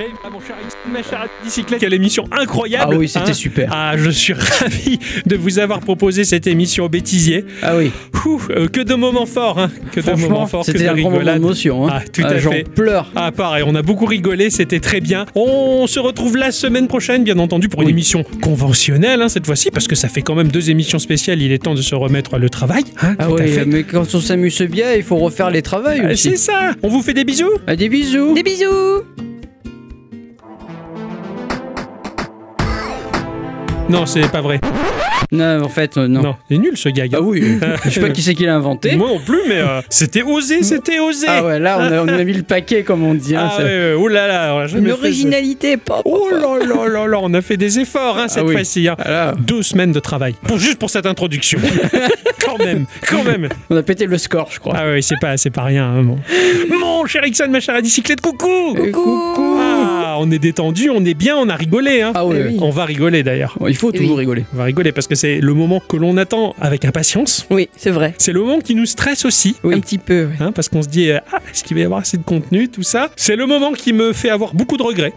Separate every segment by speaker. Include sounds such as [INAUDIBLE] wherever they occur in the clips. Speaker 1: Et voilà, mon cher Ixon, ma chère bicyclette, quelle émission incroyable!
Speaker 2: Ah oui, c'était
Speaker 1: hein.
Speaker 2: super.
Speaker 1: Ah, je suis [LAUGHS] ravi de vous avoir proposé cette émission bêtisier.
Speaker 2: Ah oui,
Speaker 1: Ouh, euh, que de moments forts, hein. que de moments
Speaker 2: franchement,
Speaker 1: forts, que de
Speaker 2: c'était un grand moment
Speaker 1: rigolades.
Speaker 2: d'émotion. Hein.
Speaker 1: Ah, tout à
Speaker 2: J'en
Speaker 1: fait.
Speaker 2: pleure.
Speaker 1: Ah, pareil, on a beaucoup rigolé, c'était très bien. On se retrouve la semaine prochaine, bien entendu, pour une
Speaker 2: Oui.
Speaker 1: émission conventionnelle hein, cette fois-ci, parce que ça fait quand même deux émissions spéciales. Il est temps de se remettre le travail. hein,
Speaker 2: Ah
Speaker 1: tout à
Speaker 2: oui,
Speaker 1: fait.
Speaker 2: mais quand on s'amuse bien, il faut refaire les travaux
Speaker 1: Ah,
Speaker 2: aussi.
Speaker 1: c'est ça. On vous fait des bisous.
Speaker 2: Ah, des bisous.
Speaker 3: Des bisous
Speaker 1: Non, c'est pas vrai.
Speaker 2: Non, en fait, euh, non.
Speaker 1: Non, c'est nul ce gag. [LAUGHS]
Speaker 2: Ah oui, je sais pas qui c'est qui l'a inventé.
Speaker 1: Moi non plus, mais euh, c'était osé, c'était osé.
Speaker 2: Ah ouais, là, on a, on a mis le paquet, comme on dit. hein,
Speaker 1: Ah
Speaker 2: ça-
Speaker 1: ouais, ouais, oh là là, on a jamais
Speaker 3: Une
Speaker 1: fait ça.
Speaker 3: originalité pop
Speaker 1: Oh là là là là, on a fait des efforts hein, cette
Speaker 2: oui.
Speaker 1: fois-ci. hein.
Speaker 2: Ah là,
Speaker 1: Deux semaines de travail, pour, juste pour cette introduction. [LAUGHS] quand même, quand même.
Speaker 2: on a pété le score, je crois.
Speaker 1: Ah oui, c'est pas, c'est pas rien. hein, bon. Mon cher Ixon, ma chère à bicyclette, coucou
Speaker 2: Et coucou.
Speaker 1: Ah, on est détendu, on est bien, on a rigolé. hein.
Speaker 2: Ah ouais,
Speaker 1: On va rigoler d'ailleurs.
Speaker 2: Bon, il faut
Speaker 3: Eh
Speaker 2: toujours
Speaker 3: oui.
Speaker 2: rigoler. [LAUGHS]
Speaker 1: On va rigoler parce que c'est le moment que l'on attend avec impatience.
Speaker 3: Oh. Oui, c'est vrai.
Speaker 1: C'est le moment qui nous stresse aussi.
Speaker 2: Oui.
Speaker 3: Un petit peu. ouais.
Speaker 1: Hein, parce qu'on se dit, euh, ah, est-ce qu'il va y avoir assez de contenu, tout ça C'est le moment qui me fait avoir beaucoup de regrets.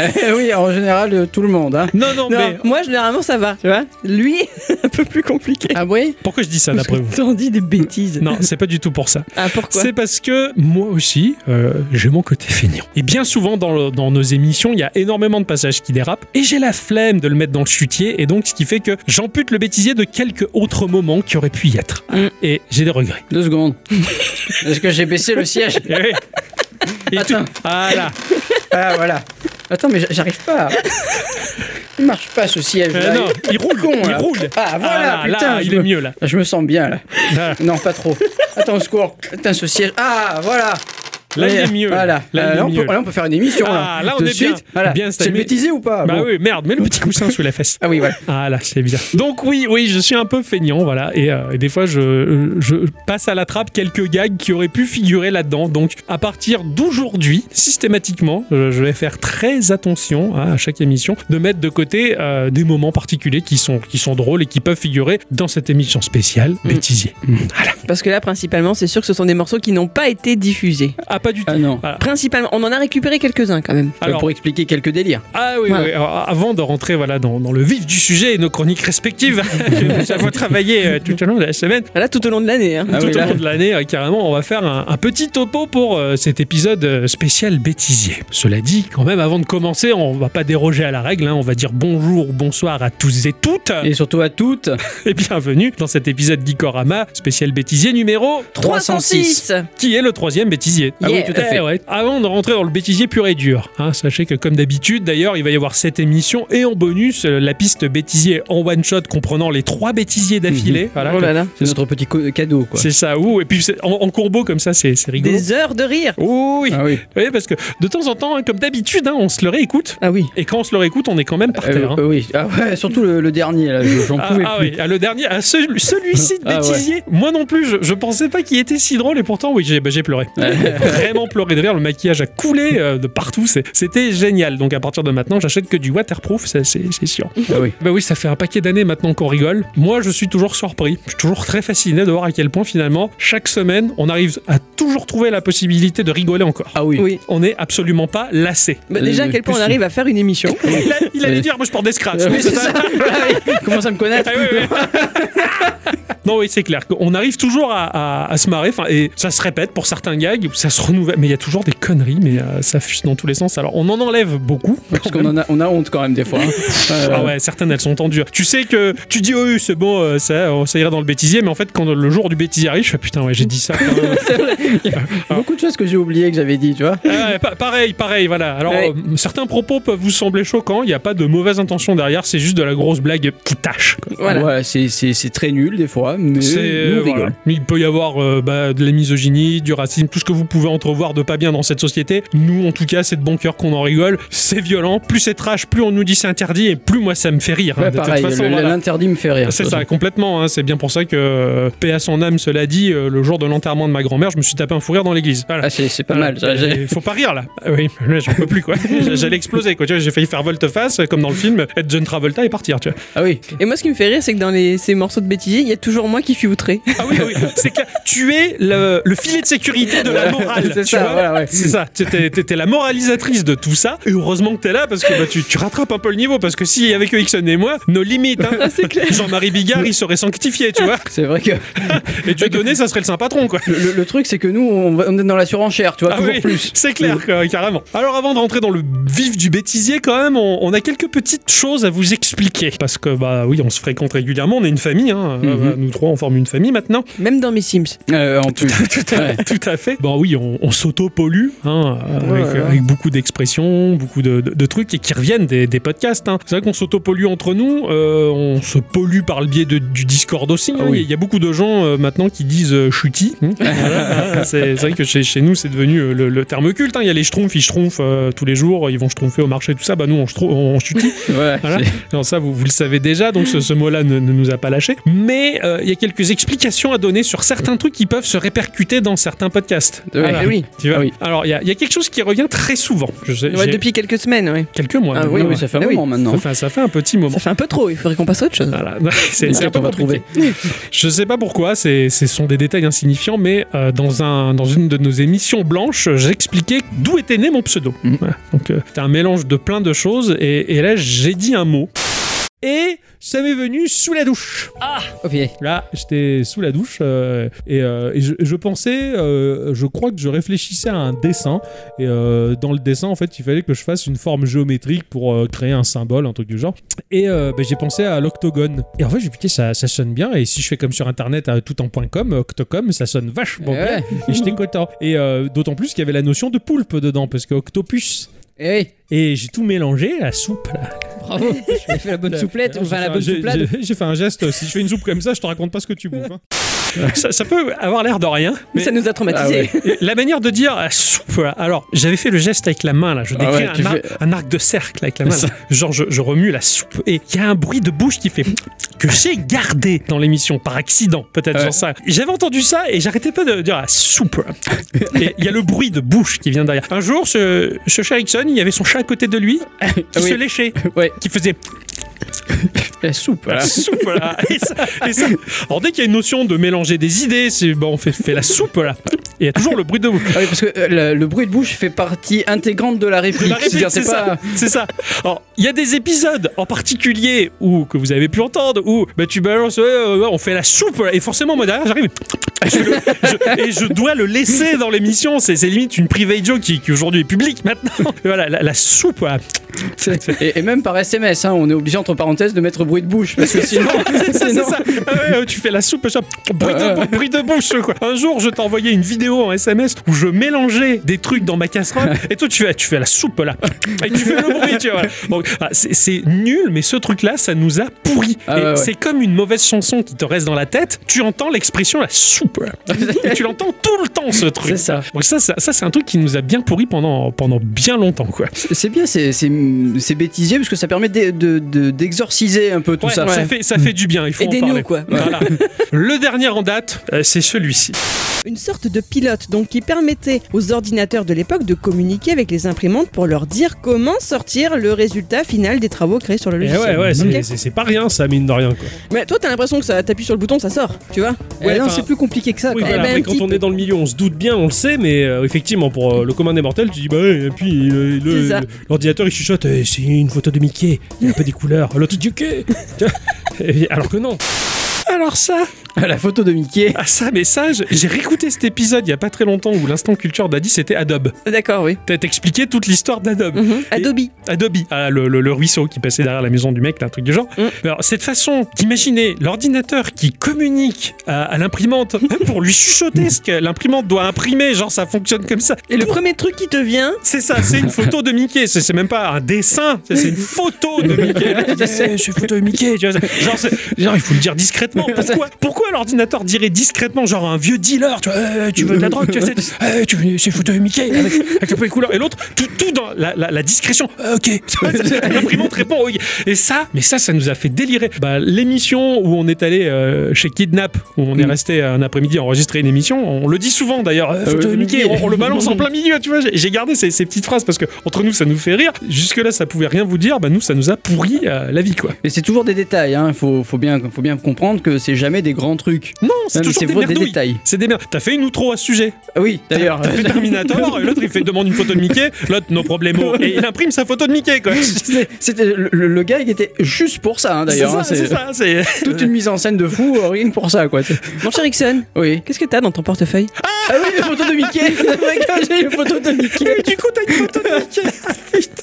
Speaker 2: Eh oui, en général, euh, tout le monde.
Speaker 3: [LAUGHS]
Speaker 2: Hein.
Speaker 1: Non, non,
Speaker 3: Non,
Speaker 1: mais
Speaker 3: moi généralement ça va, tu vois. Lui, [LAUGHS] un peu plus compliqué.
Speaker 2: Ah oui
Speaker 1: pourquoi je dis ça
Speaker 3: Parce
Speaker 1: d'après
Speaker 3: que
Speaker 1: vous
Speaker 3: T'en dis des bêtises.
Speaker 1: Non, c'est pas du tout pour ça.
Speaker 3: [LAUGHS] Ah pourquoi
Speaker 1: C'est parce que moi aussi, euh, j'ai mon côté feignant. Et bien souvent dans, le- dans nos émissions, il y a énormément de passages qui dérapent et j'ai la flemme de le mettre dans le chutier et donc ce qui fait que j'ampute le bêtisier de quelques autres moments qui auraient pu y être.
Speaker 3: Mm.
Speaker 1: Et j'ai des regrets.
Speaker 2: Deux secondes. Est-ce que j'ai baissé le siège
Speaker 1: Eh oui. Et tout-
Speaker 2: Attends.
Speaker 1: Ah là.
Speaker 2: Ah voilà. Attends, mais j'a- j'arrive pas. à- Il marche pas ce siège.
Speaker 1: Euh,
Speaker 2: Là.
Speaker 1: non, il roule,
Speaker 2: con,
Speaker 1: il
Speaker 2: là.
Speaker 1: roule.
Speaker 2: Ah voilà,
Speaker 1: Ah là,
Speaker 2: putain,
Speaker 1: là,
Speaker 2: je
Speaker 1: il est
Speaker 2: me-
Speaker 1: mieux là.
Speaker 2: Je me sens bien là.
Speaker 1: Ah,
Speaker 2: Non, pas trop. Attends, au secours. Putain, ce siège. Ah voilà.
Speaker 1: Là, il est mieux.
Speaker 2: Voilà. Euh,
Speaker 1: Là, il est
Speaker 2: on
Speaker 1: mieux.
Speaker 2: Peut, là, on peut faire une émission.
Speaker 1: Ah,
Speaker 2: là,
Speaker 1: là, on
Speaker 2: De
Speaker 1: est bien.
Speaker 2: suite. Voilà.
Speaker 1: Bien
Speaker 2: C'est
Speaker 1: stylé.
Speaker 2: bêtisé ou pas
Speaker 1: Bah
Speaker 2: Bon.
Speaker 1: oui, merde, mets le petit coussin sous la fesse.
Speaker 2: Ah oui, voilà.
Speaker 1: Ah là, c'est bien. Donc oui, oui, je suis un peu feignant, voilà. Et, euh, et des fois, je, je passe à la trappe quelques gags qui auraient pu figurer là-dedans. Donc à partir d'aujourd'hui, systématiquement, euh, je vais faire très attention hein, à chaque émission de mettre de côté euh, des moments particuliers qui sont, qui sont drôles et qui peuvent figurer dans cette émission spéciale
Speaker 2: Mm.
Speaker 1: bêtisier.
Speaker 3: Parce que là principalement c'est sûr que ce sont des morceaux qui n'ont pas été diffusés.
Speaker 1: Ah pas du tout.
Speaker 2: Ah non.
Speaker 1: Voilà.
Speaker 3: Principalement, on en a récupéré quelques-uns quand même.
Speaker 1: Ah, Alors,
Speaker 2: Pour expliquer quelques délires.
Speaker 1: Ah oui,
Speaker 3: Voilà.
Speaker 1: oui. Alors, avant de rentrer voilà, dans, dans le vif du sujet et nos chroniques respectives, [LAUGHS] que nous avons travaillé euh, tout au long de la semaine,
Speaker 3: Là tout au long de l'année. hein.
Speaker 2: Ah
Speaker 1: tout
Speaker 2: oui,
Speaker 1: au
Speaker 2: là.
Speaker 1: long de l'année, euh, carrément, on va faire un, un petit topo pour euh, cet épisode euh, spécial bêtisier. Cela dit, quand même, avant de commencer, on va pas déroger à la règle, hein, on va dire bonjour, bonsoir à tous et toutes, et, [LAUGHS]
Speaker 2: Et surtout à toutes.
Speaker 1: bienvenue dans cet épisode Geekorama, spécial bêtisier numéro 306, qui est le troisième bêtisier.
Speaker 3: Ah oui, Yeah.
Speaker 2: tout à
Speaker 1: Eh
Speaker 2: fait.
Speaker 1: ouais. Avant de rentrer dans le bêtisier pur et dur, hein, sachez que comme d'habitude, d'ailleurs, il va y avoir cette émission et en bonus, euh, la piste bêtisier en one shot comprenant les trois bêtisiers d'affilée. Voilà,
Speaker 3: Oh là là.
Speaker 2: C'est notre petit co- cadeau, quoi.
Speaker 1: c'est ça, ouh, et puis c'est- en, en courbeau comme ça, c'est c'est rigolo.
Speaker 3: Des heures de rire.
Speaker 1: Oh oui,
Speaker 2: Ah oui.
Speaker 1: oui, parce que de temps en temps, hein, comme d'habitude, hein, on se le réécoute.
Speaker 3: Ah oui.
Speaker 1: Et quand on se le réécoute, on est quand même par
Speaker 2: Euh,
Speaker 1: terre. hein.
Speaker 2: euh, oui. Ah ouais, surtout le, le dernier, là. je- J'en
Speaker 1: Ah,
Speaker 2: pouvais
Speaker 1: ah
Speaker 2: plus.
Speaker 1: oui, ah, le dernier, ah, celui- celui-ci de
Speaker 2: Ah ouais.
Speaker 1: bêtisier. Moi non plus, je, je pensais pas qu'il était si drôle et pourtant, oui, j'ai bah, j'ai pleuré. [LAUGHS] Vraiment pleuré de rire, le maquillage a coulé euh, de partout, c'est- c'était génial. Donc à partir de maintenant, j'achète que du waterproof, ça, c'est c'est sûr.
Speaker 2: Ah oui.
Speaker 1: Bah oui, ça fait un paquet d'années maintenant qu'on rigole. Moi, je suis toujours surpris. Je suis toujours très fasciné de voir à quel point finalement, chaque semaine, on arrive à toujours trouver la possibilité de rigoler encore.
Speaker 2: Ah oui.
Speaker 3: Oui.
Speaker 1: On n'est absolument pas
Speaker 2: [LAUGHS]
Speaker 1: lassé.
Speaker 3: Bah, déjà à quel point on arrive à faire une [LAUGHS] émission.
Speaker 1: Il, a- il allait
Speaker 2: Oui.
Speaker 1: dire, moi je porte des scratchs.
Speaker 2: Euh, oui,
Speaker 1: [LAUGHS]
Speaker 2: c'est ça. Il commence à me connaître.
Speaker 1: Ah oui, oui,
Speaker 2: [LAUGHS]
Speaker 1: oui. non, oui, c'est clair. On arrive toujours à, à- à se marrer. Enfin, et ça se répète pour certains gags, ça se renouvelle. Mais il y a toujours des conneries, mais euh, ça fuse dans tous les sens. Alors, on en enlève beaucoup.
Speaker 2: Parce qu'on en a, on a honte quand même des fois. hein. Euh,
Speaker 1: [LAUGHS] Ah ouais, certaines elles sont tendues. Tu sais que tu dis, oh, oui, c'est bon, euh, ça, on- ça ira dans le bêtisier, mais en fait, quand le jour du bêtisier arrive, je fais putain, ouais, j'ai dit ça. quand
Speaker 2: [LAUGHS]
Speaker 1: même.
Speaker 2: Beaucoup de choses que j'ai oubliées que j'avais dit, tu vois.
Speaker 1: Ah ouais, pa- pareil, pareil, voilà. Alors,
Speaker 3: Ouais.
Speaker 1: euh, certains propos peuvent vous sembler choquants, il n'y a pas de mauvaise intention derrière, c'est juste de la grosse blague qui tâche. quoi.
Speaker 3: Voilà.
Speaker 2: Ouais, c'est- c'est c'est très nul des fois, mais
Speaker 1: C'est,
Speaker 2: nous,
Speaker 1: euh,
Speaker 2: on
Speaker 1: voilà.
Speaker 2: rigole.
Speaker 1: Il peut y avoir euh, bah, de la misogynie, du racisme, tout ce que vous pouvez entrevoir de pas bien dans cette société. Nous, en tout cas, c'est de bon cœur qu'on en rigole. C'est violent. Plus c'est trash, plus on nous dit c'est interdit et plus moi ça me fait rire. hein.
Speaker 2: Ouais,
Speaker 1: de toute
Speaker 2: pareil,
Speaker 1: façon,
Speaker 2: le-
Speaker 1: voilà.
Speaker 2: l'interdit me fait rire.
Speaker 1: C'est
Speaker 2: de toute
Speaker 1: ça,
Speaker 2: façon.
Speaker 1: complètement. hein. C'est bien pour ça que, euh, paix à son âme, cela dit, euh, le jour de l'enterrement de ma grand-mère, je me suis tapé un fou rire dans l'église. Voilà.
Speaker 2: Ah, c'est c'est pas
Speaker 1: Voilà.
Speaker 2: mal.
Speaker 1: [LAUGHS]
Speaker 2: ça, j'ai-
Speaker 1: Et Faut pas rire là. Ah Oui, [LAUGHS] là, j'en peux
Speaker 2: [LAUGHS]
Speaker 1: plus quoi. J'allais exploser quoi. Tu vois, J'ai failli faire volte-face comme dans le film, être John Travolta et partir. Tu vois.
Speaker 2: Ah oui,
Speaker 3: Et moi ce qui me fait rire c'est que dans les, ces morceaux de bêtisier il y a toujours moi qui suis outré. [LAUGHS]
Speaker 1: Ah oui, oui, c'est clair. Tu es le, le filet de sécurité de la morale. morale.
Speaker 2: [LAUGHS] C'est
Speaker 1: tu
Speaker 2: ça,
Speaker 1: vois.
Speaker 2: voilà, ouais.
Speaker 1: C'est ça, t'étais t'étais la moralisatrice de tout ça. Et heureusement que t'es là parce que bah, tu, tu rattrapes un peu le niveau. Parce que s'il y avait que Ixon et moi, nos limites,
Speaker 2: [LAUGHS]
Speaker 1: hein.
Speaker 2: Ah,
Speaker 1: Jean-Marie Bigard, il serait sanctifié, tu vois.
Speaker 2: C'est vrai que
Speaker 1: Et Dieu donné, ça serait le saint patron, quoi.
Speaker 2: le, le- le truc, c'est que nous, on, va- on est dans la surenchère, tu vois,
Speaker 1: Ah
Speaker 2: toujours
Speaker 1: oui,
Speaker 2: plus.
Speaker 1: [LAUGHS] C'est clair, quoi, carrément. Alors avant de rentrer dans le vif du bêtisier, quand même, on, on a quelques petites choses à vous expliquer. Parce que, bah oui, on se fréquente régulièrement, on est une famille, hein.
Speaker 2: Mhm.
Speaker 1: Euh, nous trois, on forme une famille maintenant.
Speaker 3: Même dans mes Sims.
Speaker 2: Euh, en plus.
Speaker 1: [LAUGHS]
Speaker 2: Ouais.
Speaker 1: Tout à fait. Bon oui, on, on s'auto-pollue hein, euh,
Speaker 2: Ouais,
Speaker 1: avec,
Speaker 2: ouais.
Speaker 1: avec beaucoup d'expressions, beaucoup de, de- de trucs et qui reviennent des, des podcasts. hein. C'est vrai qu'on s'auto-pollue entre nous, euh, on se pollue par le biais de- du Discord aussi. hein.
Speaker 2: Ah
Speaker 1: Il
Speaker 2: oui.
Speaker 1: y a- il y a beaucoup de gens euh, maintenant qui disent euh, chutis. hein. [LAUGHS] Voilà, hein. c'est c'est vrai que chez, chez nous, c'est devenu euh, le, le terme culte. hein. Il y a les schtroumpfs, ils schtroumpfent euh, tous les jours, ils vont schtroumpfer au marché, tout ça. Bah nous, on, chtrou- on chutit.
Speaker 2: Ouais,
Speaker 1: Voilà.
Speaker 2: c'est-
Speaker 1: Non, ça, vous, vous le savez déjà, donc ce, ce mot-là ne, ne nous a pas lâché. Mais euh, il y a quelques explications à donner sur certains trucs qui peuvent se répercuter dans certains podcasts.
Speaker 2: Ouais.
Speaker 1: Voilà.
Speaker 2: Eh oui.
Speaker 1: Tu vois
Speaker 2: Ah oui.
Speaker 1: Alors, il y, a- il y a quelque chose qui revient très souvent. Je sais,
Speaker 3: Ouais,
Speaker 1: j'ai
Speaker 3: depuis quelques semaines, ouais.
Speaker 1: quelques mois.
Speaker 3: Ah
Speaker 1: maintenant,
Speaker 2: Oui, Eh
Speaker 1: ouais.
Speaker 2: oui, ça fait un
Speaker 3: Ah oui.
Speaker 2: moment maintenant.
Speaker 1: Ça fait, ça fait un petit moment.
Speaker 3: Ça fait un peu trop, il faudrait qu'on passe à autre chose.
Speaker 1: Voilà. [LAUGHS] C'est c'est un
Speaker 2: T'inquiète,
Speaker 1: peu
Speaker 2: on va
Speaker 1: compliqué.
Speaker 2: trouver.
Speaker 1: Je sais pas pourquoi, c'est- ce sont des détails insignifiants, mais euh, dans, un, dans une de nos émissions blanches, j'expliquais d'où était né mon pseudo.
Speaker 2: Mhm.
Speaker 1: Voilà. Donc euh, c'était un mélange de plein de choses, et, et là j'ai dit un mot. Et ça m'est venu sous la douche.
Speaker 2: Ok.
Speaker 1: Là, j'étais sous la douche euh, et, euh, et je, je pensais, euh, je crois que je réfléchissais à un dessin. Et euh, dans le dessin, en fait, il fallait que je fasse une forme géométrique pour euh, créer un symbole, un truc du genre. Et euh, bah, j'ai pensé à l'octogone. Et en fait, j'ai dit, putain, ça, ça sonne bien. Et si je fais comme sur internet, euh, tout en point .com, octocom, ça sonne vachement
Speaker 2: Eh
Speaker 1: bien.
Speaker 2: ouais.
Speaker 1: Et j'étais content. Et euh, d'autant plus qu'il y avait la notion de poulpe dedans, parce que octopus.
Speaker 2: Eh oui.
Speaker 1: Et j'ai tout mélangé, la soupe, là.
Speaker 3: Ah,
Speaker 2: Bravo. J'ai fait la bonne souplette,
Speaker 1: D'ailleurs,
Speaker 2: enfin
Speaker 1: j'ai
Speaker 2: la
Speaker 1: fait un-
Speaker 2: bonne
Speaker 1: j'ai-
Speaker 2: souplade.
Speaker 1: j'ai- J'ai fait un geste. Si je fais une soupe comme ça, je te raconte pas ce que tu bouffes. hein. [LAUGHS] Ça, ça peut avoir l'air de rien, mais
Speaker 3: Ça nous a traumatisés.
Speaker 1: la manière de dire ah, soupe. voilà. Alors, j'avais fait le geste avec la main là. Je
Speaker 2: Ah
Speaker 1: décris
Speaker 2: ouais,
Speaker 1: un,
Speaker 2: tu
Speaker 1: ar-
Speaker 2: fais-
Speaker 1: un arc de cercle avec la main. là. Genre, je, je remue la soupe et il y a un bruit de bouche qui fait [CLEARS THROAT] que j'ai gardé dans l'émission par accident, peut-être
Speaker 2: Ouais.
Speaker 1: genre ça. J'avais entendu ça et j'arrêtais pas de dire ah, soupe. Et il y a le bruit de bouche qui vient derrière. Un jour, ce, ce cher Ixon, il y avait son chat à côté de lui qui
Speaker 2: Ah oui.
Speaker 1: se léchait,
Speaker 2: Ouais.
Speaker 1: qui faisait
Speaker 2: La soupe. voilà.
Speaker 1: la soupe là. Et ça- et ça- Alors dès qu'il y a une notion de mélanger des idées, c'est bon, on fait, fait la soupe là. Et il y a toujours le bruit de
Speaker 2: [LAUGHS]
Speaker 1: bouche.
Speaker 2: Ah oui, parce que euh, le, le bruit de bouche fait partie intégrante de la réplique.
Speaker 1: La réplique,
Speaker 2: C'est-à-dire,
Speaker 1: c'est
Speaker 2: c'est pas.
Speaker 1: ça, c'est ça. Alors, il y a des épisodes en particulier où que vous avez pu entendre où bah, tu balances, ouais, ouais, ouais, on fait la soupe là. et forcément moi derrière j'arrive je le- je- et je dois le laisser dans l'émission. C'est c'est limite une private joke qui, qui aujourd'hui est publique maintenant. Et voilà, la, la soupe. là.
Speaker 2: Et, et même par SMS, hein, on est obligé entre parenthèses de mettre bruit de bouche parce
Speaker 1: [LAUGHS]
Speaker 2: que sinon. [LAUGHS]
Speaker 1: C'est ça, c'est
Speaker 2: sinon-
Speaker 1: ça. Ah ouais, euh, tu fais la soupe, ça. Bruit de, bou- bruit de bouche, quoi. Un jour, je t'ai envoyé une vidéo en SMS où je mélangeais des trucs dans ma
Speaker 2: [LAUGHS]
Speaker 1: casserole et toi, tu fais, tu fais la soupe, là. Et tu fais le bruit, tu vois. Bon, ah, c'est- c'est nul, mais ce truc-là, ça nous a pourri.
Speaker 2: Ah
Speaker 1: Et
Speaker 2: ouais, ouais.
Speaker 1: c'est comme une mauvaise chanson qui te reste dans la tête. Tu entends l'expression la soupe, là. Et tu l'entends tout le temps, ce truc.
Speaker 2: C'est ça.
Speaker 1: Donc ça, ça, ça, c'est un truc qui nous a bien pourri pendant, pendant bien longtemps, quoi.
Speaker 2: C'est bien, c'est c'est c'est bêtisier parce que ça permet d'e- de- de- d'exorciser un peu tout
Speaker 1: Ouais,
Speaker 2: ça.
Speaker 1: ça, fait, ça fait du bien, il faut en
Speaker 3: Aidez-nous,
Speaker 1: parler.
Speaker 3: quoi.
Speaker 2: [LAUGHS]
Speaker 1: Voilà. Le dernier en date, euh, c'est celui-ci.
Speaker 4: Une sorte de pilote donc qui permettait aux ordinateurs de l'époque de communiquer avec les imprimantes pour leur dire comment sortir le résultat final des travaux créés sur le
Speaker 5: Eh
Speaker 4: logiciel.
Speaker 5: ouais, ouais, c'est,
Speaker 4: Ok
Speaker 5: c'est- c'est pas rien, ça, mine de rien. Quoi.
Speaker 4: Mais toi, t'as l'impression que ça t'appuie sur le bouton, ça sort, tu vois
Speaker 2: Ouais,
Speaker 3: Eh
Speaker 5: Ouais,
Speaker 3: ben,
Speaker 2: non,
Speaker 5: enfin-
Speaker 2: c'est plus compliqué que ça.
Speaker 5: Oui,
Speaker 2: quand
Speaker 4: Eh
Speaker 5: voilà,
Speaker 4: ben,
Speaker 5: après,
Speaker 4: un
Speaker 5: quand
Speaker 4: petit
Speaker 5: on
Speaker 4: peu.
Speaker 5: est dans le milieu, on se doute bien, on le sait, mais euh, effectivement, pour euh, le commun des mortels, tu dis, bah ouais, et puis euh, le-
Speaker 4: C'est ça.
Speaker 5: l'ordinateur il chuchote, Eh, c'est une photo de Mickey, il y a un peu des couleurs, [LAUGHS] l'autre du quai [LAUGHS] Alors que non.
Speaker 1: Alors ça,
Speaker 2: même. La photo de Mickey.
Speaker 1: Ah ça, mais ça, je- j'ai réécouté cet épisode il y a pas très longtemps où l'instant culture d'Adi c'était Adobe.
Speaker 3: D'accord, oui.
Speaker 1: T'as expliqué toute l'histoire d'Adobe.
Speaker 3: Mhm.
Speaker 4: Adobe.
Speaker 1: Adobe, ah, le, le- le ruisseau qui passait derrière la maison du mec, là, un truc du genre.
Speaker 3: Mm.
Speaker 1: Mais Alors cette façon d'imaginer l'ordinateur qui communique à, à l'imprimante [LAUGHS] pour lui chuchoter ce que l'imprimante doit imprimer, genre ça fonctionne comme ça.
Speaker 3: Et le premier truc qui te vient,
Speaker 1: C'est ça, c'est une photo de Mickey. C'est c'est même pas un dessin, c'est c'est une photo de [LAUGHS] Mickey. Le mec, il dit, C'est c'est une photo de Mickey. tu vois, c'est- genre, c'est- genre, il faut le dire discrètement. Pourquoi, pourquoi l'ordinateur dirait discrètement, genre un vieux dealer, tu vois, Eh, tu veux de la drogue, tu vois, c'est- eh, tu veux- c'est une photo de Mickey avec, avec un peu les couleurs. Et l'autre, tout, tout dans la, la- la discrétion. Ah, ok. Tu vois, c'est- [LAUGHS] L'imprimante répond. oui. Et ça, mais ça, ça nous a fait délirer. Bah, L'émission où on est allé euh, chez Kidnap, où on est
Speaker 2: Mm.
Speaker 1: resté un après-midi à enregistrer une émission, on le dit souvent d'ailleurs, euh, photo
Speaker 2: oui,
Speaker 1: de Mickey,
Speaker 2: Mickey.
Speaker 1: on, on le balance
Speaker 2: [LAUGHS]
Speaker 1: en plein milieu, tu vois. J'ai- J'ai gardé ces, ces petites phrases parce que entre nous, ça nous fait rire. Jusque-là, ça pouvait rien vous dire. Bah, nous, ça nous a pourri euh, la vie, quoi.
Speaker 2: Mais c'est toujours des détails. Hein. Faut, faut bien, faut bien comprendre que que c'est jamais des grands trucs.
Speaker 1: Non, c'est
Speaker 2: Non, mais
Speaker 1: toujours
Speaker 2: c'est
Speaker 1: des
Speaker 2: vraiment des
Speaker 1: merdouilles.
Speaker 2: détails.
Speaker 1: C'est des merdes. T'as fait une outro à ce sujet.
Speaker 2: Ah oui, d'ailleurs. [LAUGHS]
Speaker 1: T'as fait Terminator, et l'autre il fait demande une photo de Mickey, l'autre no
Speaker 2: [LAUGHS]
Speaker 1: problemo, et il imprime sa photo de Mickey quoi.
Speaker 2: C'était c'était- le, le gars, il était juste pour ça, hein, d'ailleurs. hein,
Speaker 1: c'est ça, c'est ça, c'est-
Speaker 2: [LAUGHS] toute une mise en scène de fou, euh, rien que pour ça, quoi. t'sais.
Speaker 3: Mon cher Ixon,
Speaker 2: Oui.
Speaker 3: qu'est-ce que t'as dans ton portefeuille
Speaker 2: Ah oui, les photos
Speaker 1: [LAUGHS]
Speaker 2: de Mickey. C'est vrai que J'ai les photos de Mickey.
Speaker 1: Et du coup t'as une photo de Mickey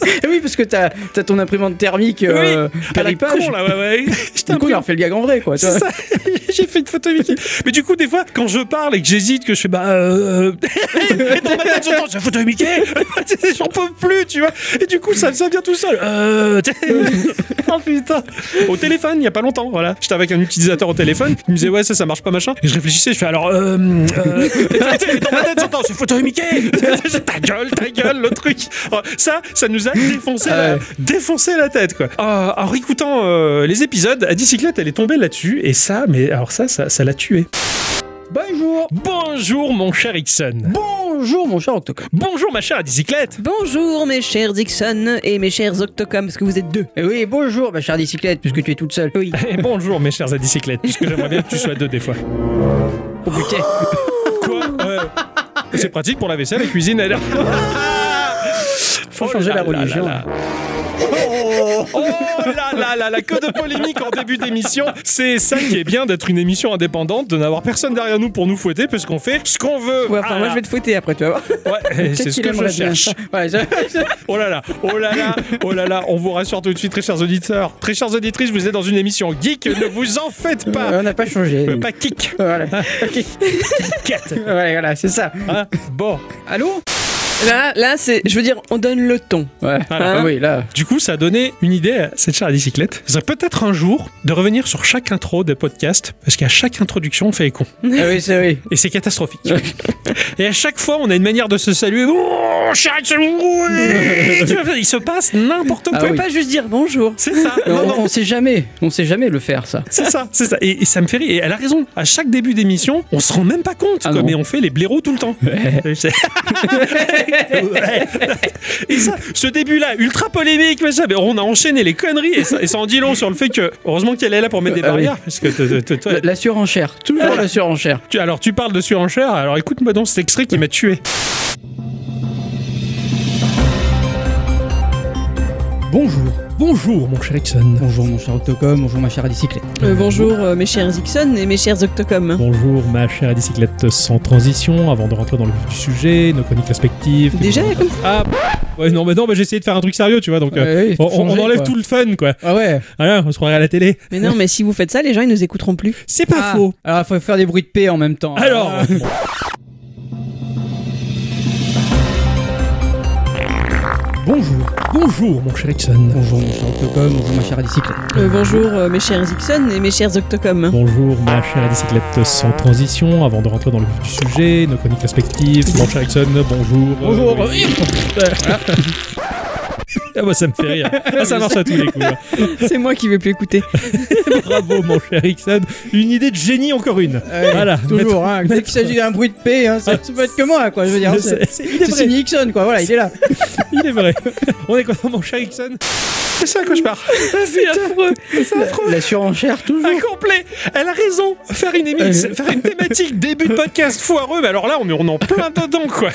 Speaker 2: Ah oui, parce que t'as as ton imprimante thermique euh,
Speaker 1: à la
Speaker 2: péripage.
Speaker 1: con là, ouais, ouais. Je
Speaker 2: [LAUGHS] Du coup, il
Speaker 1: t'imprime.
Speaker 2: a refait le gag en vrai, quoi. tu vois.
Speaker 1: C'est ça. [LAUGHS] J'ai fait une photo de Mickey. Mais du coup, des fois, quand je parle et que j'hésite, que je fais bah. [LAUGHS] Euh... euh, et dans ma tête, j'entends j'ai la photo de Mickey. [LAUGHS] Tu sais, J'en peux plus, tu vois. Et du coup, ça, ça vient tout seul. Euh... tu sais. oh putain. Au téléphone, il n'y a pas longtemps, voilà. J'étais avec un utilisateur au téléphone. Il me disait ouais, ça, ça marche pas, machin. Et je réfléchissais, je fais alors. Euh... euh, et tu sais, dans ma tête, j'entends j'ai la photo de Mickey. [LAUGHS] ta gueule, ta gueule, le truc. Oh, ça, ça nous a défoncé,
Speaker 2: Ah
Speaker 1: la,
Speaker 2: ouais.
Speaker 1: défoncé la tête, quoi. Ah, en réécoutant euh, les épisodes, à bicyclette, elle est tombée là-dessus. Et ça, mais alors ça, ça ça l'a tué.
Speaker 2: Bonjour.
Speaker 1: Bonjour mon cher Ixon.
Speaker 2: Bonjour, mon cher Octocom.
Speaker 1: Bonjour ma chère bicyclette.
Speaker 4: Bonjour mes chers Dixon et mes chers Octocom, parce que vous êtes deux.
Speaker 2: Eh oui, bonjour, ma chère bicyclette, puisque tu es toute seule. Oui.
Speaker 1: Et bonjour mes chers à bicyclette, puisque j'aimerais bien que tu sois deux des fois.
Speaker 2: [LAUGHS] Oh putain. [LAUGHS]
Speaker 1: Quoi Ouais. C'est pratique pour la vaisselle, la cuisine, elle.
Speaker 2: Faut changer la religion.
Speaker 1: Oh, oh là là là là, que de polémique en début d'émission. C'est ça qui est bien d'être une émission indépendante, de n'avoir personne derrière nous pour nous fouetter, parce qu'on fait ce qu'on veut.
Speaker 2: Ouais, enfin,
Speaker 1: Ah
Speaker 2: moi, je vais te fouetter après, tu vas [LAUGHS] voir.
Speaker 1: Ouais, c'est
Speaker 2: Peut-être
Speaker 1: ce
Speaker 2: qu'il
Speaker 1: que je
Speaker 2: aimerait bien
Speaker 1: cherche.
Speaker 2: ça. [LAUGHS] Ouais, ça-
Speaker 1: Oh là là, oh là là, oh là là, on vous rassure tout de suite, très chers auditeurs. Très chères auditrices, vous êtes dans une émission geek, ne vous en faites
Speaker 2: Ouais,
Speaker 1: pas.
Speaker 2: on n'a pas changé.
Speaker 1: Euh, Pas kick,
Speaker 2: Voilà. Ok.
Speaker 1: cat.
Speaker 2: Ouais, voilà, c'est ça.
Speaker 1: Hein bon,
Speaker 2: Allô
Speaker 3: Là, là, c'est, je veux dire, on donne le ton.
Speaker 2: Ouais.
Speaker 1: Voilà.
Speaker 2: Ah oui, là.
Speaker 1: du coup, ça a donné une idée à cette chère bicyclette. Ça serait peut-être un jour de revenir sur chaque intro des podcasts, parce qu'à chaque introduction, on fait les cons.
Speaker 2: Ah oui, c'est [LAUGHS] oui.
Speaker 1: Et c'est catastrophique. et à chaque fois, on a une manière de se saluer. Oh, chère Axel,
Speaker 2: [LAUGHS]
Speaker 1: ouais, tu vois, Il se passe n'importe quoi.
Speaker 2: Ah
Speaker 3: On peut
Speaker 2: oui.
Speaker 3: pas juste dire bonjour.
Speaker 1: C'est ça.
Speaker 2: On,
Speaker 1: Non, non,
Speaker 2: on sait jamais, on sait jamais le faire ça.
Speaker 1: C'est ça, c'est ça. Et, et ça me fait rire. Et elle a raison. À chaque début d'émission, on se rend même pas compte.
Speaker 2: Ah
Speaker 1: quoi,
Speaker 2: non.
Speaker 1: mais on fait les blaireaux tout le temps. C'est- [LAUGHS] Ouais. et ça, ce début-là, ultra polémique, machin, mais on a enchaîné les conneries. Et ça, et ça en dit long sur le fait que, heureusement qu'elle est là pour mettre des
Speaker 2: Ah oui.
Speaker 1: barrières. Parce que te- te- te- toi,
Speaker 2: La, la surenchère, toujours la surenchère.
Speaker 1: tu- alors, tu parles de surenchère. Alors, écoute-moi donc cet extrait qui m'a tué.
Speaker 5: Bonjour. Bonjour, mon cher Ixon.
Speaker 2: [LAUGHS] Bonjour mon cher Octocom, bonjour ma chère bicyclette.
Speaker 4: Euh, bonjour euh, mes chers Dixon et mes chers Octocom.
Speaker 5: Bonjour, ma chère bicyclette sans transition. Avant de rentrer dans le vif du sujet, nos chroniques respectives.
Speaker 4: Déjà, comme
Speaker 5: Ah, ouais, non, mais non, mais j'ai essayé de faire un truc sérieux, tu vois, donc. euh,
Speaker 2: Ouais, oui,
Speaker 5: on,
Speaker 2: faut changer,
Speaker 5: on enlève
Speaker 2: quoi.
Speaker 5: tout le fun, quoi.
Speaker 2: Ah ouais.
Speaker 5: Voilà, on se croirait à la télé.
Speaker 4: Mais non, mais si vous faites ça, les gens ils nous écouteront plus.
Speaker 5: C'est pas
Speaker 2: Ah,
Speaker 5: faux.
Speaker 2: Alors faut faire des bruits de paix en même temps.
Speaker 5: Alors.
Speaker 2: Ah.
Speaker 5: Bonjour. Bonjour, mon cher
Speaker 2: [LAUGHS]
Speaker 5: Ixon.
Speaker 2: Bonjour mon cher Octocom, bonjour ma chère bicyclette.
Speaker 3: Ah.
Speaker 4: Euh, bonjour euh, mes chers Dixon et mes chers Octocom.
Speaker 5: Bonjour ma chère bicyclette sans transition, avant de rentrer dans le vif du sujet, nos chroniques respectives, mon cher Ixon, bonjour.
Speaker 2: Bonjour.
Speaker 5: Euh, ah bah ça me fait rire, Ah, ça marche à tous les coups. là.
Speaker 4: [LAUGHS] C'est moi qui vais plus écouter.
Speaker 5: Bravo mon cher Ixon, une idée de génie encore une.
Speaker 2: Ouais,
Speaker 5: Voilà.
Speaker 2: Toujours, hein. Dès qu'il s'agit d'un bruit de paix, hein, ça, ça peut être que moi, quoi. Je veux dire, hein,
Speaker 5: C'est-
Speaker 2: c'est
Speaker 5: c'est- il est
Speaker 2: c'est
Speaker 5: vrai,
Speaker 2: Sidney Nixon, quoi. Voilà, il est là.
Speaker 5: il est vrai. On est content mon cher Ixon.
Speaker 1: C'est ça que je pars.
Speaker 2: Ah,
Speaker 1: C'est affreux. C'est affreux.
Speaker 2: La surenchère,
Speaker 1: Ah,
Speaker 2: toujours.
Speaker 1: Incomplet. Elle a raison. Faire une, émi-
Speaker 2: Euh.
Speaker 1: faire une thématique début de podcast foireux, mais alors là, on est on est en plein dedans, quoi.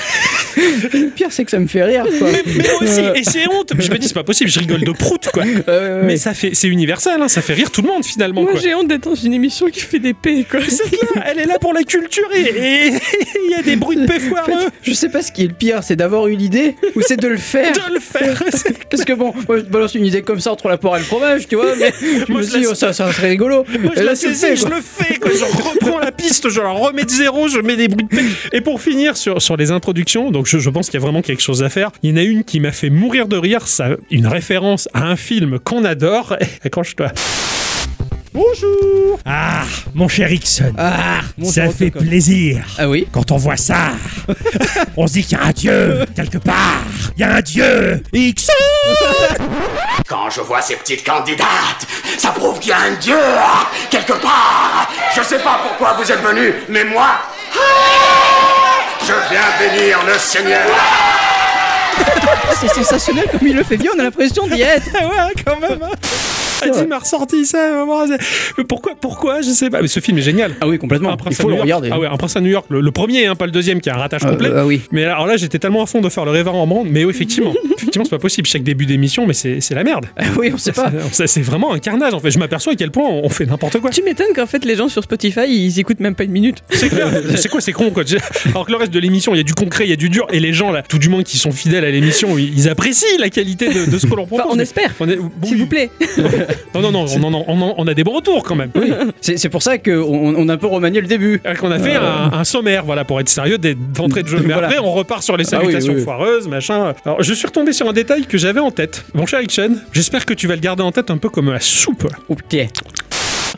Speaker 2: Le pire, c'est que ça me fait rire, quoi.
Speaker 1: Mais, mais moi aussi, et c'est honte. Je me dis, c'est pas possible, je rigole de prout, quoi.
Speaker 2: Euh, ouais,
Speaker 1: Mais
Speaker 2: ouais.
Speaker 1: ça fait, c'est universel, hein, ça fait rire tout le monde finalement.
Speaker 3: Moi,
Speaker 1: quoi.
Speaker 3: j'ai honte d'être dans une émission qui fait des paix, quoi.
Speaker 1: C'est clair, elle est là pour la culture et- et [LAUGHS] il y a des bruits de paix
Speaker 2: En fait,
Speaker 1: foireux.
Speaker 2: je sais pas ce qui est le pire, c'est d'avoir eu l'idée ou c'est de
Speaker 1: [LAUGHS]
Speaker 2: le faire.
Speaker 1: De le faire. C'est-
Speaker 2: Parce que bon, moi je te balance une idée comme ça entre la poire et le fromage, tu vois, mais je
Speaker 1: Moi,
Speaker 2: me
Speaker 1: je
Speaker 2: dis,
Speaker 1: la-
Speaker 2: oh, ça, ça serait rigolo.
Speaker 1: Moi, je
Speaker 2: Et là,
Speaker 1: la
Speaker 2: c'est
Speaker 1: saisis,
Speaker 2: fait,
Speaker 1: je
Speaker 2: quoi.
Speaker 1: le fais, quoi. je reprends la piste, je la remets de zéro, je mets des bruits de paix. Et pour finir sur, sur les introductions, donc je, je pense qu'il y a vraiment quelque chose à faire. Il y en a une qui m'a fait mourir de rire, ça, une référence à un film qu'on adore. [LAUGHS] Accroche-toi. Bonjour
Speaker 5: Ah, mon cher Ixon,
Speaker 2: Ah, mon
Speaker 5: ça
Speaker 2: Sir
Speaker 5: fait
Speaker 2: Octocom.
Speaker 5: plaisir.
Speaker 2: Ah oui
Speaker 5: Quand on voit ça,
Speaker 2: [LAUGHS]
Speaker 5: on se dit qu'il y a un dieu quelque part. Il y a un dieu. Ixon.
Speaker 6: Quand je vois ces petites candidates, ça prouve qu'il y a un dieu ah, quelque part. Je sais pas pourquoi vous êtes venus, mais moi, je viens bénir le Seigneur.
Speaker 3: Ah,
Speaker 4: C'est sensationnel comme il le fait bien, on a l'impression d'y être.
Speaker 1: Ah ouais, quand même. hein. Ah, tu m'as ressorti ça. maman, c'est- Mais pourquoi, pourquoi, je sais pas. Mais ce film est génial.
Speaker 2: Ah oui, complètement.
Speaker 1: Un prince à
Speaker 2: Il
Speaker 1: New
Speaker 2: faut le
Speaker 1: York.
Speaker 2: regarder.
Speaker 1: Ah ouais, un prince à New York, le, le premier, hein, pas le deuxième qui a un rattache
Speaker 2: Ah,
Speaker 1: complet.
Speaker 2: euh, ah oui. [LAUGHS]
Speaker 1: Mais alors là, j'étais tellement à fond de faire le rêveur en brand, mais oui, effectivement, effectivement, c'est pas possible. Chaque début d'émission, mais c'est c'est la merde.
Speaker 2: Ah oui, on sait pas.
Speaker 1: Ça, [LAUGHS] c'est vraiment un carnage. En fait, je m'aperçois à quel point on fait n'importe quoi.
Speaker 3: Tu m'étonnes qu'en fait les gens sur Spotify ils écoutent même pas une minute.
Speaker 1: C'est
Speaker 2: [LAUGHS]
Speaker 1: clair. c'est quoi, c'est con quoi. Tu sais, Alors que le reste de l'émission, il y a du concret, il y a du dur, et les gens là, tout du moins qui sont fidèles à l'émission, ils ils apprécient la qualité de, de ce que l'on propose.
Speaker 3: Enfin, on espère.
Speaker 1: On est- bon,
Speaker 3: S'il vous plaît.
Speaker 1: [LAUGHS] Non, non, non, on, en- on en- on a des bons retours quand même.
Speaker 2: C'est c'est pour ça qu'on on a un peu remanié le début.
Speaker 1: Alors qu'on a fait un,
Speaker 5: Euh.
Speaker 1: un sommaire, voilà, pour être sérieux, des- d'entrée de jeu. Mais
Speaker 2: Voilà.
Speaker 1: après, on repart sur les
Speaker 2: Ah oui,
Speaker 1: salutations
Speaker 2: oui, oui.
Speaker 1: foireuses, machin. Alors, je suis retombé sur un détail que j'avais en tête. Mon cher Action, j'espère que tu vas le garder en tête un peu comme la soupe.
Speaker 2: Oh putain.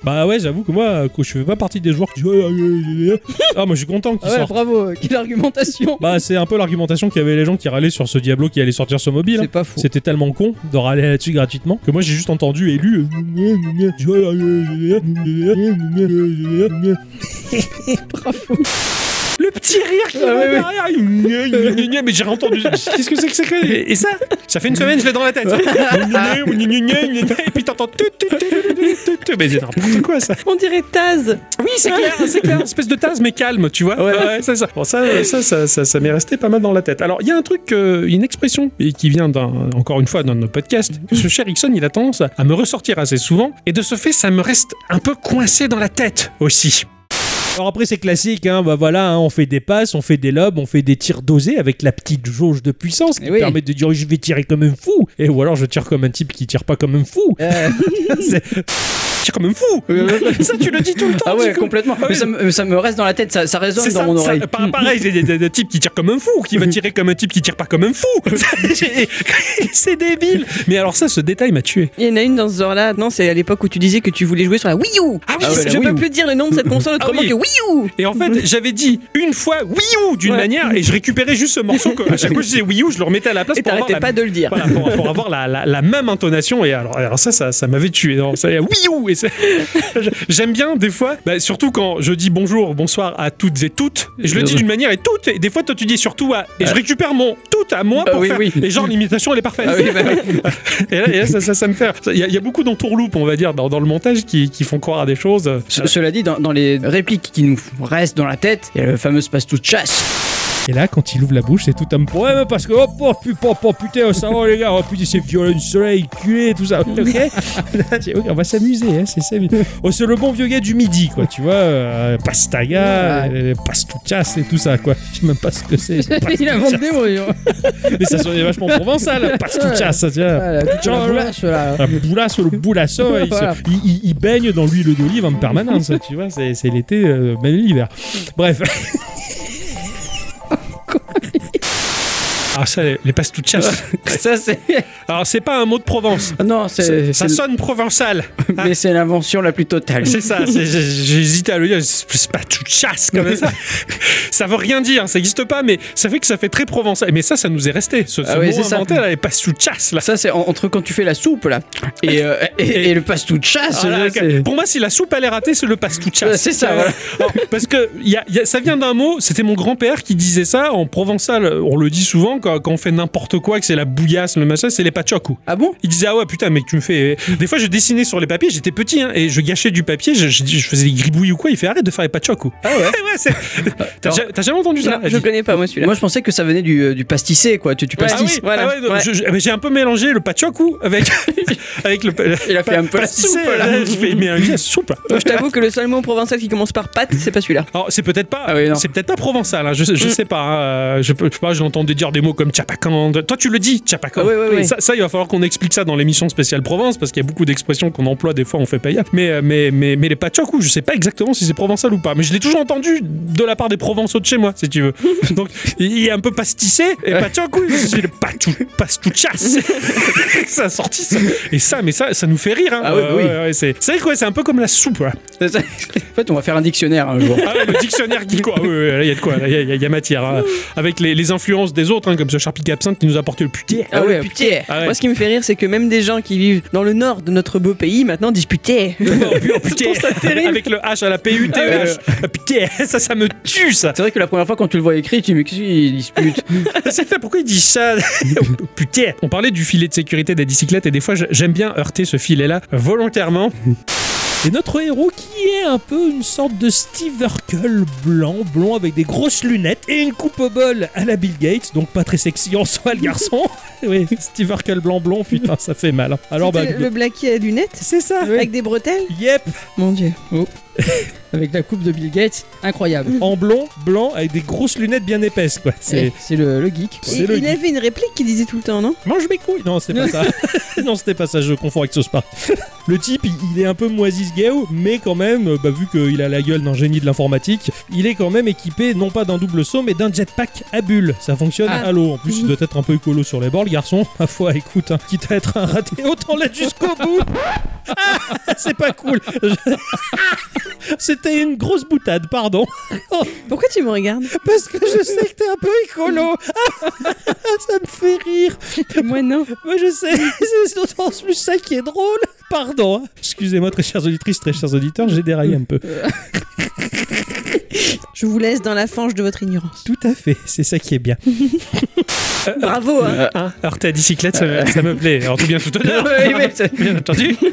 Speaker 5: Bah ouais, j'avoue que moi, euh, que je fais pas partie des joueurs qui. euh, Ah, moi je suis content qu'ils
Speaker 4: Ah ouais,
Speaker 5: sortent.
Speaker 4: bravo, euh, quelle argumentation.
Speaker 5: Bah c'est un peu l'argumentation qu'il y avait les gens qui râlaient sur ce Diablo qui allait sortir sur mobile. hein.
Speaker 4: C'est pas faux.
Speaker 5: C'était tellement con de râler là-dessus gratuitement que moi j'ai juste entendu et lu. euh,
Speaker 1: Le petit rire qui va derrière. il- gna, gna, gna, Mais j'ai entendu. Qu'est-ce que c'est que c'est que Et et ça Ça fait une semaine, je l'ai dans la tête. Gna, gna, gna, gna, gna, gna, Et puis t'entends. tout, tout, tout, tout, tout, tout. Mais c'est n'importe quoi ça.
Speaker 3: On dirait Taz.
Speaker 1: Oui, c'est clair, [LAUGHS] c'est clair. Espèce de tasse, mais calme, tu vois. Ouais, ouais, c'est ça. Bon, ça, ça, ça, ça, ça m'est resté pas mal dans la tête. Alors, il y a un truc, euh, une expression, et qui vient d'un, encore une fois, d'un de nos podcasts, que ce cher Ixon, il a tendance à- à me ressortir assez souvent. Et de ce fait, ça me reste un peu coincé dans la tête aussi.
Speaker 5: Alors après c'est classique, hein, bah voilà, hein, on fait des passes, on fait des lobes, on fait des tirs dosés avec la petite jauge de puissance qui
Speaker 2: Eh oui.
Speaker 5: permet de dire je vais tirer comme un fou, et ou alors je tire comme un type qui tire pas comme un fou.
Speaker 2: Euh,
Speaker 5: C'est-
Speaker 1: [LAUGHS] C'est comme un fou. [LAUGHS] ça, tu le dis tout le temps.
Speaker 2: ah
Speaker 1: du
Speaker 2: ouais,
Speaker 1: coup.
Speaker 2: complètement.
Speaker 1: Ah
Speaker 2: Mais
Speaker 1: oui.
Speaker 2: ça me, euh, ça me reste dans la tête, ça, ça résonne
Speaker 1: C'est
Speaker 2: dans
Speaker 1: ça,
Speaker 2: mon
Speaker 1: ça,
Speaker 2: oreille.
Speaker 1: par- pareil, c'est des, des- des types qui tirent comme un fou, qui va tirer comme un type qui tire pas comme un fou. [LAUGHS] c'est débile. Mais alors ça, ce détail m'a tué.
Speaker 3: Il y en a une dans ce genre-là. Non, c'est à l'époque où tu disais que tu voulais jouer sur la Wii U.
Speaker 1: Ah oui,
Speaker 2: Ah ouais,
Speaker 1: c'est-
Speaker 2: la
Speaker 3: je
Speaker 2: Wii
Speaker 3: peux
Speaker 2: U.
Speaker 3: plus dire le nom de cette [LAUGHS] console
Speaker 1: Ah
Speaker 3: autrement
Speaker 1: oui.
Speaker 3: que Wii U.
Speaker 1: Et en fait, j'avais dit une fois Wii U d'une
Speaker 3: Ouais.
Speaker 1: manière, et je récupérais juste ce morceau que à chaque fois que je disais Wii U, je le remettais à la place
Speaker 3: Et
Speaker 1: pour avoir,
Speaker 3: t'arrêtais
Speaker 1: la,
Speaker 3: pas de le dire.
Speaker 1: voilà, pour- pour avoir la- la- la même intonation. Et alors, alors ça, ça, ça m'avait tué. Non, ça, Wii U. et c'est- [LAUGHS] je- J'aime bien des fois, bah, surtout quand je dis bonjour, bonsoir à toutes et toutes. Et je le dis d'une manière et toutes. Et des fois, toi, tu dis surtout à, et je récupère mon tout à moi
Speaker 2: Ah
Speaker 1: pour
Speaker 2: oui,
Speaker 1: faire.
Speaker 2: oui.
Speaker 1: Et genre l'imitation, elle est parfaite.
Speaker 2: Ah oui, bah oui.
Speaker 1: [LAUGHS] Et là, et là, ça, ça, ça me fait. Il y, a- il y a beaucoup d'entourloupes, on va dire, dans, dans le montage qui, qui font croire à des choses. euh,
Speaker 2: Ce- Cela dit, dans, dans les répliques qui nous restent dans la tête, il y a le fameux passe tout de chasse.
Speaker 5: Et là, quand il ouvre la bouche, c'est tout un problème parce que oh, oh, putain, oh, oh, putain, ça va les gars, oh putain, c'est violent, soleil, culé, tout
Speaker 4: [LAUGHS]
Speaker 5: ça. Ok, Là, j'ai- ok, on va s'amuser, hein, c'est ça. Oh, c'est le bon vieux gars du midi, quoi, tu vois, euh, pastaga, euh, pastuchas et tout ça, quoi. Je sais même pas ce
Speaker 4: [LAUGHS]
Speaker 5: que c'est.
Speaker 4: Il invente des mots.
Speaker 5: Mais ça sonnait
Speaker 4: [LAUGHS]
Speaker 5: vachement provençal, pastuchas, ça tient. Genre, La
Speaker 2: [LAUGHS]
Speaker 5: boulasse, le boulasso, il, se-
Speaker 4: Voilà.
Speaker 5: il- il- il baigne dans l'huile d'olive en permanence, tu vois, c'est c'est l'été, euh, même l'hiver. Bref.
Speaker 1: [LAUGHS] Ah, ça, les, les pastouchas.
Speaker 2: Ça, c'est. [LAUGHS]
Speaker 1: Alors, c'est pas un mot de Provence.
Speaker 2: Non,
Speaker 1: C'est-
Speaker 2: c'est.
Speaker 1: ça
Speaker 2: c'est-
Speaker 1: sonne provençal.
Speaker 2: [LAUGHS]
Speaker 1: Ah,
Speaker 2: Mais c'est l'invention la plus totale.
Speaker 1: C'est ça. c'est- j'ai- J'ai hésité à le dire. C'est c'est pas tout chasse
Speaker 2: [LAUGHS]
Speaker 1: comme ça. ça veut rien dire. Ça n'existe pas, mais ça fait que ça fait très provençal. Mais ça, ça nous est resté. Ce, ce
Speaker 2: Ah oui,
Speaker 1: mot
Speaker 2: c'est ça.
Speaker 1: inventé, là, est pas sous chasse là.
Speaker 2: Ça, c'est en- entre quand tu fais la soupe, là, et, euh, et, et le passe tout de chasse.
Speaker 1: Ah, là,
Speaker 2: là, c'est-
Speaker 1: pour moi, si la soupe allait rater, c'est le pastouchas.
Speaker 2: Ouais, c'est ça,
Speaker 1: [LAUGHS]
Speaker 2: voilà.
Speaker 1: Alors, Euh, parce que y a- y a- ça vient d'un mot, c'était mon grand-père qui disait ça en provençal. On le dit souvent quand, quand on fait n'importe quoi, que c'est la bouillasse, le machin, c'est les pachocou.
Speaker 2: Ah bon
Speaker 1: Il disait ah ouais putain mec tu me fais euh, des fois je dessinais sur les papiers j'étais petit hein, et je gâchais du papier je, je- je faisais des gribouilles ou quoi il fait arrête de faire les pachocos ah [LAUGHS] ouais, c'est- t'as
Speaker 2: Alors-
Speaker 1: ja- t'as jamais entendu ça
Speaker 3: Non, je
Speaker 1: Adi
Speaker 3: connais pas moi celui-là.
Speaker 2: Moi, je pensais que ça venait du, euh, du pâtissier, quoi. Tu, tu
Speaker 1: ah
Speaker 2: pastis.
Speaker 1: oui,
Speaker 3: voilà,
Speaker 1: ah ouais, non,
Speaker 3: ouais.
Speaker 1: je- je- mais j'ai un peu mélangé le pachocou avec [LAUGHS] avec le
Speaker 2: Il a
Speaker 1: [LAUGHS]
Speaker 2: fait un peu la soupe, là.
Speaker 1: je fais mais un gars, soupe là.
Speaker 3: Moi, je t'avoue que le seul mot provençal qui commence par pâte, c'est pas celui-là.
Speaker 1: Alors, c'est peut-être pas,
Speaker 2: Ah oui, non. Mm.
Speaker 1: c'est peut-être pas provençal. hein, je, je sais pas. hein, euh, je peux je sais pas. Je l'entendais dire des mots comme chapacande. Toi, tu le dis, chapacande.
Speaker 2: Ah oui, oui, oui.
Speaker 1: Ça, ça, il va falloir qu'on explique ça dans l'émission spéciale Provence parce qu'il y a beaucoup d'expressions qu'on emploie des fois, on fait payer. Mais euh, mais mais mais les pachocou, je sais pas exactement si c'est provençal ou pas. Mais je l'ai toujours entendu de la part des provençaux de chez moi, si tu
Speaker 2: [LAUGHS]
Speaker 1: veux. Donc il est un peu pastissé et pachocou, c'est le pachou,
Speaker 2: [LAUGHS]
Speaker 1: pastouchas. ça a sorti ça. Et ça, mais ça, ça nous fait rire. hein.
Speaker 2: Ah oui,
Speaker 1: Euh,
Speaker 2: oui.
Speaker 1: ouais, ouais, c'est c'est vrai que ouais, c'est un peu comme la soupe. ouais.
Speaker 2: [LAUGHS] C'est ça. en fait, on va faire un dictionnaire [LAUGHS] un jour.
Speaker 1: [LAUGHS] Ah ouais, le dictionnaire qui quoi Il y a de quoi, il y, a- y a matière. hein. Avec les, les influences des autres, hein, comme comme ce charpie d'absinthe qui nous a porté le putain.
Speaker 4: Ah,
Speaker 2: ouais,
Speaker 4: ouais, putain.
Speaker 1: Ah ouais.
Speaker 4: Moi, ce qui me fait rire, c'est que même des gens qui vivent dans le nord de notre beau pays maintenant disent putain.
Speaker 1: [LAUGHS] Oh, [LAUGHS] pu- oh, putain.
Speaker 4: trouve ça terrible.
Speaker 1: Avec le H à la P-U-T-E-H. Ah, Putain, [LAUGHS] ça, ça me tue, ça.
Speaker 2: C'est vrai que la première fois quand tu le vois écrit, tu me dis il dispute.
Speaker 1: C'est fait, pourquoi il
Speaker 7: [LAUGHS]
Speaker 1: dit ça Putain On parlait du filet de sécurité des bicyclettes et des fois je- j'aime bien heurter ce filet-là volontairement.
Speaker 7: Et notre héros qui est un peu une sorte de Steve Urkel blanc, blond avec des grosses lunettes et une coupe au bol à la Bill Gates, donc pas très sexy en soi le
Speaker 8: [LAUGHS]
Speaker 7: garçon. oui, Steve Urkel blanc blond, putain, ça fait mal. hein. Alors bah,
Speaker 8: C'était le blacky à lunettes
Speaker 7: c'est ça.
Speaker 3: Ah
Speaker 8: Avec des bretelles
Speaker 7: Yep,
Speaker 8: Mon dieu.
Speaker 2: [LAUGHS] Avec la coupe de Bill Gates, incroyable.
Speaker 7: en blond, blanc avec des grosses lunettes bien épaisses quoi. C'est
Speaker 2: Eh, C'est le, le geek. quoi.
Speaker 7: C'est
Speaker 8: Et
Speaker 7: le
Speaker 8: il
Speaker 7: geek.
Speaker 8: avait une réplique qui disait tout le temps, non
Speaker 7: mange mes couilles. Non, c'est pas [LAUGHS] ça. non, c'était pas ça. Je confonds avec Sauce Park. Le type, il, il est un peu moisi ce Gao, mais quand même, euh, bah, vu qu'il a la gueule d'un génie de l'informatique, il est quand même équipé non pas d'un double saut, mais d'un jetpack à bulles. Ça fonctionne
Speaker 8: Ah.
Speaker 7: à l'eau. En plus, il doit être un peu écolo sur les bords, le garçon. [LAUGHS] Ma foi, écoute, hein, quitte à être un raté, autant l'être jusqu'au bout. [LAUGHS] Ah, c'est pas cool. [LAUGHS] Je- C'était une grosse boutade, pardon.
Speaker 8: Pourquoi tu me regardes
Speaker 7: Parce que je sais que t'es un peu écolo. [LAUGHS] ça me fait rire.
Speaker 8: Moi, non.
Speaker 7: Moi je sais, [LAUGHS] c'est d'autant plus ça qui est drôle. Pardon, hein. excusez-moi très chères auditrices, très chers auditeurs, j'ai déraillé un peu.
Speaker 8: Je vous laisse dans la fange de votre ignorance.
Speaker 7: Tout à fait, c'est ça qui est bien.
Speaker 4: Bravo. hein.
Speaker 2: Euh,
Speaker 1: Hein, heurter à bicyclette, ça, me- ça me plaît. Alors tout bien tout
Speaker 7: [LAUGHS]
Speaker 1: honneur.
Speaker 2: Oui, oui, c'est-
Speaker 1: bien entendu. [LAUGHS]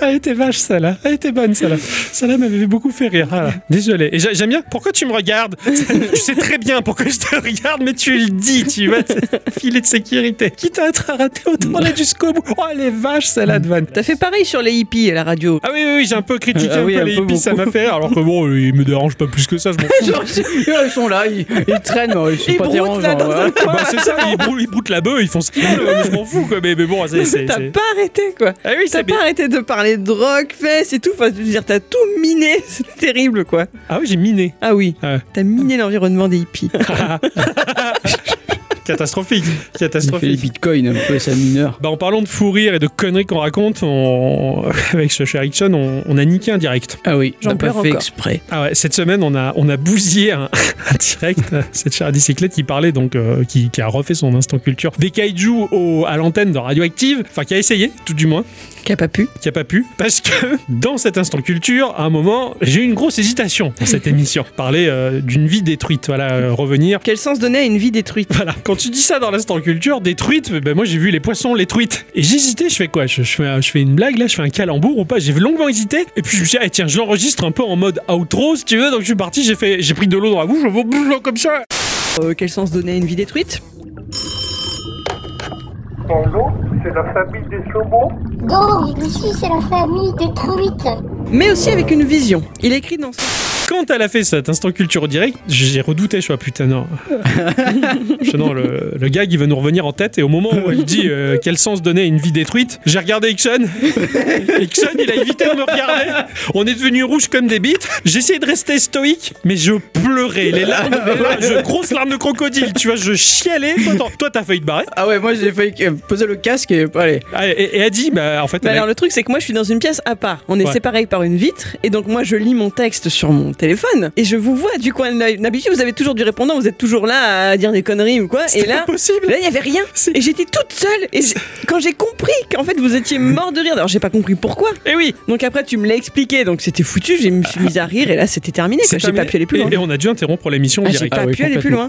Speaker 1: Elle était vache celle-là, elle était bonne celle-là. Celle-là m'avait beaucoup fait rire. Ah là. Désolé. Et j'a- j'aime bien, pourquoi tu me regardes [LAUGHS] Tu sais très bien pourquoi je te regarde, mais tu le dis, tu vois, c'est- filet de sécurité. Quitte à être raté, autant aller jusqu'au bout. Oh, elle est vache celle-là de vanne.
Speaker 4: T'as fait pareil sur les hippies à la radio.
Speaker 1: Ah oui, oui, oui, j'ai un peu critiqué
Speaker 2: Ah
Speaker 1: un
Speaker 2: oui,
Speaker 1: peu
Speaker 2: un
Speaker 1: les
Speaker 2: peu
Speaker 1: hippies, ça
Speaker 2: beaucoup.
Speaker 1: m'a fait rire. Alors que bon, euh, ils me dérangent pas plus que ça, je m'en fous.
Speaker 2: [LAUGHS] Genre, ils sont là, ils, ils traînent, hein, ils sont
Speaker 4: Ils
Speaker 2: pas
Speaker 4: broutent là
Speaker 2: dérangeants. hein.
Speaker 4: dans
Speaker 2: [LAUGHS] ouais.
Speaker 4: un coin.
Speaker 1: Bah, c'est ça, ils, brou- ils broutent la bœuf, ils font ce qu'ils veulent, je m'en fous quoi, mais, mais bon, [LAUGHS] c'est. c'est-
Speaker 4: T'as
Speaker 1: c'est-
Speaker 4: pas arrêté quoi.
Speaker 1: Ah oui,
Speaker 4: T'as
Speaker 1: c'est bien.
Speaker 4: pas arrêté de parler de drogue, fesses et tout. Enfin, je veux dire, t'as tout miné. [LAUGHS] C'est terrible quoi.
Speaker 1: Ah oui, j'ai miné.
Speaker 4: Ah oui.
Speaker 1: Ouais.
Speaker 4: T'as miné l'environnement des hippies.
Speaker 1: Catastrophique,
Speaker 2: Il fait les
Speaker 1: catastrophique.
Speaker 2: bitcoins, un peu, ça mineur.
Speaker 1: Bah, en parlant de fou rire et de conneries qu'on raconte, on- [LAUGHS] avec ce cher Ixon, on, on a niqué un direct.
Speaker 2: Ah oui,
Speaker 4: J'en
Speaker 2: t'as pas
Speaker 4: pleure
Speaker 2: fait
Speaker 4: encore.
Speaker 2: exprès.
Speaker 1: Ah ouais, cette semaine, on a, on a bousillé un, [LAUGHS] un direct, euh, cette chère bicyclette qui parlait, donc, euh, qui, qui a refait son instant culture des kaiju au- à l'antenne de Radioactive, enfin, qui a essayé, tout du moins,
Speaker 4: Qu'a pas pu.
Speaker 1: qui a pas pu, parce que [LAUGHS] dans cet instant culture, à un moment, j'ai eu une grosse hésitation dans cette émission. Parler euh, d'une vie détruite, voilà, euh, revenir
Speaker 4: Quel sens donner à une vie détruite
Speaker 1: Voilà, quand tu dis ça dans l'instant culture, des truites, ben moi j'ai vu les poissons, les truites. Et j'hésitais, je fais quoi je, je fais, un- je fais une blague là, je fais un calembour ou pas J'ai longuement hésité. Et puis je me suis dit, ah, tiens, je l'enregistre un peu en mode outro si tu veux. Donc je suis parti, j'ai fait, j'ai pris de l'eau dans la bouche, je vais bouger comme ça.
Speaker 4: Euh, Quel sens donner à une vie détruite
Speaker 9: Bonjour, c'est la famille des saumons.
Speaker 10: Donc, ici, c'est la famille détruite.
Speaker 4: Mais aussi avec une vision. Il écrit dans son.
Speaker 1: Quand elle a fait cet instant culture au direct, j'ai redouté, je fais, ah, putain, non. Je fais, non, le, le gag il va nous revenir en tête. Et au moment où elle dit, euh, quel sens donner à une vie détruite, j'ai regardé Ixon. Ixon, il a évité de me regarder. On est devenu rouge comme des bites. J'essayais de rester stoïque, mais je pleurais. Les larmes, les larmes, je, grosses larmes de crocodile. Tu vois, je chialais. Toi, t'en- Toi, t'as failli te barrer.
Speaker 2: Ah ouais, moi j'ai failli euh, poser le casque et allez.
Speaker 1: Ah, et, et elle dit, bah, en fait,
Speaker 4: Bah
Speaker 1: elle a-
Speaker 4: alors le truc c'est que moi je suis dans une pièce à part. On est
Speaker 1: Ouais.
Speaker 4: séparés par une vitre et donc moi je lis mon texte sur mon téléphone et je vous vois du coin de l'œil. D'habitude vous avez toujours du répondant, vous êtes toujours là à dire des conneries ou quoi. Et
Speaker 1: c'est
Speaker 4: là,
Speaker 1: impossible.
Speaker 4: là il y avait rien. Et j'étais toute seule et j'ai- quand j'ai compris qu'en fait vous étiez mort de rire, alors j'ai pas compris pourquoi.
Speaker 1: Et Eh oui.
Speaker 4: Donc après tu me l'as expliqué donc c'était foutu, j'ai- je me suis mise à rire et là c'était terminé. quoi.
Speaker 1: c'est
Speaker 4: J'ai pas
Speaker 1: terminé.
Speaker 4: pu aller plus
Speaker 1: Et-
Speaker 4: loin.
Speaker 1: Et, on a dû interrompre l'émission en
Speaker 4: Ah, j'ai
Speaker 1: direct.
Speaker 4: pas
Speaker 2: Ah oui,
Speaker 4: pu aller plus
Speaker 2: complètement.
Speaker 4: loin.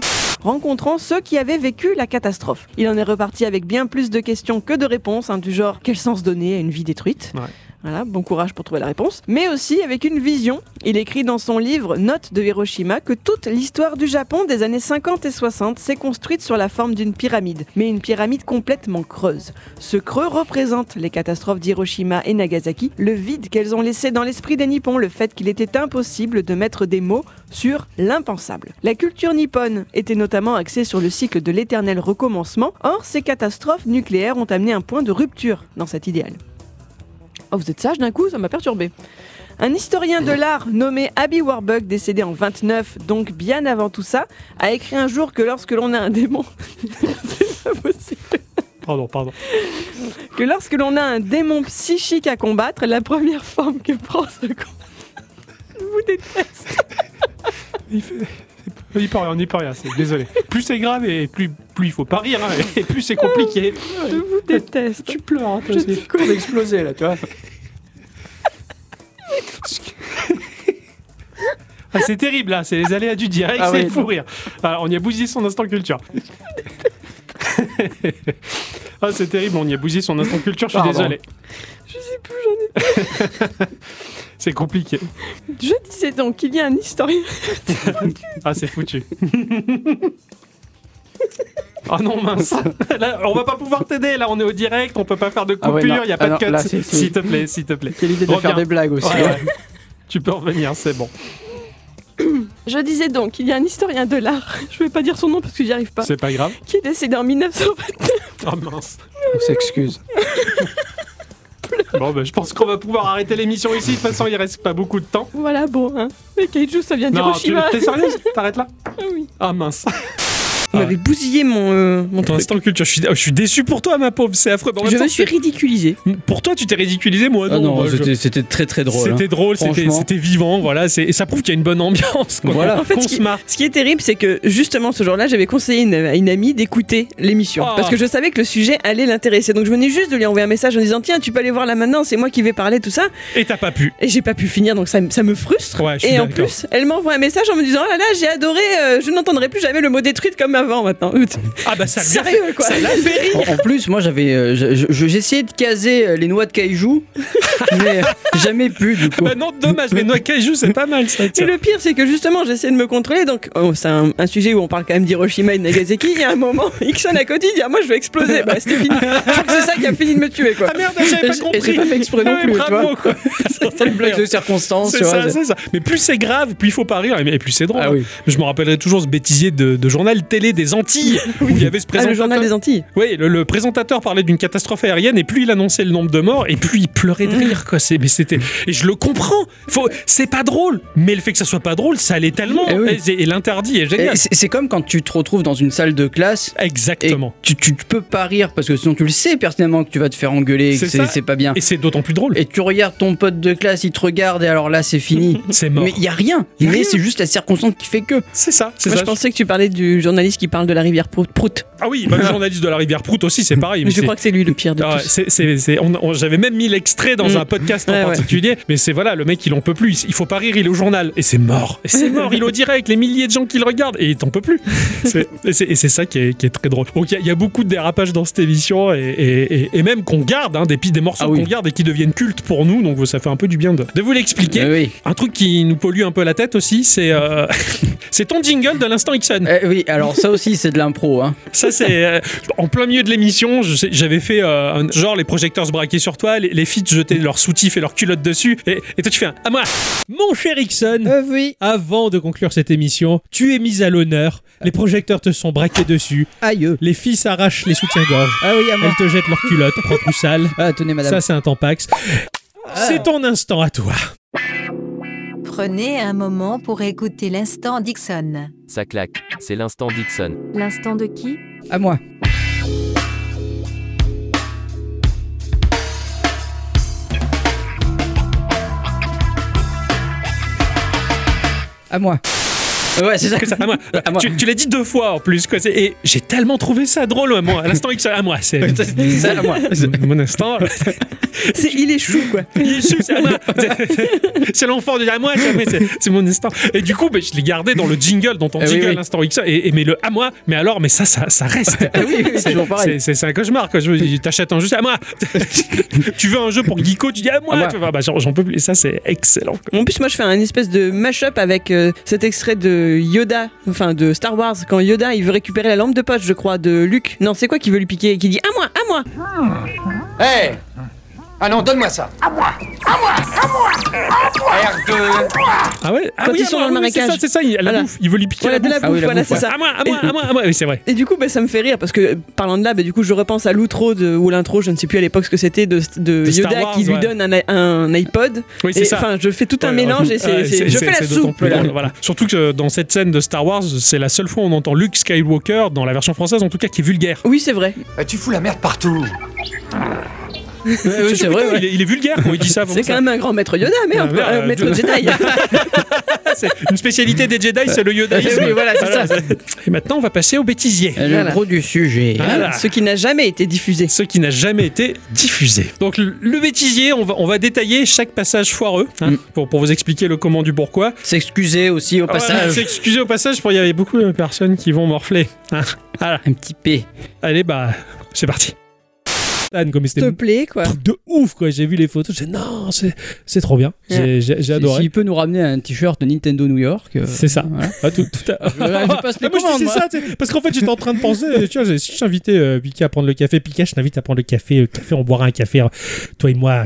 Speaker 4: Rencontrant ceux qui avaient vécu la catastrophe. Il en est reparti avec bien plus de questions que de réponses, hein, du genre quel sens donner à une vie détruite
Speaker 1: Ouais.
Speaker 4: Voilà, bon courage pour trouver la réponse. Mais aussi avec une vision. Il écrit dans son livre Notes de Hiroshima que toute l'histoire du Japon des années 50 et 60 s'est construite sur la forme d'une pyramide, mais une pyramide complètement creuse. Ce creux représente les catastrophes d'Hiroshima et Nagasaki, le vide qu'elles ont laissé dans l'esprit des Nippons, le fait qu'il était impossible de mettre des mots sur l'impensable. La culture nippone était notamment axée sur le cycle de l'éternel recommencement, or ces catastrophes nucléaires ont amené un point de rupture dans cet idéal. Oh, vous êtes sage d'un coup, ça m'a perturbé. Un historien de l'art nommé Abby Warbuck, décédé en 29, donc bien avant tout ça, a écrit un jour que lorsque l'on a un démon, [LAUGHS] c'est pas possible
Speaker 1: Pardon, pardon.
Speaker 4: que lorsque l'on a un démon psychique à combattre, la première forme que prend ce combat. Je vous déteste.
Speaker 1: On n'y peut rien, on n'y peut rien, c'est désolé. Plus c'est grave et plus, plus il faut pas rire, hein, et plus c'est compliqué.
Speaker 3: Je vous déteste.
Speaker 1: Tu pleures, hein, toi
Speaker 3: Je
Speaker 1: aussi.
Speaker 3: suis
Speaker 1: On a explosé là, tu vois. Ah, c'est terrible là, c'est les aléas du direct,
Speaker 3: Ah
Speaker 1: c'est
Speaker 3: oui.
Speaker 1: fou rire. Ah, on y a bousillé son instant culture. ah, c'est terrible, on y a bousillé son instant culture, je suis
Speaker 3: Pardon.
Speaker 1: désolé.
Speaker 3: Je sais plus, j'en ai.
Speaker 1: C'est compliqué.
Speaker 3: Je disais donc qu'il y a un historien.
Speaker 1: Ah, c'est foutu. Ah non mince, là, on va pas pouvoir t'aider, là on est au direct, on peut pas faire de
Speaker 2: Ah ouais,
Speaker 1: coupure, il
Speaker 2: non.
Speaker 1: y a pas
Speaker 2: Ah non,
Speaker 1: de cut,
Speaker 2: là, c'est- c'est-
Speaker 1: s'il te plaît, s'il te plaît.
Speaker 2: Quelle idée de
Speaker 1: Reviens.
Speaker 2: faire des blagues aussi. hein.
Speaker 1: Ouais, ouais. tu peux revenir, c'est bon.
Speaker 3: Je disais donc qu'il y a un historien de l'art. Je vais pas dire son nom parce que j'y arrive pas.
Speaker 1: C'est pas grave.
Speaker 3: Qui est décédé en 1920.
Speaker 1: Ah mince.
Speaker 2: On s'excuse.
Speaker 1: Bon, bah, je pense qu'on va pouvoir arrêter l'émission ici. De toute façon, il reste pas beaucoup de temps.
Speaker 3: Voilà, bon, hein. Mais Kaiju, ça vient
Speaker 1: Non, tu
Speaker 3: d'Hiroshima.
Speaker 1: t'es sérieuse T'arrêtes là
Speaker 3: Ah oui.
Speaker 1: Ah mince.
Speaker 4: Vous m'avez bousillé mon, euh, mon
Speaker 1: Ton
Speaker 4: truc.
Speaker 1: instant culture, je suis, je suis déçu pour toi, ma pauvre. C'est affreux. Mais en même
Speaker 4: Je me
Speaker 1: temps,
Speaker 4: suis ridiculisé.
Speaker 1: c'est- Pour toi, tu t'es ridiculisé, moi.
Speaker 2: Ah non,
Speaker 1: moi, je-
Speaker 2: c'était c'était très très drôle. hein.
Speaker 1: C'était drôle, c'était
Speaker 2: Franchement.
Speaker 1: c'était vivant, voilà, c'est- et ça prouve qu'il y a une bonne ambiance. Quoi.
Speaker 2: Voilà.
Speaker 4: En fait,
Speaker 1: Qu'on
Speaker 4: ce qui,
Speaker 1: se marre.
Speaker 4: ce qui est terrible, c'est que justement ce jour-là, j'avais conseillé une- à une amie d'écouter l'émission
Speaker 1: Ah.
Speaker 4: parce que je savais que le sujet allait l'intéresser. Donc je venais juste de lui envoyer un message en disant Tiens, tu peux aller voir là maintenant, c'est moi qui vais parler, tout ça.
Speaker 1: Et t'as pas pu.
Speaker 4: Et j'ai pas pu finir, donc ça, me- ça me frustre.
Speaker 1: Ouais, je suis
Speaker 4: Et en
Speaker 1: d'accord.
Speaker 4: plus, elle m'envoie un message en me disant Oh là là, j'ai adoré, euh, je n'entendrai plus jamais le mot détruite comme avant maintenant. [LAUGHS]
Speaker 1: Ah bah ça l'a fait.
Speaker 4: Sérieux, quoi.
Speaker 1: Ça l'a fait rire.
Speaker 2: En, en plus, moi j'avais, euh, je- je- je- j'essayais de caser euh, les noix
Speaker 1: [LAUGHS]
Speaker 2: de caillou, mais euh, jamais pu du coup.
Speaker 1: Bah non, dommage, mais Noah Kaiju, c'est pas mal ça.
Speaker 4: Et
Speaker 2: [LAUGHS]
Speaker 1: tiens.
Speaker 4: le pire, c'est que justement, j'essaie de me contrôler. Donc, oh, c'est un, un sujet où on parle quand même d'Hiroshima et de Nagasaki. Il y a un moment, [LAUGHS] Ixon à côté, il dit ah, Moi, je vais exploser. Bah, c'était fini. Je crois que c'est ça qui a fini de me tuer,
Speaker 1: [LAUGHS]
Speaker 4: quoi.
Speaker 1: Ah merde, j'avais
Speaker 2: Et
Speaker 1: pas
Speaker 2: j'ai-
Speaker 1: compris.
Speaker 2: et j'ai pas fait exprès
Speaker 1: Ah
Speaker 2: non
Speaker 1: ouais,
Speaker 2: plus, tu
Speaker 1: bravo,
Speaker 2: vois. [LAUGHS]
Speaker 1: quoi.
Speaker 2: C'était une blague de circonstance,
Speaker 1: C'est
Speaker 2: tu vois.
Speaker 1: ça, c'est ça. Mais plus c'est grave, plus il faut pas rire, et plus c'est drôle. hein.
Speaker 2: Ah oui.
Speaker 1: Je me rappellerai toujours ce bêtisier de, de journal télé des Antilles, où il y avait ce
Speaker 4: Ah,
Speaker 1: présentateur.
Speaker 4: le journal des Antilles.
Speaker 1: Oui, le, le présentateur parlait d'une catastrophe aérienne, et plus il annonçait le nombre de morts, et plus il pleurait de rire. Quoi. C'est- Mais c'était... Et je le comprends. Faut... C'est pas drôle. Mais le fait que ça soit pas drôle, ça l'est tellement.
Speaker 2: Eh oui.
Speaker 1: Et, c'est- et l'interdit est
Speaker 2: Et
Speaker 1: génial.
Speaker 2: C'est c'est comme quand tu te retrouves dans une salle de classe. Et
Speaker 1: Exactement.
Speaker 2: tu, tu peux pas rire parce que sinon tu le sais personnellement que tu vas te faire engueuler et que
Speaker 1: C'est ça.
Speaker 2: c'est c'est pas bien.
Speaker 1: Et c'est d'autant plus drôle.
Speaker 2: Et tu regardes ton pote de classe, il te regarde et alors là c'est fini.
Speaker 1: [LAUGHS] C'est mort.
Speaker 2: Mais il y a rien. Mais c'est juste la circonstance qui fait que.
Speaker 1: C'est ça. C'est
Speaker 4: Moi,
Speaker 1: ça.
Speaker 4: je pensais que tu parlais du journaliste qui parle de la rivière Prout. Prout.
Speaker 1: Ah oui, bah, le journaliste de la rivière Prout aussi, c'est pareil.
Speaker 4: Mais
Speaker 1: mais
Speaker 4: je
Speaker 1: c'est-
Speaker 4: crois que c'est lui le pire de
Speaker 1: Ah ouais,
Speaker 4: tous.
Speaker 1: c'est- c'est- c'est- on- on- J'avais même mis l'extrait dans
Speaker 4: Mm.
Speaker 1: un podcast en
Speaker 4: Ouais, ouais.
Speaker 1: particulier, mais c'est voilà, le mec il en peut plus, il faut pas rire, il est au journal, et c'est mort, et c'est mort, il est au direct, les milliers de gens qui le regardent, et il t'en peut
Speaker 4: [LAUGHS]
Speaker 1: plus. C'est- Et c'est et c'est ça qui est, qui est très drôle. Donc il y a- il y, a beaucoup de dérapages dans cette émission, et, et- et- et même qu'on garde, hein, des, pi- des morceaux
Speaker 2: Ah oui.
Speaker 1: qu'on garde et qui deviennent cultes pour nous, donc ça fait un peu du bien de, de vous l'expliquer.
Speaker 4: Euh.
Speaker 2: Eh oui.
Speaker 1: Un truc qui nous pollue un peu la tête aussi, c'est euh, [LAUGHS] c'est ton jingle de l'instant Ixon.
Speaker 2: Eh oui, alors ça aussi c'est de l'impro. Hein.
Speaker 1: Ça, c'est euh, en plein milieu de l'émission. je sais- J'avais fait euh, un- genre les projecteurs se braquaient sur toi, les, les filles te jetaient leurs soutifs et leurs culottes dessus, et, et toi tu fais un à moi.
Speaker 5: Mon cher Ixon,
Speaker 2: Euh,
Speaker 4: oui.
Speaker 5: avant de conclure cette émission, tu es mise à l'honneur. Les projecteurs te sont braqués dessus.
Speaker 2: Aïe.
Speaker 5: Les filles s'arrachent les soutiens-gorge.
Speaker 2: Ah oui, à moi.
Speaker 5: Elles te jettent leurs culottes, propres ou sales.
Speaker 2: Ah, tenez madame. Ah.
Speaker 5: Ça, c'est un tampax. C'est ton instant à toi.
Speaker 11: Prenez un moment pour écouter l'instant Dixon.
Speaker 12: Ça claque, c'est l'instant Dixon.
Speaker 11: L'instant de qui
Speaker 2: À moi. À moi. Ouais, c'est ça.
Speaker 1: C'est ça, à moi.
Speaker 2: À moi.
Speaker 1: Tu, tu l'as dit deux fois en plus. Quoi. c'est- Et j'ai tellement trouvé ça drôle à moi. À l'instant X, à moi. C'est
Speaker 2: C'est ça, à moi.
Speaker 1: [LAUGHS] mon instant.
Speaker 4: C'est il est chou quoi.
Speaker 1: [LAUGHS] Il est chou, c'est
Speaker 4: [LAUGHS]
Speaker 1: à moi. C'est- C'est l'enfant de à moi. c'est à moi, c'est- C'est mon instant. Et du coup, ben, je l'ai gardé dans le jingle, dans ton
Speaker 2: Eh oui,
Speaker 1: jingle,
Speaker 2: oui.
Speaker 1: l'instant X. Et, et- mais le à moi. Mais alors, mais ça, ça, ça reste.
Speaker 2: Ah oui, oui, c'est toujours pareil.
Speaker 1: Eh C'est- C'est c'est un cauchemar. Quoi. Je, veux dire, t'achètes un jeu, c'est à moi. [LAUGHS] tu veux un jeu pour Geeko, tu dis à moi.
Speaker 2: À moi.
Speaker 1: Tu vois, bah, j'en j'en peux plus. Ça, c'est excellent. quoi.
Speaker 4: En plus, moi, je fais un espèce de mash-up avec euh, cet extrait de Yoda, enfin de Star Wars, quand Yoda il veut récupérer la lampe de poche, je crois, de Luke. Non, c'est quoi qui veut lui piquer et qui dit à moi, à moi.
Speaker 6: Hé Ah non, donne-moi ça À moi À moi À moi R2
Speaker 1: Ah ouais ah
Speaker 4: Quand
Speaker 1: oui,
Speaker 4: ils
Speaker 1: ah
Speaker 4: sont
Speaker 1: bah,
Speaker 4: dans le
Speaker 1: oui, c'est
Speaker 4: marécage.
Speaker 1: ça, c'est ça. Il, la
Speaker 4: Voilà.
Speaker 1: bouffe, il veut lui piquer
Speaker 4: Voilà,
Speaker 1: la
Speaker 4: de la
Speaker 1: bouffe.
Speaker 2: Ah oui,
Speaker 4: bouffe,
Speaker 2: la
Speaker 4: voilà,
Speaker 2: bouffe,
Speaker 4: c'est
Speaker 2: ouais.
Speaker 4: ça.
Speaker 1: À moi, à moi, à moi. Ah ouais, oui, c'est vrai.
Speaker 4: Et du coup, bah, ça me fait rire parce que euh, parlant de là, bah, du coup, je repense à l'outro de, ou l'intro, je ne sais plus à l'époque ce que c'était, de, de
Speaker 1: De Star
Speaker 4: Yoda
Speaker 1: Wars,
Speaker 4: qui lui
Speaker 1: ouais.
Speaker 4: donne un, i- un iPod.
Speaker 1: Oui,
Speaker 4: Et,
Speaker 1: c'est ça.
Speaker 4: Enfin, je fais tout un
Speaker 1: Ouais,
Speaker 4: mélange et c'est,
Speaker 1: ouais,
Speaker 4: c'est-
Speaker 1: Euh, c'est-
Speaker 4: je
Speaker 1: c'est-
Speaker 4: fais la
Speaker 1: c'est d'autant
Speaker 4: soupe.
Speaker 1: plus
Speaker 4: là.
Speaker 1: drôle, voilà. Surtout que dans cette scène de Star Wars, c'est la seule fois où on entend Luke Skywalker, dans la version française en tout cas, qui est vulgaire.
Speaker 4: Oui, c'est vrai.
Speaker 1: Ah,
Speaker 6: Eh, Tu fous la merde partout
Speaker 2: Ouais, ouais, c'est vrai.
Speaker 1: Putain,
Speaker 2: ouais.
Speaker 1: il, est, il est vulgaire quand il dit ça. Ah, vraiment,
Speaker 4: C'est quand
Speaker 1: ça.
Speaker 4: même un grand euh, maître Yoda, merde,
Speaker 1: Ah, merde,
Speaker 4: un
Speaker 1: euh,
Speaker 4: maître
Speaker 1: Yoda.
Speaker 4: Jedi.
Speaker 1: c'est une spécialité des Jedi, c'est le yodaïsme.
Speaker 4: [LAUGHS] Oui, voilà, c'est ça.
Speaker 1: Et maintenant, on va passer au bêtisier.
Speaker 2: Le
Speaker 4: Voilà. Hein
Speaker 2: gros du sujet.
Speaker 1: [LAUGHS] Voilà.
Speaker 4: Ce qui n'a jamais été diffusé.
Speaker 1: ce qui n'a jamais été diffusé. Donc le- le bêtisier, on va, on va détailler chaque passage foireux hein,
Speaker 4: Mm.
Speaker 1: pour, pour vous expliquer le comment du pourquoi.
Speaker 2: S'excuser aussi au
Speaker 1: Ah, Voilà,
Speaker 2: passage.
Speaker 1: S'excuser au passage, pour il y avait beaucoup de personnes qui vont morfler. hein. Voilà.
Speaker 2: Un petit P.
Speaker 1: Allez, bah, c'est parti.
Speaker 5: Stan, comme
Speaker 4: S'il te
Speaker 5: c'était
Speaker 4: plaît, quoi.
Speaker 5: un truc de ouf quoi j'ai vu les photos j'ai dit, non c'est c'est trop bien j'ai j'ai- j'ai
Speaker 13: S'il
Speaker 5: adoré
Speaker 13: peut nous ramener un t-shirt de Nintendo New York. euh,
Speaker 5: c'est ça
Speaker 13: voilà.
Speaker 5: Ah, tout, tout à-
Speaker 13: Je, je passe les
Speaker 5: Ah, moi, je
Speaker 13: commandes,
Speaker 5: disais
Speaker 13: moi.
Speaker 5: ça, tu sais, parce qu'en fait j'étais en train de penser, euh, tu vois, j'ai- si j'invitais euh, Pika à prendre le café, Pika, je t'invite à prendre le café, euh, café, on boira un café, euh, toi et moi.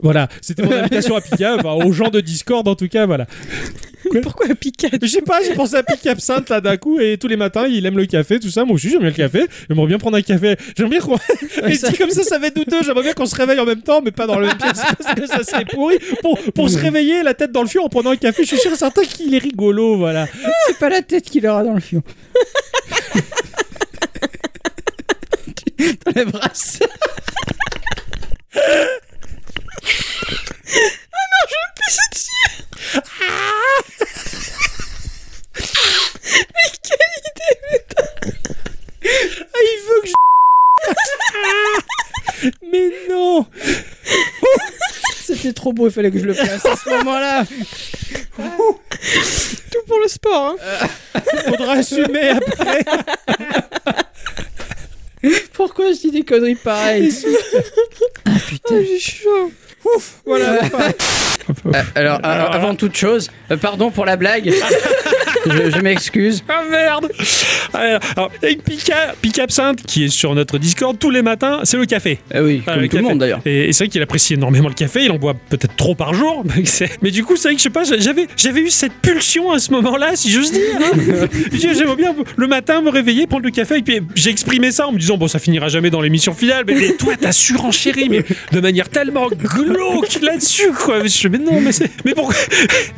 Speaker 5: Voilà, c'était mon invitation à Pika, enfin, aux gens de Discord en tout cas, voilà.
Speaker 4: Pourquoi Pika
Speaker 5: Je sais pas, j'ai pensé à Pika Absinthe là d'un coup, et tous les matins il aime le café, tout ça, moi aussi j'aime bien le café, j'aimerais bien prendre [LAUGHS] un café, j'aimerais bien qu'on... Et
Speaker 13: ça-
Speaker 5: c'est comme ça, ça va être douteux, j'aimerais bien qu'on se réveille en même temps, mais pas dans le même pièce, parce que ça serait pourri, pour, pour se réveiller la tête dans le fion en prenant un café, je suis sûr et certain qu'il est rigolo, voilà.
Speaker 13: C'est pas la tête qu'il aura dans le fion. dans les bras.
Speaker 5: Ah, il veut que je. Mais non
Speaker 13: C'était trop beau, il fallait que je le fasse à ce moment-là.
Speaker 4: Tout pour le sport,
Speaker 1: Euh.
Speaker 4: hein.
Speaker 5: Faudra assumer après
Speaker 13: Pourquoi je dis des conneries
Speaker 1: [LAUGHS]
Speaker 13: pareilles
Speaker 4: Ah, j'ai chaud.
Speaker 5: Ouf Voilà enfin,
Speaker 2: Euh, alors, a- avant toute chose, euh, pardon pour la blague. je je m'excuse.
Speaker 1: Ah merde [LAUGHS] Alors, alors, avec Pika, Pika Absinthe, qui est sur notre Discord tous les matins, c'est le café.
Speaker 2: Ah oui,
Speaker 1: Ah,
Speaker 2: comme tout le
Speaker 1: café.
Speaker 2: monde d'ailleurs.
Speaker 1: Et, et c'est vrai qu'il apprécie énormément le café, il en boit peut-être trop par jour, mais, c'est- mais du coup, c'est vrai que je sais pas, j'a- j'avais, j'avais eu cette pulsion à ce moment-là, si j'ose dire. hein. J'ai- J'aimerais bien le matin me réveiller, prendre le café, et puis j'ai exprimé ça en me disant, bon, ça finira jamais dans l'émission finale, mais, mais toi, t'as surenchéri, mais de manière tellement glauque là-dessus, quoi. Je fais, mais non, mais, c'est- mais pourquoi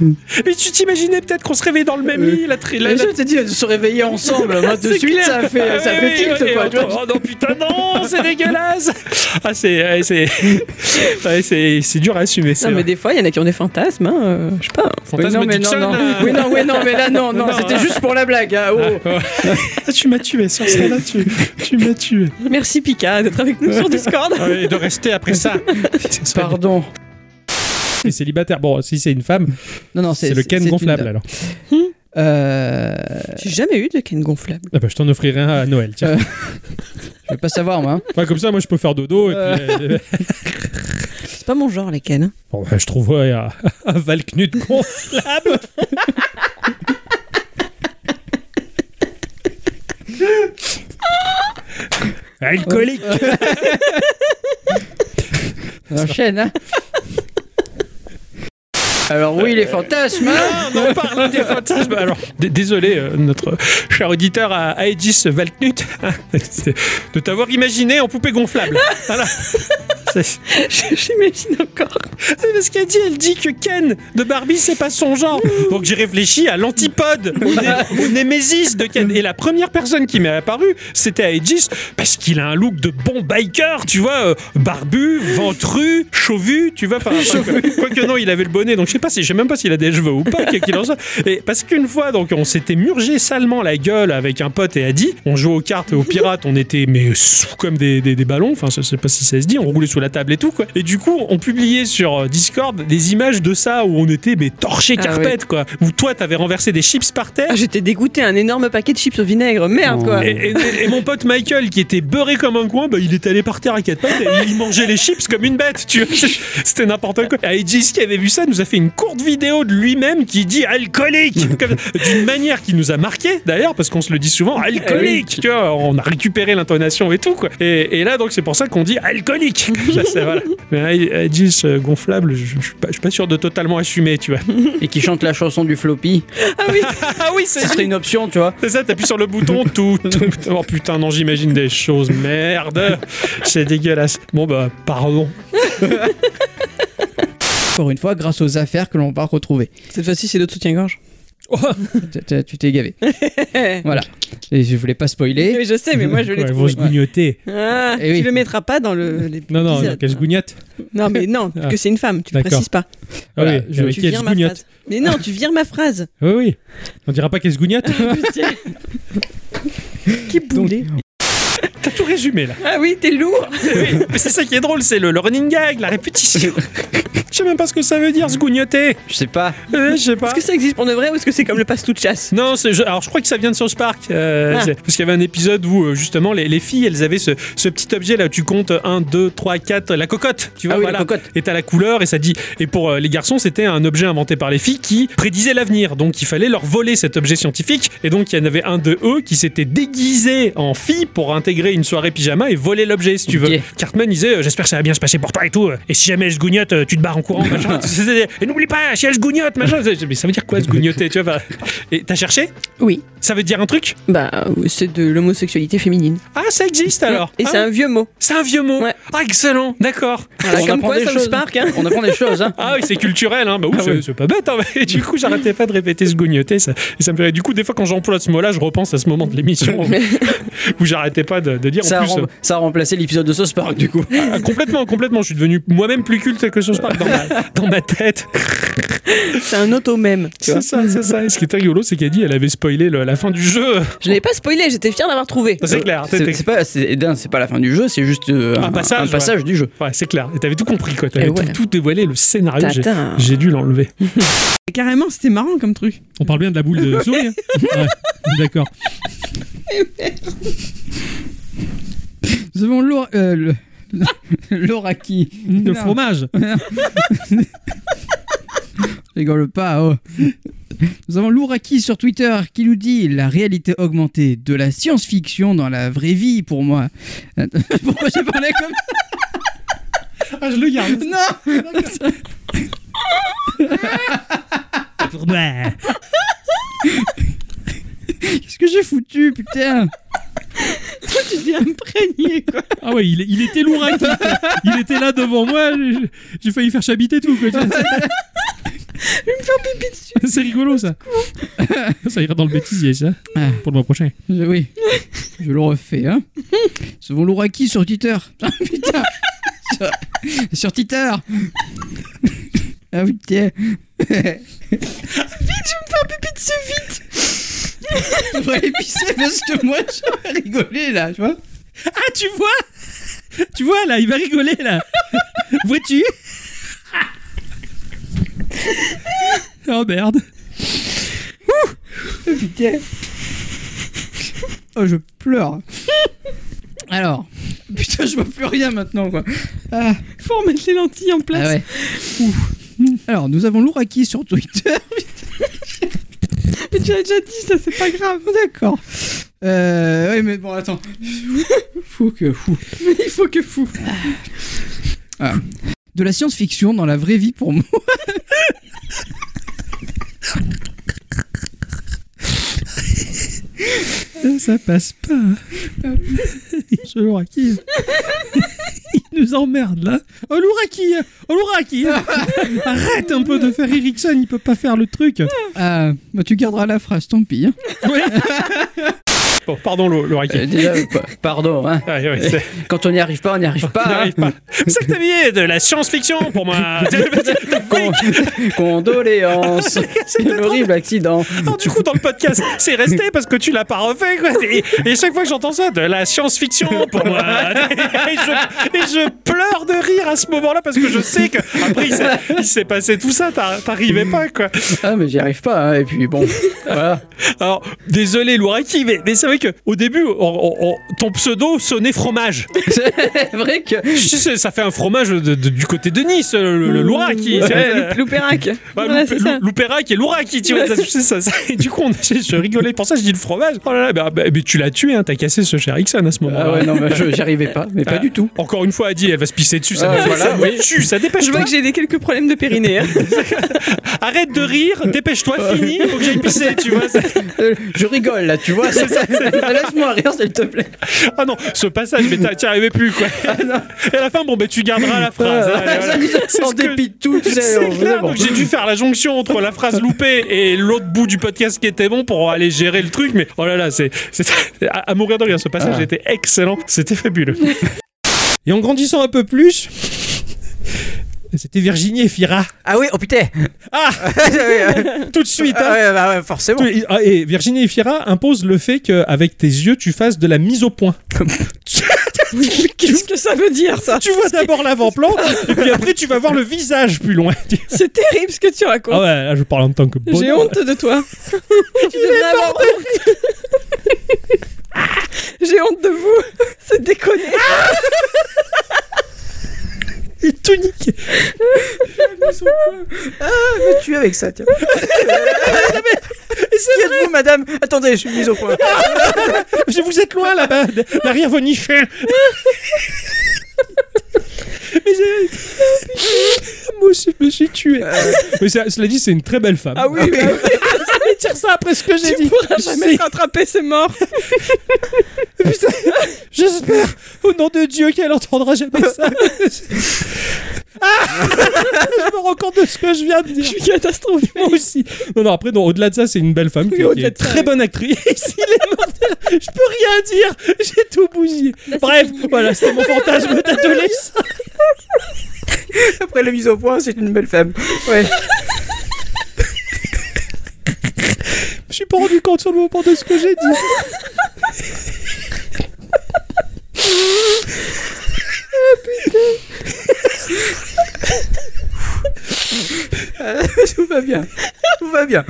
Speaker 1: Mais tu t'imaginais peut-être qu'on se réveillait dans le même lit, la, tri- la-
Speaker 2: Les
Speaker 1: la-
Speaker 2: gens t'ai dit de se réveiller [LAUGHS] ensemble. Moi, de
Speaker 1: C'est
Speaker 2: suite,
Speaker 1: clair.
Speaker 2: ça fait, ça
Speaker 1: Ah
Speaker 2: fait
Speaker 1: oui,
Speaker 2: tilt,
Speaker 1: oui,
Speaker 2: quoi.
Speaker 1: oui,
Speaker 2: tu vois.
Speaker 1: oh non, putain, non,
Speaker 2: [LAUGHS]
Speaker 1: c'est dégueulasse. Ah, c'est, ouais, c'est, [LAUGHS] ouais, c'est, c'est dur à assumer. C'est
Speaker 4: Non, mais
Speaker 1: vrai.
Speaker 4: des fois, il y en a qui ont des fantasmes, hein. euh, je sais pas.
Speaker 2: Oui,
Speaker 1: Fantasme
Speaker 2: non, mais non,
Speaker 1: Dixon,
Speaker 2: non.
Speaker 1: euh,
Speaker 2: Oui, non, oui, non, mais là,
Speaker 1: [LAUGHS]
Speaker 2: non, non,
Speaker 1: Non,
Speaker 2: c'était
Speaker 1: hein.
Speaker 2: juste pour la blague. hein, oh.
Speaker 1: [LAUGHS] Ah, tu m'as tué sur ça là, tu, tu m'as tué.
Speaker 4: Merci Pika d'être avec
Speaker 1: [LAUGHS]
Speaker 4: nous sur Discord.
Speaker 1: Ah oui, Et de rester après ça. [LAUGHS] C'est ça.
Speaker 2: Pardon.
Speaker 5: c'est célibataire. Bon, si c'est une femme,
Speaker 13: Non, non,
Speaker 5: c'est le
Speaker 13: c'est
Speaker 5: Ken
Speaker 13: une
Speaker 5: gonflable
Speaker 13: dame.
Speaker 5: alors.
Speaker 13: Euh,
Speaker 4: J'ai jamais eu de Ken gonflable.
Speaker 5: Ah bah, je t'en offrirai un à Noël, tiens.
Speaker 13: Euh. je vais pas savoir,
Speaker 1: [LAUGHS]
Speaker 13: moi. hein.
Speaker 5: Enfin, comme ça, moi je peux faire dodo, et puis. euh,
Speaker 4: C'est pas mon genre, les Ken. hein.
Speaker 5: Bon,
Speaker 1: ben,
Speaker 5: bah, je trouverai
Speaker 1: [LAUGHS]
Speaker 5: un, un Valknut gonflable. Alcoolique
Speaker 13: On Enchaîne, hein.
Speaker 2: Alors, oui,
Speaker 1: Euh,
Speaker 2: les
Speaker 1: [LAUGHS]
Speaker 2: fantasmes. hein.
Speaker 1: On parle des fantasmes. Bah, Alors, d- désolé, euh, notre cher auditeur à à Aegis Valknut, hein, [LAUGHS] c'est de t'avoir imaginé en poupée gonflable. [LAUGHS] Voilà. C'est-
Speaker 4: [LAUGHS] J'imagine encore.
Speaker 1: C'est parce qu'elle dit, elle dit que Ken de Barbie c'est pas son genre. Donc j'ai réfléchi à l'antipode, au, né- au némésis de Ken. Et la première personne qui m'est apparue, c'était Aegis, parce qu'il a un look de bon biker, tu vois, euh, barbu, ventru, chauvu, tu vois. enfin, enfin, quoi- Quoique non, il avait le bonnet, donc je sais pas, si, je sais même pas s'il a des cheveux ou pas, qu'il en soit. Et parce qu'une fois, donc on s'était murgé salement la gueule avec un pote et Adi. On jouait aux cartes et aux pirates, on était mais sous comme des, des- des ballons. Enfin, je sais pas si ça se dit. On roulait sous la table et tout quoi. Et du coup, on publiait sur euh, Discord des images de ça où on était mais torché
Speaker 4: Ah
Speaker 1: carpette quoi. Où toi, t'avais renversé des chips par terre.
Speaker 4: Ah, j'étais dégoûté, un énorme paquet de chips au vinaigre. Merde,
Speaker 13: Non.
Speaker 4: quoi.
Speaker 1: Et, et- et mon pote Michael, qui était beurré comme un coin, bah, il est allé par terre à quatre pattes et il mangeait les chips comme une bête. Tu vois, [LAUGHS] c'était n'importe quoi. Aegis, qui avait vu ça, nous a fait une courte vidéo de lui-même qui dit alcoolique, comme- d'une manière qui nous a marqué d'ailleurs, parce qu'on se le dit souvent, alcoolique. Tu vois, on a récupéré l'intonation et tout quoi. Et, et là, donc, c'est pour ça qu'on dit alcoolique. [LAUGHS] Ça, c'est- voilà. Mais Ae- Aegis euh, gonflable, je je suis pas, je suis pas sûr de totalement assumer, tu vois.
Speaker 2: Et qui chante la chanson du floppy.
Speaker 4: [LAUGHS] Ah oui,
Speaker 1: Ah oui, c'est
Speaker 2: Ça serait une option, tu vois.
Speaker 1: c'est ça, t'appuies sur le bouton, tout, tout. Oh putain, non, j'imagine des choses. Merde, c'est dégueulasse. Bon bah, pardon.
Speaker 13: Encore une fois, grâce aux affaires que l'on va retrouver.
Speaker 4: cette fois-ci, c'est d'autres soutiens-gorge.
Speaker 14: Tu- tu- tu t'es
Speaker 2: [LAUGHS]
Speaker 14: gavé. voilà. Et je voulais pas spoiler.
Speaker 4: Mais Eh. je sais, mais moi je l'ai
Speaker 14: Ouais,
Speaker 4: trouvé.
Speaker 14: vont se gougnoter.
Speaker 4: Ah,
Speaker 14: Eh
Speaker 4: tu
Speaker 14: oui.
Speaker 4: le mettras pas dans le. les
Speaker 14: Non, non,
Speaker 4: épisodes.
Speaker 14: qu'elle se gougnote.
Speaker 4: Non, mais non,
Speaker 14: Ah.
Speaker 4: que c'est une femme, tu le
Speaker 1: D'accord.
Speaker 4: précises pas.
Speaker 1: Ah
Speaker 14: Voilà,
Speaker 1: oui,
Speaker 14: je-
Speaker 1: avec
Speaker 14: tu
Speaker 1: qui elle
Speaker 14: vires
Speaker 1: se
Speaker 14: ma
Speaker 1: gougnote.
Speaker 4: phrase. Mais non, tu vires
Speaker 14: [LAUGHS]
Speaker 4: ma phrase.
Speaker 1: Oui, oui. On dira pas qu'elle se gougnote
Speaker 4: Qui boulet
Speaker 1: T'as tout résumé là.
Speaker 4: Ah oui, t'es lourd.
Speaker 1: Oui, mais c'est ça qui est drôle, c'est le, le running gag, la répétition. Je sais même pas ce que ça veut dire, se gougnoter.
Speaker 14: Je sais pas.
Speaker 1: je sais pas.
Speaker 4: Est-ce que ça existe pour de vrai ou est-ce que c'est comme le passe-tout de chasse
Speaker 1: Non, c'est- je- alors je crois que ça vient de South Park. euh,
Speaker 4: Ah.
Speaker 1: c'est- Parce qu'il y avait un épisode où euh, justement les, les filles elles avaient ce, ce petit objet là où tu comptes 1, 2, 3, 4, la cocotte. Tu vois,
Speaker 15: Ah oui, la
Speaker 1: voilà.
Speaker 15: cocotte.
Speaker 1: Et t'as la couleur et ça dit. Et pour euh, les garçons, c'était un objet inventé par les filles qui prédisait l'avenir. Donc il fallait leur voler cet objet scientifique. Et donc il y en avait un de eux qui s'était déguisé en fille pour intégrer une soirée pyjama et voler l'objet si tu veux. Cartman il disait euh, J'espère que ça va bien se passer pour toi et tout. euh, Et si jamais elle se gougnote, euh, tu te barres en courant. machin. C'était- et n'oublie pas, si elle se gougnote, machin. C'est- Mais ça veut dire quoi se gougnoter tu vois, bah, Et t'as cherché
Speaker 4: Oui.
Speaker 1: Ça veut dire un truc
Speaker 4: Bah, c'est de l'homosexualité féminine.
Speaker 1: Ah, ça existe alors
Speaker 4: Et
Speaker 1: Ah
Speaker 4: c'est
Speaker 1: oui.
Speaker 4: un vieux mot.
Speaker 1: C'est un vieux mot Ah, excellent, d'accord
Speaker 4: Voilà, comme quoi, South Park, hein.
Speaker 14: On apprend des choses. Hein.
Speaker 1: Ah oui, c'est culturel, hein. bah, oui,
Speaker 14: Ah
Speaker 1: c'est,
Speaker 14: oui.
Speaker 1: c'est pas bête. hein. Et du coup, j'arrêtais pas de répéter ce gougnoter. Ça, et ça me fait... Du coup, des fois, quand j'emploie ce mot-là, je repense à ce moment de l'émission où j'arrêtais pas de, de dire
Speaker 14: Ça
Speaker 1: [LAUGHS] en
Speaker 14: a,
Speaker 1: plus.
Speaker 14: rem- ça a remplacé l'épisode de Sauce Park du coup.
Speaker 1: euh, ah, complètement, complètement. Je suis devenu moi-même plus culte que South Park dans ma, dans ma tête.
Speaker 4: C'est un auto-même. tu vois.
Speaker 1: C'est ça, c'est ça. Et ce qui était rigolo, c'est qu'elle dit elle avait spoilé le- la fin du jeu.
Speaker 4: Je l'avais pas spoilé, j'étais fier d'avoir trouvé.
Speaker 1: Ah, C'est clair.
Speaker 14: C'est c'est pas, c'est d'un, c'est pas la fin du jeu, c'est juste euh,
Speaker 1: Un passage, ouais.
Speaker 14: du jeu.
Speaker 1: Ouais, c'est clair. Et t'avais tout compris, quoi. T'avais
Speaker 14: Eh
Speaker 1: tout-
Speaker 14: ouais.
Speaker 1: tout, dévoilé, le scénario. J'ai-
Speaker 4: Tatin.
Speaker 1: J'ai dû l'enlever.
Speaker 2: Carrément, c'était marrant comme truc.
Speaker 16: On parle bien de la boule
Speaker 2: [LAUGHS]
Speaker 16: de souris. hein Ouais, D'accord.
Speaker 2: Nous avons Laura, euh, le- [LAUGHS] Laura qui
Speaker 16: Le
Speaker 2: Non.
Speaker 16: fromage.
Speaker 2: Rigole pas, oh. Nous avons Louraki sur Twitter qui nous dit la réalité augmentée de la science-fiction dans la vraie vie pour moi. [LAUGHS] Attends, Pourquoi j'ai parlé comme
Speaker 16: Ah, je le garde.
Speaker 2: Non
Speaker 16: Pour moi.
Speaker 2: Qu'est-ce que j'ai foutu, putain Toi, tu t'es imprégné, quoi.
Speaker 16: Ah ouais, il, il était lourd. hein, quoi. Il était là devant moi. j'ai- J'ai failli faire chabiter tout. Quoi. C'est rigolo ça. Ça ira dans le bêtisier ça.
Speaker 2: Ah.
Speaker 16: Pour le mois prochain.
Speaker 2: Je- oui, [LAUGHS] je le refais, hein. Souvent l'ouraki sur Twitter. [LAUGHS] Ah, putain sur, sur Twitter [LAUGHS] Ah putain Vite, je vais me faire pipi dessus, vite [LAUGHS] Je dois aller pisser parce que moi, je vais rigoler, là, tu vois
Speaker 16: Ah, tu vois Tu vois là, il va rigoler là. Vois-tu Oh merde.
Speaker 2: Oh, putain Oh, je pleure [LAUGHS] Alors, putain, je vois plus rien maintenant, quoi Ah.
Speaker 4: Faut remettre les lentilles en place.
Speaker 2: Ah ouais. Ouh. Alors, nous avons Louraki sur Twitter.
Speaker 4: [LAUGHS] Mais tu l'as déjà dit, ça c'est pas grave.
Speaker 2: Oh, D'accord. Euh, ouais, mais bon, attends. Faut que fou.
Speaker 4: Il faut que fou.
Speaker 2: Ah. De la science-fiction dans la vraie vie pour moi.
Speaker 16: Ça passe pas. Ce Louraki. Il nous emmerde là. Oh Louraki Oh Louraki Arrête un peu de faire Ericsson, il peut pas faire le truc.
Speaker 2: Ah, bah, tu garderas la phrase, tant pis. hein.
Speaker 1: Bon, pardon, le, le racket.
Speaker 14: Euh, déjà, pa- pardon. hein.
Speaker 1: Ah, oui, oui, c'est-
Speaker 14: Quand on n'y arrive pas, on n'y arrive pas.
Speaker 16: Ah.
Speaker 1: On n'y
Speaker 14: hein.
Speaker 1: arrive pas. C'est ça que t'as mis de la science-fiction pour [LAUGHS] moi. [LAUGHS]
Speaker 14: Con- Condoléances.
Speaker 1: C'était
Speaker 14: Quel
Speaker 1: trop
Speaker 14: horrible accident.
Speaker 1: Alors, du coup, dans le podcast, c'est resté parce que tu l'as pas refait. Quoi. Et, et chaque fois que j'entends ça, de la science-fiction pour moi. Et je, et je pleure de rire à ce moment-là parce que je sais que après il s'est- il s'est passé tout ça, t'as- t'arrivais pas quoi.
Speaker 14: Ah, mais j'y arrive pas. hein. Et puis
Speaker 1: [LAUGHS]
Speaker 14: bon, voilà.
Speaker 1: Alors désolé Louraki, mais, mais c'est vrai que au début, on- on- on- ton pseudo sonnait fromage.
Speaker 14: C'est vrai que.
Speaker 1: Je sais, ça fait un fromage de- de- du côté de Nice, le, le Louraki. tu vois.
Speaker 4: Loupérac.
Speaker 1: Bah,
Speaker 4: Voilà,
Speaker 1: Loup-
Speaker 4: c'est ça.
Speaker 1: Lou- Loupérac et Louraki, tu vois, ça, c'est ça, ça. Et du coup, on, je, je rigolais pour ça, je dis le fromage. Oh là là, bah, bah, mais tu l'as tué, hein, t'as cassé ce cher Ixon à ce moment-là.
Speaker 2: Ah
Speaker 14: Ah ouais, non, mais je- j'y arrivais pas. Mais pas
Speaker 1: Ah,
Speaker 14: du tout.
Speaker 1: Encore une fois, a dit, elle va se pisser dessus, ça
Speaker 14: Ah
Speaker 1: voilà, oui. Chut, ça dépêche
Speaker 4: Je vois que j'ai des quelques problèmes de périnée. hein.
Speaker 1: Arrête de rire, dépêche-toi, fini, faut que j'aille pisser, tu vois.
Speaker 2: Euh, Je rigole là, tu vois.
Speaker 1: C'est ça,
Speaker 2: [LAUGHS]
Speaker 1: c'est-
Speaker 2: Laisse-moi rire, s'il te plaît.
Speaker 1: Ah non, ce passage, mais t'as- t'y arrivais plus, quoi. Et à la fin, bon, ben tu garderas la phrase.
Speaker 2: Ah,
Speaker 1: hein, et voilà.
Speaker 2: [LAUGHS]
Speaker 1: C'est
Speaker 2: En
Speaker 1: ce que-
Speaker 2: dépit de tout, tu sais,
Speaker 1: C'est
Speaker 2: on-
Speaker 1: clair,
Speaker 2: vraiment.
Speaker 1: donc j'ai dû faire la jonction entre la phrase loupée et l'autre bout du podcast qui était bon pour aller gérer le truc, mais oh là là, c'est c'est- à, à mourir de rire. Ce passage
Speaker 5: Ah.
Speaker 1: était excellent, c'était fabuleux.
Speaker 5: [LAUGHS] Et en grandissant un peu plus, c'était Virginie et Fira.
Speaker 2: Ah oui, oh putain
Speaker 5: Ah Tout de suite
Speaker 2: [LAUGHS]
Speaker 5: hein.
Speaker 2: ouais, bah ouais, forcément.
Speaker 5: Tout- ah, Et Virginie et Fira impose le fait qu'avec tes yeux, tu fasses de la mise au point.
Speaker 4: Qu'est-ce que ça veut dire ça
Speaker 5: tu vois d'abord l'avant-plan, et puis après, tu vas voir le visage
Speaker 1: [LAUGHS]
Speaker 5: plus loin.
Speaker 4: C'est terrible ce que tu racontes.
Speaker 5: Ah ouais, là, je parle en tant que bonhomme.
Speaker 4: J'ai honte de toi. tu devrais avoir honte. J'ai honte [LAUGHS] de vous. [LAUGHS] C'est déconné.
Speaker 5: Il est tout niqué.
Speaker 2: Ah, me tuer avec ça, tiens. Qui êtes-vous, madame Attendez, je suis mise au point.
Speaker 5: Je- Vous êtes loin là-bas, d- derrière vos niches. Mais j'ai- euh, Moi aussi, je me suis tué. Mais ça- cela dit, c'est une très belle femme.
Speaker 4: Ah oui, mais
Speaker 5: mais dire ça après ce que j'ai
Speaker 4: tu
Speaker 5: dit.
Speaker 4: pourras jamais
Speaker 5: C'est-
Speaker 4: te rattraper, c'est mort.
Speaker 5: Putain, J'espère, au nom de Dieu, qu'elle entendra jamais
Speaker 1: [LAUGHS]
Speaker 5: ça. Ah je me rends compte de ce que je viens de dire. Je suis
Speaker 4: catastrophique.
Speaker 5: Moi aussi. Non, non, après, non, au-delà de ça, c'est une belle femme qui, qui
Speaker 4: au-delà
Speaker 5: est
Speaker 4: de ça,
Speaker 5: très
Speaker 4: oui.
Speaker 5: bonne actrice. Il est mortel. Je peux rien dire. J'ai tout
Speaker 1: Bah,
Speaker 5: bousillé. Bref, voilà, c'était mon fantasme d'adolescent.
Speaker 2: Après la mise au point, c'est une belle femme. Ouais.
Speaker 5: Je suis pas rendu compte sur le moment de ce que j'ai dit.
Speaker 2: Euh, Tout va bien. Tout va bien.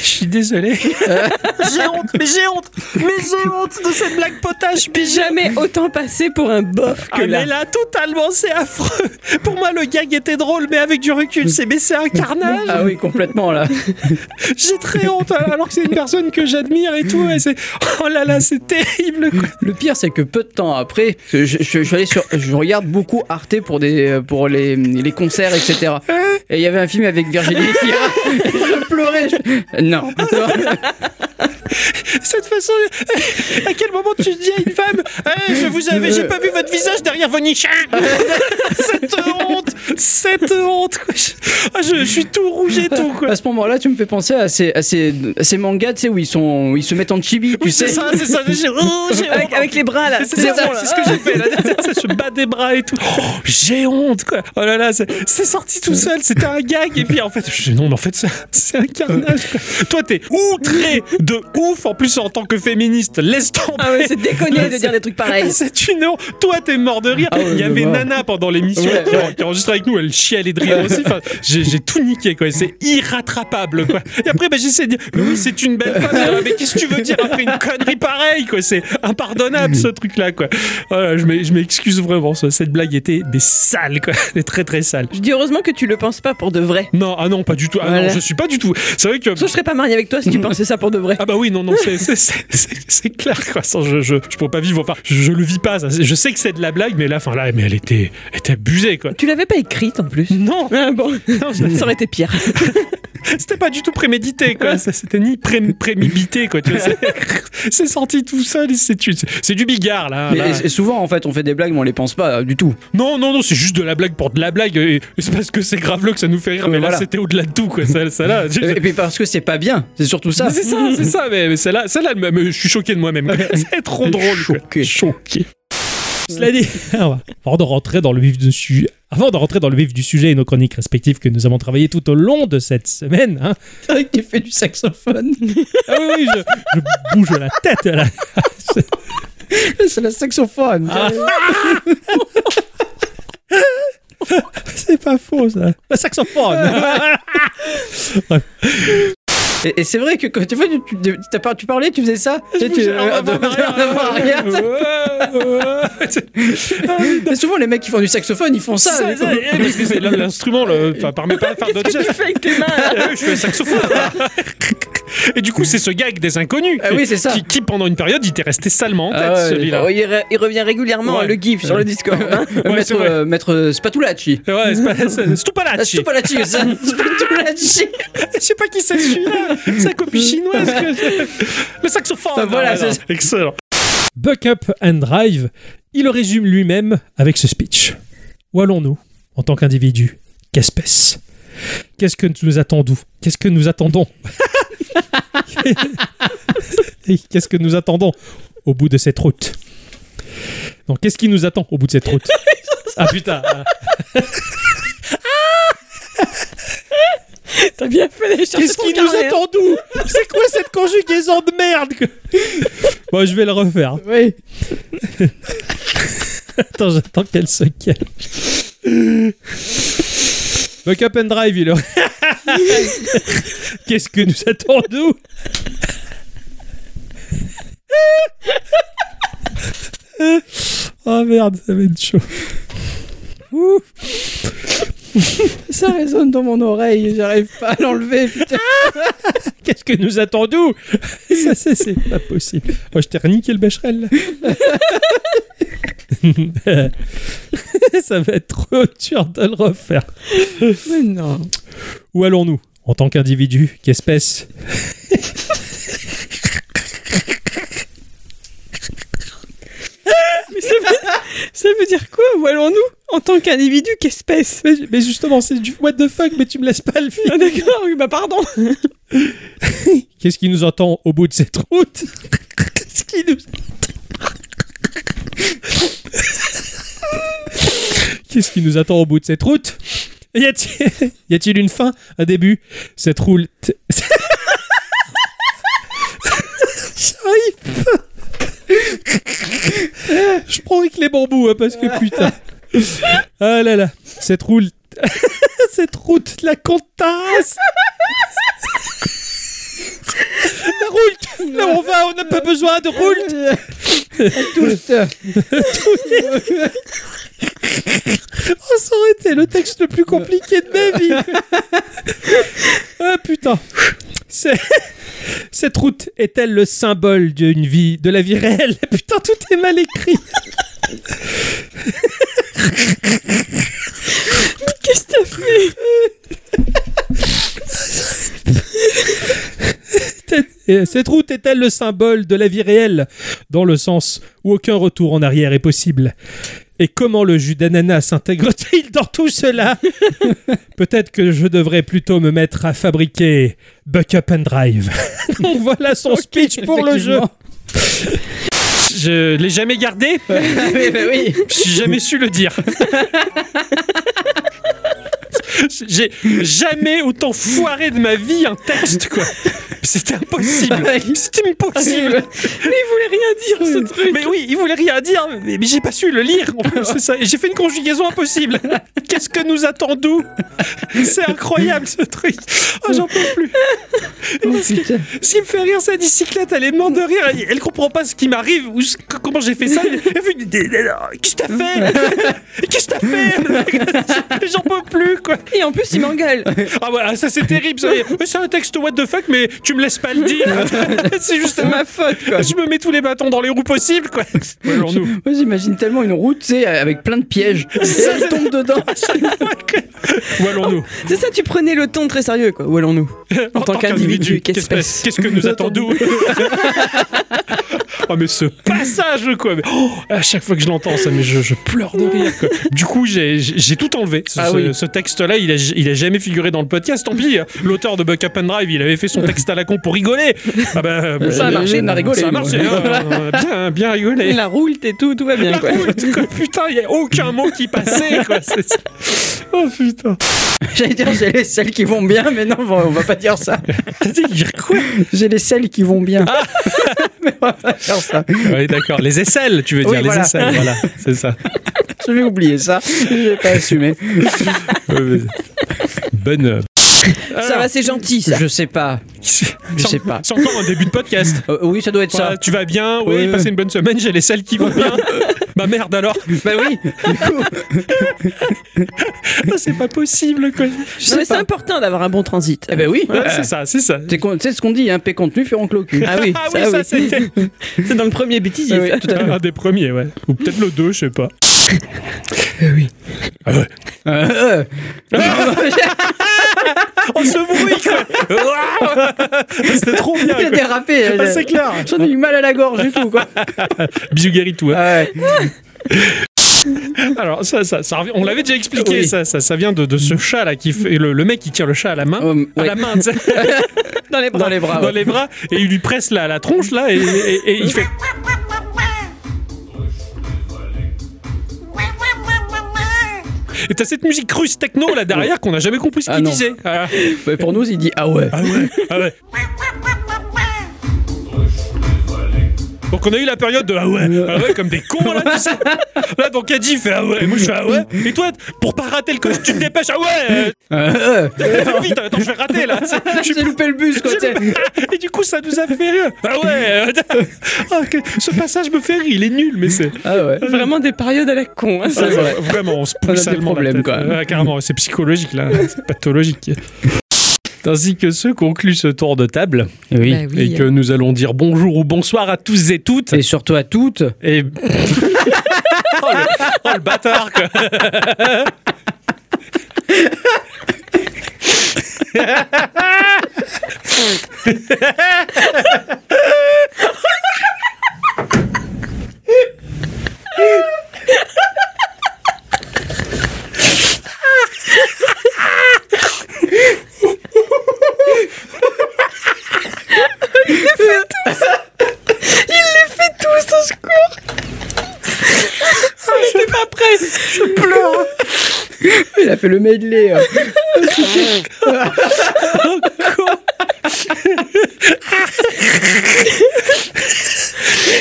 Speaker 1: Je suis désolé.
Speaker 2: j'ai honte, mais j'ai honte.
Speaker 4: Mais j'ai honte de cette blague potage. Puis jamais autant passer pour un bof que
Speaker 1: Ah,
Speaker 4: là.
Speaker 1: mais là, totalement, c'est affreux. Pour moi, le gag était drôle, mais avec du recul, c'est mais c'est un carnage.
Speaker 2: Ah oui, complètement là.
Speaker 1: J'ai très honte, alors que c'est une personne que j'admire et tout. Et c'est oh là là, c'est terrible. quoi.
Speaker 2: Le pire, c'est que peu de temps après, parce que je, je- je suis allé sur, je regarde beaucoup Arte pour des, pour les, les concerts, etc.
Speaker 1: Hein
Speaker 2: Et il y avait un film avec Virginie Fira. [LAUGHS] Et je pleurais. je- Non.
Speaker 1: Ah, Cette façon, eh, à quel moment tu dis à une femme, Eh, je vous avais, j'ai pas vu votre visage derrière vos niches. [LAUGHS] cette honte, cette honte. quoi. Je, ah, je- je suis tout rouge et tout. Quoi.
Speaker 2: À ce moment-là, tu me fais penser à ces, à ces, à ces mangas, tu sais, où ils, sont, où ils se mettent en chibi, tu
Speaker 1: Oui,
Speaker 2: sais.
Speaker 1: c'est ça, c'est ça. j'ai- oh, j'ai honte.
Speaker 4: Avec, avec les bras là.
Speaker 1: C'est ça, c'est ce que j'ai
Speaker 4: [LAUGHS]
Speaker 1: fait là. [LAUGHS] Je bats des bras et tout. Oh, j'ai honte quoi. Oh là là, c'est c'est sorti tout seul. C'était un gag. Et puis en fait, je dis, non, mais en fait, c'est- c'est un carnage. quoi. Toi, t'es outré de ouf. En plus, en tant que féministe, laisse tomber.
Speaker 4: Ah ouais, c'est déconné de dire des trucs pareils.
Speaker 1: [LAUGHS] C'est une honte. Toi, t'es mort de rire. Il y avait
Speaker 2: Ah ouais.
Speaker 1: Nana pendant l'émission
Speaker 2: Ouais,
Speaker 1: qui, qui enregistrait avec nous. Elle chialait de rire aussi. Enfin, j'ai j'ai tout niqué quoi. C'est irrattrapable quoi. Et après, bah, j'essaie de dire mais oui, c'est une belle femme. Mais qu'est-ce que tu veux dire après une connerie pareille quoi C'est impardonnable ce truc là quoi. Voilà, je m'ex- je m'excuse vraiment. ça. Cette blague était des sales quoi. Des très très sales.
Speaker 4: Je dis heureusement que tu le penses pas pour de vrai.
Speaker 1: Non, ah non, pas du tout. Ah non,
Speaker 4: Voilà.
Speaker 1: je suis pas du tout. C'est vrai que.
Speaker 4: Soit je serais pas mariée avec toi si tu pensais ça pour de vrai.
Speaker 1: Ah bah oui, non, non, c'est- c'est- c'est c'est- c'est clair, quoi. Sans, je, je, je pourrais pas vivre, enfin, je, je le vis pas, ça. Je sais que c'est de la blague, mais là, enfin, là, mais elle était, elle était abusée, quoi.
Speaker 4: Tu l'avais pas écrite en plus.
Speaker 1: Non,
Speaker 4: Ah bon,
Speaker 1: non, je-
Speaker 4: ça aurait été pire.
Speaker 1: c'était pas du tout prémédité, quoi. Ça, C'était ni pré prémibité, quoi. tu vois, c'est- C'est sorti tout seul, et c'est c'est- c'est du bigard, là.
Speaker 2: Mais-
Speaker 1: là.
Speaker 2: et- et souvent, en fait, on fait des blagues, mais on les pense pas euh, du tout.
Speaker 1: Non, non, non, c'est juste de la blague pour de la blague. et- et C'est parce que c'est graveleux que ça nous fait rire,
Speaker 2: Ouais,
Speaker 1: mais là,
Speaker 2: voilà.
Speaker 1: c'était au-delà de tout, quoi. Ça, ça, là, je-
Speaker 2: Et puis parce que c'est pas bien, c'est surtout ça. mm.
Speaker 1: Mais C'est ça, c'est ça, mais, mais celle-là, celle-là, elle me- me- je suis choqué de
Speaker 2: [LAUGHS]
Speaker 1: moi-même. quoi. C'est trop drôle. quoi.
Speaker 2: Choqué.
Speaker 1: Choqué.
Speaker 5: Cela dit, on va- avant de rentrer dans le vif du sujet, avant de rentrer dans le vif du sujet et nos chroniques respectives que nous avons travaillées tout au long de cette semaine, hein.
Speaker 13: C'est vrai que tu fais du saxophone.
Speaker 5: Ah oui, oui, je, je bouge la tête là.
Speaker 13: C'est la saxophone.
Speaker 5: C'est pas faux ça. La saxophone.
Speaker 2: Et, et c'est vrai que quand tu vois, tu, tu- tu- t'as par- tu parlais, tu faisais ça. Tu sais, tu- euh, de- de- de- de- Et souvent, les mecs qui font du saxophone, ils font ça.
Speaker 1: Ça,
Speaker 2: du coup.
Speaker 1: ça, eh, parce que c'est
Speaker 4: [LAUGHS] Ah
Speaker 1: l'in- l'instrument, le- enfin, permet pas de faire d'autres gestes. [LAUGHS]
Speaker 4: Fais avec tes mains.
Speaker 1: Eh oui, Je fais le saxophone. Et du coup, c'est ce gag des inconnus
Speaker 2: Ah
Speaker 1: qui-
Speaker 2: oui, c'est ça.
Speaker 1: Qui, qui, pendant une période, il t'est resté salement en tête,
Speaker 2: Ah ouais,
Speaker 1: celui-là.
Speaker 2: oh, il, re- il revient régulièrement
Speaker 1: Ouais.
Speaker 2: hein, le GIF sur le Discord.
Speaker 4: [LAUGHS]
Speaker 2: hein.
Speaker 1: Ouais, c'est
Speaker 2: maître,
Speaker 1: vrai.
Speaker 2: euh, maître,
Speaker 1: [LAUGHS]
Speaker 2: euh, Spatulacci.
Speaker 1: Ouais,
Speaker 2: [LAUGHS]
Speaker 1: Spa- c'est-
Speaker 4: Ah,
Speaker 1: Stupalacci.
Speaker 2: Stupalacci, ça.
Speaker 4: hein.
Speaker 2: Spatulacci.
Speaker 1: Je sais pas qui c'est celui-là. C'est un copie chinoise. que- Le saxophone.
Speaker 2: Ah, voilà,
Speaker 1: non, non,
Speaker 2: c'est-
Speaker 1: Excellent. Buck up and drive.
Speaker 5: Il le résume lui-même avec ce speech. Où allons-nous en tant qu'individu Qu'espèce Qu'est-ce que nous attendons Qu'est-ce que nous attendons [LAUGHS] Et Qu'est-ce que nous attendons au bout de cette route Non, qu'est-ce qui nous attend au bout de
Speaker 2: [LAUGHS]
Speaker 5: cette route Ah putain
Speaker 4: T'as bien fait les
Speaker 5: Qu'est-ce qui nous
Speaker 4: hein.
Speaker 5: attend d'où C'est quoi cette conjugaison de merde que- [LAUGHS] Bon, je vais le refaire.
Speaker 13: Oui.
Speaker 5: [LAUGHS] Attends, j'attends qu'elle se calme. Buck up and drive, il aurait- [LAUGHS] Qu'est-ce que nous attend d'où Oh merde, ça va être chaud.
Speaker 13: Ouh. Ça résonne dans mon oreille, j'arrive pas à l'enlever. putain.
Speaker 5: [LAUGHS] Qu'est-ce que nous attend d'où [LAUGHS] Ça, c'est- c'est pas possible. Oh, je t'ai reniqué le bécherel, là. [LAUGHS] ça va être trop dur de le refaire.
Speaker 13: Mais non.
Speaker 5: Où allons-nous en tant qu'individu, qu'espèce
Speaker 4: Mais ça veut, ça veut dire quoi Où allons-nous en tant qu'individu Qu'espèce
Speaker 5: mais, justement, c'est du what the fuck, mais tu me laisses pas le film.
Speaker 4: D'accord, oui, bah pardon.
Speaker 5: Qu'est-ce qui nous attend au bout de cette route
Speaker 4: Qu'est-ce qui nous...
Speaker 5: Qu'est-ce qui nous attend au bout de cette route Y a-t-il y a-t-il une fin, un début Cette route. J'arrive. [LAUGHS] Je prends avec les bambous hein, parce que putain. Ah là là, cette route. [LAUGHS] cette route, la comptasse. La route Là où on va, on n'a pas besoin de route Oh, ça aurait été le texte le plus compliqué de ma vie Ah putain C'est- Cette route est-elle le symbole d'une vie, de la vie réelle Putain, tout est mal écrit
Speaker 4: Qu'est-ce que t'as fait
Speaker 5: Et Cette route est-elle le symbole de la vie réelle, dans le sens où aucun retour en arrière est possible Et comment le jus d'ananas s'intègre-t-il dans
Speaker 1: [LAUGHS]
Speaker 5: tout cela Peut-être que je devrais plutôt me mettre à fabriquer Buck Up and Drive. [LAUGHS] Donc voilà son speech pour le jeu.
Speaker 1: Je l'ai jamais gardé.
Speaker 2: oui, bah oui.
Speaker 1: J'ai jamais su le dire. J'ai jamais autant foiré de ma vie un texte, quoi. C'était impossible. C'était impossible.
Speaker 4: Mais il voulait rien dire, ce truc.
Speaker 1: Mais oui, il voulait rien dire, mais, mais j'ai pas su le lire. en plus, c'est ça. Et j'ai fait une conjugaison impossible. Qu'est-ce que nous attendons C'est incroyable ce truc. Oh, j'en peux plus. Et moi, ce, qui, ce qui me fait rire, c'est la bicyclette. Elle est morte de rire. Elle, elle comprend pas ce qui m'arrive ou ce- comment j'ai fait ça. [LAUGHS] Elle fait Qu'est-ce que t'as [LAUGHS] fait Qu'est-ce que t'as [LAUGHS] fait J'en peux plus, quoi.
Speaker 4: Et en plus, il m'engueule.
Speaker 1: Ah, voilà, ça c'est terrible. ça. Mais C'est un texte what the fuck, mais tu me laisses pas le [LAUGHS] dire. c'est juste
Speaker 2: ma faute, quoi.
Speaker 1: Je me mets tous les bâtons dans les roues possibles, quoi.
Speaker 2: Moi, j'imagine tellement une route, tu sais, avec plein
Speaker 1: [LAUGHS]
Speaker 2: de pièges. Elle tombe dedans.
Speaker 1: Où allons-nous
Speaker 4: [LAUGHS] C'est ça, tu prenais le ton très sérieux, quoi. Où allons-nous En tant qu'individu, qu'espèce
Speaker 1: Qu'est-ce que nous [LAUGHS]
Speaker 2: [LAUGHS]
Speaker 1: attendons Oh mais ce passage quoi mais- oh, À chaque fois que je l'entends ça mais je, je pleure de rire quoi. Du coup j'ai- j'ai j'ai tout enlevé. Ce,
Speaker 2: Ah
Speaker 1: ce-
Speaker 2: oui.
Speaker 1: ce texte-là il a, il a jamais figuré dans le podcast. Tant pis. hein. L'auteur de Buck Up and Drive il avait fait son texte à la con pour rigoler. Ah bah, euh,
Speaker 2: Ça a marché, on a rigolé,
Speaker 1: Ça a
Speaker 2: nous.
Speaker 1: marché. hein, on a bien, bien
Speaker 2: [LAUGHS]
Speaker 1: rigolé.
Speaker 4: La roule et tout, tout va bien,
Speaker 1: La
Speaker 4: quoi.
Speaker 1: route, quoi. [LAUGHS] Putain il y a aucun mot qui passait quoi. C'est- Oh putain.
Speaker 2: [LAUGHS] J'allais dire, j'ai les selles qui vont bien, mais non, on va pas dire ça.
Speaker 1: T'as dit dire quoi
Speaker 2: J'ai les selles qui vont bien. [LAUGHS] mais on va pas faire ça.
Speaker 1: Oui, d'accord. Les aisselles, tu veux
Speaker 2: Oui,
Speaker 1: dire.
Speaker 2: voilà.
Speaker 1: Les aisselles, voilà. C'est ça.
Speaker 2: Je vais oublier ça. Je vais pas assumer.
Speaker 1: Bonne. euh,
Speaker 4: Ça va, c'est gentil ça.
Speaker 2: Je sais pas. Je sais pas.
Speaker 1: C'est encore un début de [LAUGHS] podcast.
Speaker 2: oui, ça doit être ça.
Speaker 1: Tu vas bien Oui,
Speaker 2: Ouais.
Speaker 1: passez une bonne semaine. J'ai les selles qui vont [LAUGHS] bien. bah merde [LAUGHS] alors.
Speaker 2: Bah oui.
Speaker 1: Ah, c'est pas possible quoi.
Speaker 4: Non, mais c'est important d'avoir un bon transit.
Speaker 2: Eh ben oui.
Speaker 1: Ouais, c'est ça, c'est ça.
Speaker 2: Tu sais ce qu'on dit, hein, paix contenu, feront clos cul.
Speaker 4: Ah oui,
Speaker 1: Ah oui, ça,
Speaker 2: [LAUGHS]
Speaker 1: c'était-
Speaker 4: C'est dans le premier bêtisier.
Speaker 2: Ah oui,
Speaker 4: ça. [LAUGHS]
Speaker 2: tout à fait.
Speaker 1: Un des premiers, ouais. Ou peut-être le 2, je sais pas.
Speaker 2: Euh, euh.
Speaker 1: Oh, ce bruit quoi. [LAUGHS] Waouh [LAUGHS] C'était trop bien
Speaker 2: J'ai
Speaker 1: quoi.
Speaker 2: dérapé.
Speaker 1: Ah,
Speaker 2: j'ai-
Speaker 1: C'est clair
Speaker 2: J'en ai eu mal à la gorge et tout, quoi.
Speaker 1: Bisous Guéritou, hein.
Speaker 2: Ouais.
Speaker 1: Alors ça, ça, ça revient- on l'avait déjà expliqué,
Speaker 2: Oui.
Speaker 1: ça, ça, ça vient de, de ce chat là qui fait le, le mec qui tire le chat à la main, à
Speaker 2: Hum, ouais.
Speaker 1: la main, tu sais,
Speaker 4: Dans les bras.
Speaker 2: Dans les bras.
Speaker 1: dans
Speaker 2: ouais.
Speaker 1: les bras et il lui presse la, la tronche là et, et- et il fait. Et t'as cette musique russe techno là derrière qu'on n'a jamais compris ce
Speaker 2: Ah,
Speaker 1: qu'il
Speaker 2: non.
Speaker 1: disait. Ah,
Speaker 2: Mais pour nous, il dit ah ouais.
Speaker 1: ah ouais, ah ouais. Donc on a eu la période de ah ouais, ah ouais comme des cons là, tu sais. Là donc Adi il fait ah ouais, moi je fais ah ouais. Et toi pour pas rater le costume, tu te dépêches ah ouais.
Speaker 2: Euh, euh.
Speaker 1: euh, [LAUGHS] Fais vite, attends je vais rater là. tu sais. Je suis
Speaker 2: J'ai loupé le bus, quoi. tu sais.
Speaker 1: Et du coup, ça nous a fait rire. Ah ouais euh, [LAUGHS] ah, que- Ce passage me fait rire, il est nul, mais c'est.
Speaker 2: Ah ouais.
Speaker 4: Vraiment des périodes à la con. hein, ça.
Speaker 1: Ah, vra- [LAUGHS] Vraiment, on se pousse
Speaker 2: des
Speaker 1: salement la
Speaker 2: problèmes,
Speaker 1: tête.
Speaker 2: quand même.
Speaker 1: Ouais, carrément, c'est psychologique là, c'est pathologique. Ainsi que ce conclut ce tour de table
Speaker 2: Oui.
Speaker 11: Bah oui.
Speaker 1: et que nous allons dire bonjour ou bonsoir à tous et toutes.
Speaker 2: Et surtout à toutes.
Speaker 1: Et. [LAUGHS] oh, le, oh, le bâtard, quoi.
Speaker 2: Il a fait le medley. euh.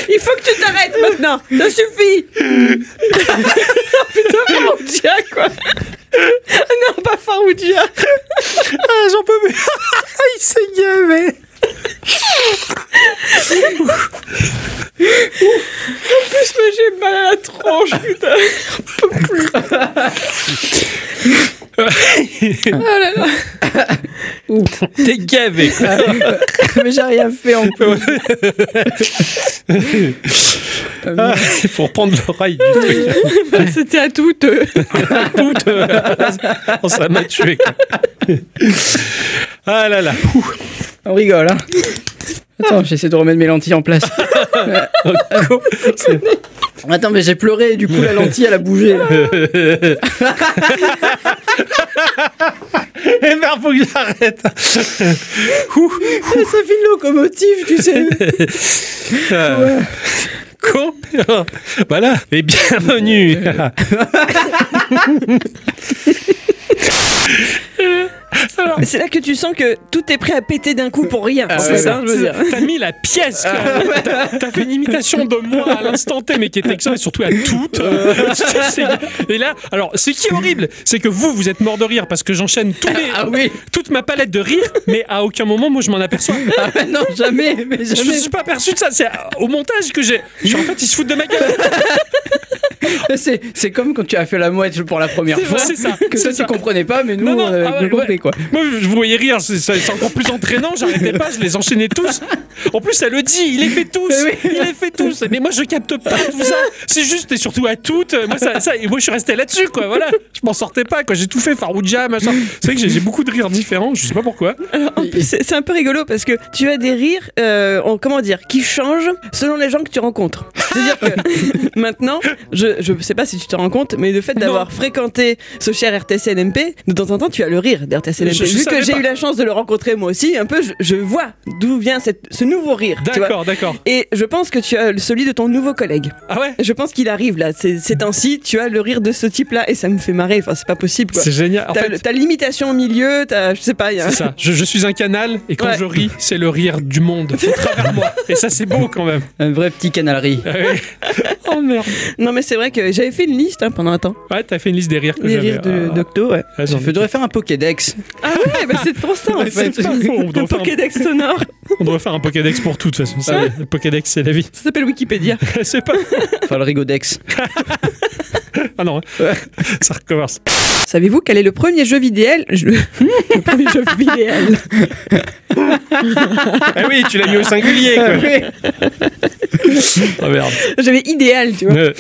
Speaker 4: Il faut que tu t'arrêtes maintenant.
Speaker 1: [LAUGHS]
Speaker 4: Ça suffit. Putain, Faroudia, quoi. Non, pas Faroudia.
Speaker 1: Ah, j'en peux plus. [LAUGHS] il s'est gavé.
Speaker 4: Plus moi, j'ai mal à la tronche, putain. Oh
Speaker 1: T'es gavé,
Speaker 2: Mais j'ai rien fait en plus.
Speaker 1: Ah, [LAUGHS] c'est pour prendre l'oreille du truc.
Speaker 4: C'était à toutes. euh.
Speaker 1: Tout, euh, oh, ça m'a tué. quoi. Ah là là.
Speaker 2: On rigole, hein. Attends, j'essaie de remettre mes lentilles en place. [LAUGHS] Attends, mais j'ai pleuré et du coup la lentille elle a bougé. là.
Speaker 1: Eh merde, ben, faut que j'arrête. Ouh,
Speaker 2: Ça fait une locomotive, tu [LAUGHS] sais.
Speaker 1: euh, con. Voilà. Et bienvenue.
Speaker 4: Mais C'est là que tu sens que tout est prêt à péter d'un coup pour rien. c'est
Speaker 2: ouais,
Speaker 4: ça, je veux dire.
Speaker 1: T'as mis la pièce. quoi.
Speaker 2: Ah
Speaker 1: T'as t'as fait une imitation de moi à l'instant T, mais qui était excellente et surtout à [LAUGHS] toute. C'est- et là, alors, ce qui est horrible, c'est que vous, vous êtes mort de rire parce que j'enchaîne tous les-
Speaker 2: Ah oui.
Speaker 1: toute ma palette de rire, mais à aucun moment, moi, je m'en aperçois.
Speaker 2: Ah mais non, jamais, mais
Speaker 1: Je me
Speaker 2: jamais.
Speaker 1: suis pas perçu de ça. C'est au montage que j'ai. je suis En fait, ils se foutent de ma gueule.
Speaker 2: C'est, c'est comme quand tu as fait la mouette pour la première
Speaker 1: C'est
Speaker 2: fois.
Speaker 1: vrai, c'est ça,
Speaker 2: Que
Speaker 1: c'est
Speaker 2: toi
Speaker 1: ça.
Speaker 2: tu comprenais pas, mais nous
Speaker 1: Non, non,
Speaker 2: on avait
Speaker 1: ah ouais,
Speaker 2: bien compris
Speaker 1: ouais.
Speaker 2: quoi.
Speaker 1: Moi, je vous voyais rire. C'est c'est encore plus entraînant. J'arrêtais pas. Je les enchaînais tous. En plus, elle le dit. Il les fait tous.
Speaker 4: Eh
Speaker 2: Mais
Speaker 1: Il les fait tous. Mais moi, je capte pas tout ça. C'est juste et surtout à toutes. Moi, ça, ça- et moi, je suis resté là-dessus, quoi. Voilà. Je m'en sortais pas, quoi. J'ai tout fait. Farouja, machin. C'est vrai que j'ai- j'ai beaucoup de rires différents. Je sais pas pourquoi.
Speaker 4: En plus, c'est c'est un peu rigolo parce que tu as des rires, euh, en- comment dire, qui changent selon les gens que tu rencontres. C'est-à-dire que [LAUGHS] maintenant, je je sais pas si tu te rends compte, mais le fait d'avoir fréquenté ce cher RTCNMP, de temps en temps, tu as le rire
Speaker 1: Je-
Speaker 4: d'RTCNMP.
Speaker 1: je
Speaker 4: Vu
Speaker 1: savais
Speaker 4: que j'ai
Speaker 1: pas.
Speaker 4: eu la chance de le rencontrer moi aussi, un peu, je, je vois d'où vient cette- ce nouveau rire. tu vois.
Speaker 1: D'accord, d'accord.
Speaker 4: Et je pense que tu as celui de ton nouveau collègue.
Speaker 1: Ah ouais.
Speaker 4: Je pense qu'il arrive là. Ces ces temps-ci, tu as le rire de ce type-là et ça me fait marrer. Enfin, c'est pas possible. quoi.
Speaker 1: C'est génial. En
Speaker 4: T'as
Speaker 1: fait,
Speaker 4: le- t'as l'imitation au milieu, t'as, je sais pas, il y a.
Speaker 1: C'est ça. Je, je suis un canal et quand
Speaker 4: Ouais.
Speaker 1: je ris, c'est le rire du monde à travers moi. Et ça, c'est beau quand même.
Speaker 2: Un vrai petit canalerie.
Speaker 1: Ah oui. oh merde.
Speaker 4: [LAUGHS] Non mais c'est vrai que j'avais fait une liste hein, pendant un temps.
Speaker 1: Ouais, t'as fait une liste des rires que
Speaker 4: Les
Speaker 1: j'avais. euh, Ah,
Speaker 4: rires de- d'Octo, ouais.
Speaker 1: Je
Speaker 2: devrais faire un Pokédex.
Speaker 4: Ah ouais, bah c'est trop ça
Speaker 1: [LAUGHS]
Speaker 4: en
Speaker 1: Ouais,
Speaker 4: fait.
Speaker 1: c'est pas faux, on
Speaker 4: Le
Speaker 1: doit faire un-
Speaker 4: Pokédex sonore.
Speaker 1: On devrait faire un Pokédex pour tout, de toute façon. Ça,
Speaker 4: Ouais.
Speaker 1: le Pokédex, c'est la vie. [LAUGHS]
Speaker 4: Ça s'appelle Wikipédia.
Speaker 1: c'est pas.
Speaker 2: Enfin, le Rigodex.
Speaker 1: ah non, ça recommence.
Speaker 4: Savez-vous quel est le premier jeu vidéo jeu- [LAUGHS] Le premier jeu
Speaker 1: [LAUGHS]
Speaker 4: vidéo
Speaker 1: Ah oui, tu l'as mis au singulier, quoi. Oh Ah merde.
Speaker 4: J'avais idéal, tu vois.
Speaker 1: Euh,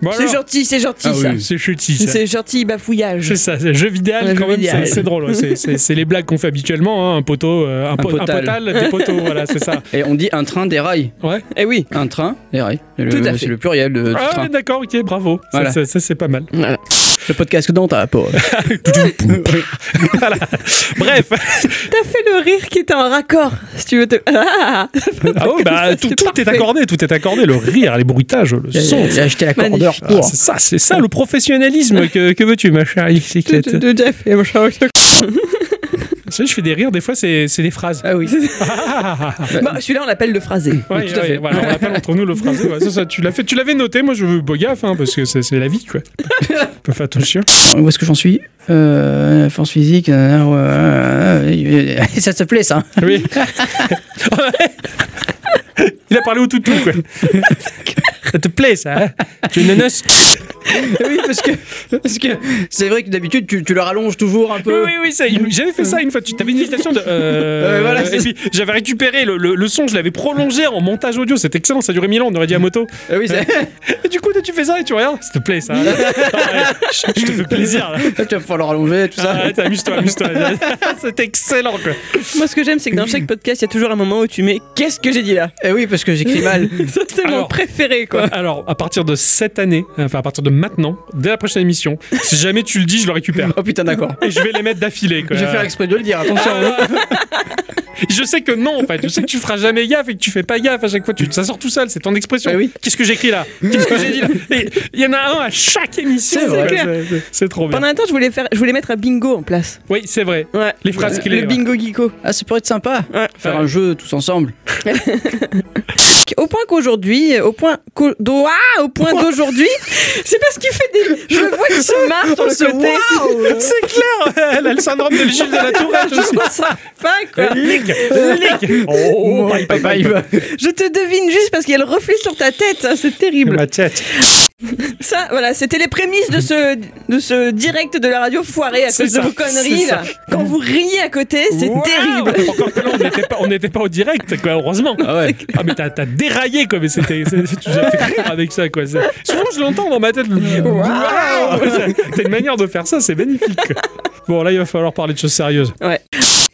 Speaker 1: bon
Speaker 4: c'est
Speaker 1: alors.
Speaker 4: gentil, c'est gentil
Speaker 1: Ah
Speaker 4: ça.
Speaker 1: oui, c'est chutis, ça.
Speaker 4: C'est gentil bafouillage.
Speaker 1: C'est ça, c'est jeu vidéo
Speaker 4: Ouais,
Speaker 1: quand
Speaker 4: jeu
Speaker 1: même,
Speaker 4: vidéo.
Speaker 1: c'est- c'est drôle. ouais, c'est- C'est c'est les blagues qu'on fait habituellement, hein, un poteau, euh, un,
Speaker 2: Un
Speaker 1: po- un
Speaker 2: potal.
Speaker 1: potal, des poteaux, voilà, c'est [LAUGHS] ça.
Speaker 2: Et on dit un train des rails.
Speaker 1: Ouais.
Speaker 4: Eh oui.
Speaker 2: Un train des rails. C'est
Speaker 1: Tout à
Speaker 2: le-
Speaker 1: fait.
Speaker 2: C'est le pluriel de du
Speaker 1: Ah
Speaker 2: train.
Speaker 1: ouais, d'accord, ok, bravo. Ça,
Speaker 2: Voilà.
Speaker 1: Ça, ça, c'est pas mal.
Speaker 2: Voilà. Le podcast dans ta peau.
Speaker 1: Voilà. Bref.
Speaker 4: T'as fait le rire qui était en raccord, si tu veux te. [LAUGHS] Ah,
Speaker 1: [LAUGHS] Ah oui, [LAUGHS] bah, tout, tout est accordé, tout est accordé. Le rire, les bruitages, le son.
Speaker 2: J'ai acheté la
Speaker 1: Magnifique.
Speaker 2: cordeur
Speaker 1: Ah,
Speaker 2: pour.
Speaker 1: c'est ça, c'est ça le professionnalisme que, que veux-tu, ma chère bicyclette.
Speaker 4: de, de Jeff et machin.
Speaker 1: Tu sais, je fais des rires, des fois, c'est c'est des phrases.
Speaker 4: Ah oui.
Speaker 1: Ah.
Speaker 4: [LAUGHS] Bah, celui-là, on l'appelle le phrasé.
Speaker 1: Ouais,
Speaker 4: Tout à
Speaker 1: ouais,
Speaker 4: fait.
Speaker 1: voilà, on appelle entre nous le phrasé. ouais, c'est ça, tu l'as fait, tu l'avais noté. Moi, je veux beau gaffe, hein, parce que c'est c'est la vie, quoi. Faut faire attention.
Speaker 13: Où est-ce que j'en suis Euh, Force physique. euh, ouais, euh, [LAUGHS] ça te plaît
Speaker 2: [LAUGHS]
Speaker 13: ça
Speaker 1: Oui. [LAUGHS] Il a parlé au toutou, quoi. ça te plaît, ça hein Tu es une noce
Speaker 2: oui, parce que parce que c'est vrai que d'habitude tu, tu le rallonges toujours un peu.
Speaker 1: Oui, oui, ça, il- j'avais fait ça une fois. Tu avais une hésitation de. euh,
Speaker 2: Euh, voilà, c'est
Speaker 1: et puis j'avais récupéré le, le- le son, je l'avais prolongé en montage audio. C'était excellent, ça durait mille ans, on aurait dit à moto.
Speaker 2: Ah oui, c'est-
Speaker 13: [LAUGHS]
Speaker 2: [LAUGHS]
Speaker 1: Et du coup, tu fais ça et tu regardes, s'il te plaît, ça. Ah ouais, je, je te fais plaisir, là.
Speaker 2: tu vas pouvoir le rallonger, tout ça.
Speaker 1: Ah ouais, t'as- amuse-toi, amuse-toi. [LAUGHS] C'est excellent, quoi.
Speaker 4: Moi, ce que j'aime, c'est que dans chaque podcast, il y a toujours un moment où tu mets Qu'est-ce que j'ai dit là
Speaker 2: Eh oui, parce que j'écris
Speaker 13: [LAUGHS]
Speaker 1: [LAUGHS]
Speaker 2: mal.
Speaker 4: Ça, c'est mon
Speaker 1: Alors.
Speaker 4: préféré, quoi.
Speaker 1: Alors, à partir de cette année, enfin à partir de maintenant, dès la prochaine émission, si jamais tu le dis, je le récupère.
Speaker 2: Oh putain, d'accord.
Speaker 1: Et je vais les mettre d'affilée. quoi.
Speaker 2: Je
Speaker 1: [LAUGHS]
Speaker 2: vais faire exprès de le dire, attention.
Speaker 1: Je sais que non, en fait. Je sais que tu feras jamais gaffe et que tu fais pas gaffe à chaque fois. Tu, ça sort tout seul, c'est ton expression.
Speaker 2: Eh oui.
Speaker 1: Qu'est-ce que j'écris là Qu'est-ce que j'ai dit là Et Il y en a un à chaque émission.
Speaker 4: C'est
Speaker 1: quoi.
Speaker 4: clair.
Speaker 1: C'est- C'est trop bien.
Speaker 4: Pendant un temps, je voulais, faire, je voulais mettre un bingo en place.
Speaker 1: Oui, c'est vrai.
Speaker 4: Ouais.
Speaker 1: Les phrases
Speaker 4: Le
Speaker 1: clés. ouais.
Speaker 4: bingo geeko.
Speaker 2: Ah, ça pourrait être sympa.
Speaker 4: Ouais.
Speaker 2: Faire un jeu tous ensemble.
Speaker 4: Au point qu'aujourd'hui, au point qu'au- d'au- ah, au point
Speaker 1: [LAUGHS]
Speaker 4: d'aujourd'hui, c'est parce qu'il fait des. Je le vois qui se marre sur
Speaker 1: C'est
Speaker 4: le côté. [LAUGHS]
Speaker 1: c'est clair. Elle a le syndrome de Gilles de la Tourette [LAUGHS] aussi.
Speaker 4: Je ça pas quoi.
Speaker 1: Lick, lick. Euh, Oh, bye, bye, bye.
Speaker 13: [LAUGHS]
Speaker 4: Je te devine juste parce qu'il y a le reflet sur ta tête, hein, c'est terrible.
Speaker 1: Ma tête.
Speaker 4: Ça, voilà, c'était les prémices de ce, de ce direct de la radio foiré à
Speaker 1: C'est
Speaker 4: cause
Speaker 1: ça,
Speaker 4: de vos
Speaker 1: c'est
Speaker 4: conneries
Speaker 1: ça.
Speaker 4: là. Quand vous riez à côté, c'est
Speaker 1: Wow.
Speaker 4: terrible.
Speaker 1: Encore que là, on n'était pas- on n'était pas, au direct, quoi, heureusement.
Speaker 2: Ah ouais.
Speaker 1: Ah, mais t'as t'as déraillé, quoi, mais c'était. c'est- Tu nous as fait rire avec ça, quoi. C'est- Souvent, je l'entends dans ma tête. le- Waouh T'as une manière de faire ça, c'est magnifique, quoi. Bon, là, il va falloir parler de choses sérieuses.
Speaker 4: Ouais.